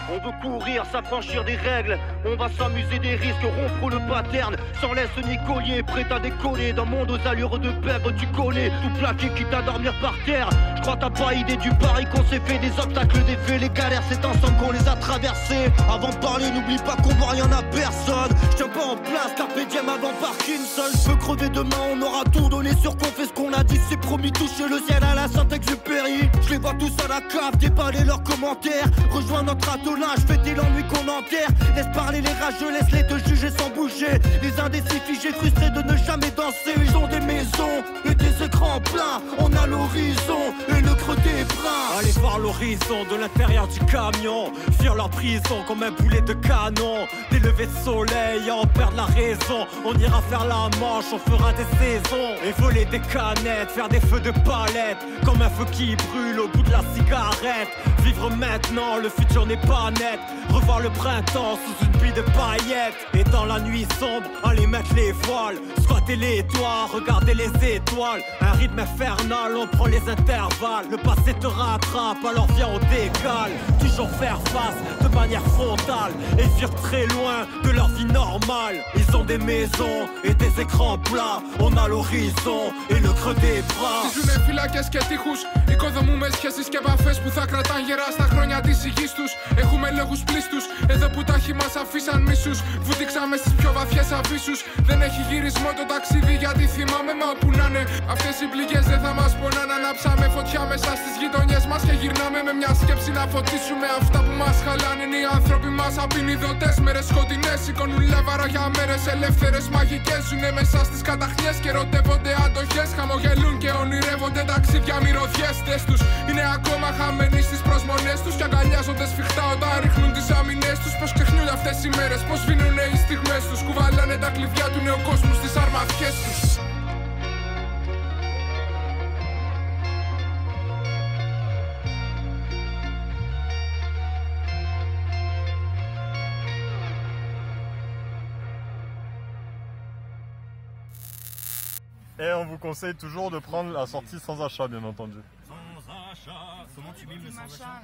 S18: On veut courir, s'affranchir des règles, on va s'amuser des risques, rompre le pattern, sans laisse ni collier, prêt à décoller d'un monde aux allures de pègre, tu connais, tout plaqué, quitte à dormir par terre. Je crois t'as pas idée du pari qu'on s'est fait, des obstacles, des faits, les galères, c'est ensemble qu'on les a traversés. Avant de parler, n'oublie pas qu'on voit rien à personne. Je tiens pas en place, carpe diem avant Parkinson, je peux crever demain, on aura tout donné sur qu'on fait ce qu'on a dit, c'est promis, toucher le ciel à la Saint-Exupéry. Je les vois tous à la cave, déballer leurs commentaires, rejoins notre attelage, fêter l'ennui qu'on enterre. Laisse parler les rageux, laisse les te juger sans bouger. Les indécis figés, frustrés de ne jamais danser. Ils ont des maisons et des écrans pleins. On a l'horizon et le creux des bras.
S19: Aller voir l'horizon de l'intérieur du camion Fuir leur prison comme un boulet de canon Des levées de soleil à en perdre la raison On ira faire la manche, on fera des saisons Et voler des canettes, faire des feux de palette Comme un feu qui brûle au bout de la cigarette Vivre maintenant, le futur n'est pas net Revoir le printemps sous une pluie de paillettes Et dans la nuit sombre, aller mettre les voiles Squatter les toits, regarder les étoiles Un rythme infernal, on prend les intervalles Le passé te rattrape, alors viens on décale Toujours faire face de manière frontale Et fuir très loin de leur vie normale Ils ont des maisons et des écrans plats On a l'horizon et le creux des bras
S20: Τη φιλά και τείχους Οικοδομούμε σχέσεις και επαφές που θα κρατάν γερά στα χρόνια της υγής τους Έχουμε λόγους πλήστους Εδώ που τα χειμά αφήσαν μίσους Βούτυξαμε στις πιο βαθιές αφήσους Δεν έχει γυρισμό το ταξίδι γιατί θυμάμαι μα που να είναι Αυτές οι πληγές δεν θα μας πονάνε Ανάψαμε φωτιά μέσα στις γειτονιές μας Και γυρνάμε με μια σκέψη να φωτίσουμε Αυτά που μας χαλάνε είναι οι άνθρωποι μας Απεινιδωτές μέρες σκοτεινές Σηκώνουν λέβαρα για μέρες ελεύθερες μαγικές Ζουνε μέσα στις καταχνιές και ρωτεύονται αντοχές Χαμογελούν και ονειρεύονται ταξίδια μυρωδιές Τες τους είναι ακόμα χαμένοι στις προσμονές τους Και αγκαλιάζονται σφιχτά όταν ρίχνουν τις αμυνές τους Πως ξεχνιούνται αυτές οι μέρες, πως σβήνουνε οι στιγμές τους Κουβαλάνε τα κλειδιά του νέου κόσμου στις αρμαδιές τους
S21: Et on vous conseille toujours de prendre la sortie sans achat, bien entendu.
S22: Comment tu mimes le sans achat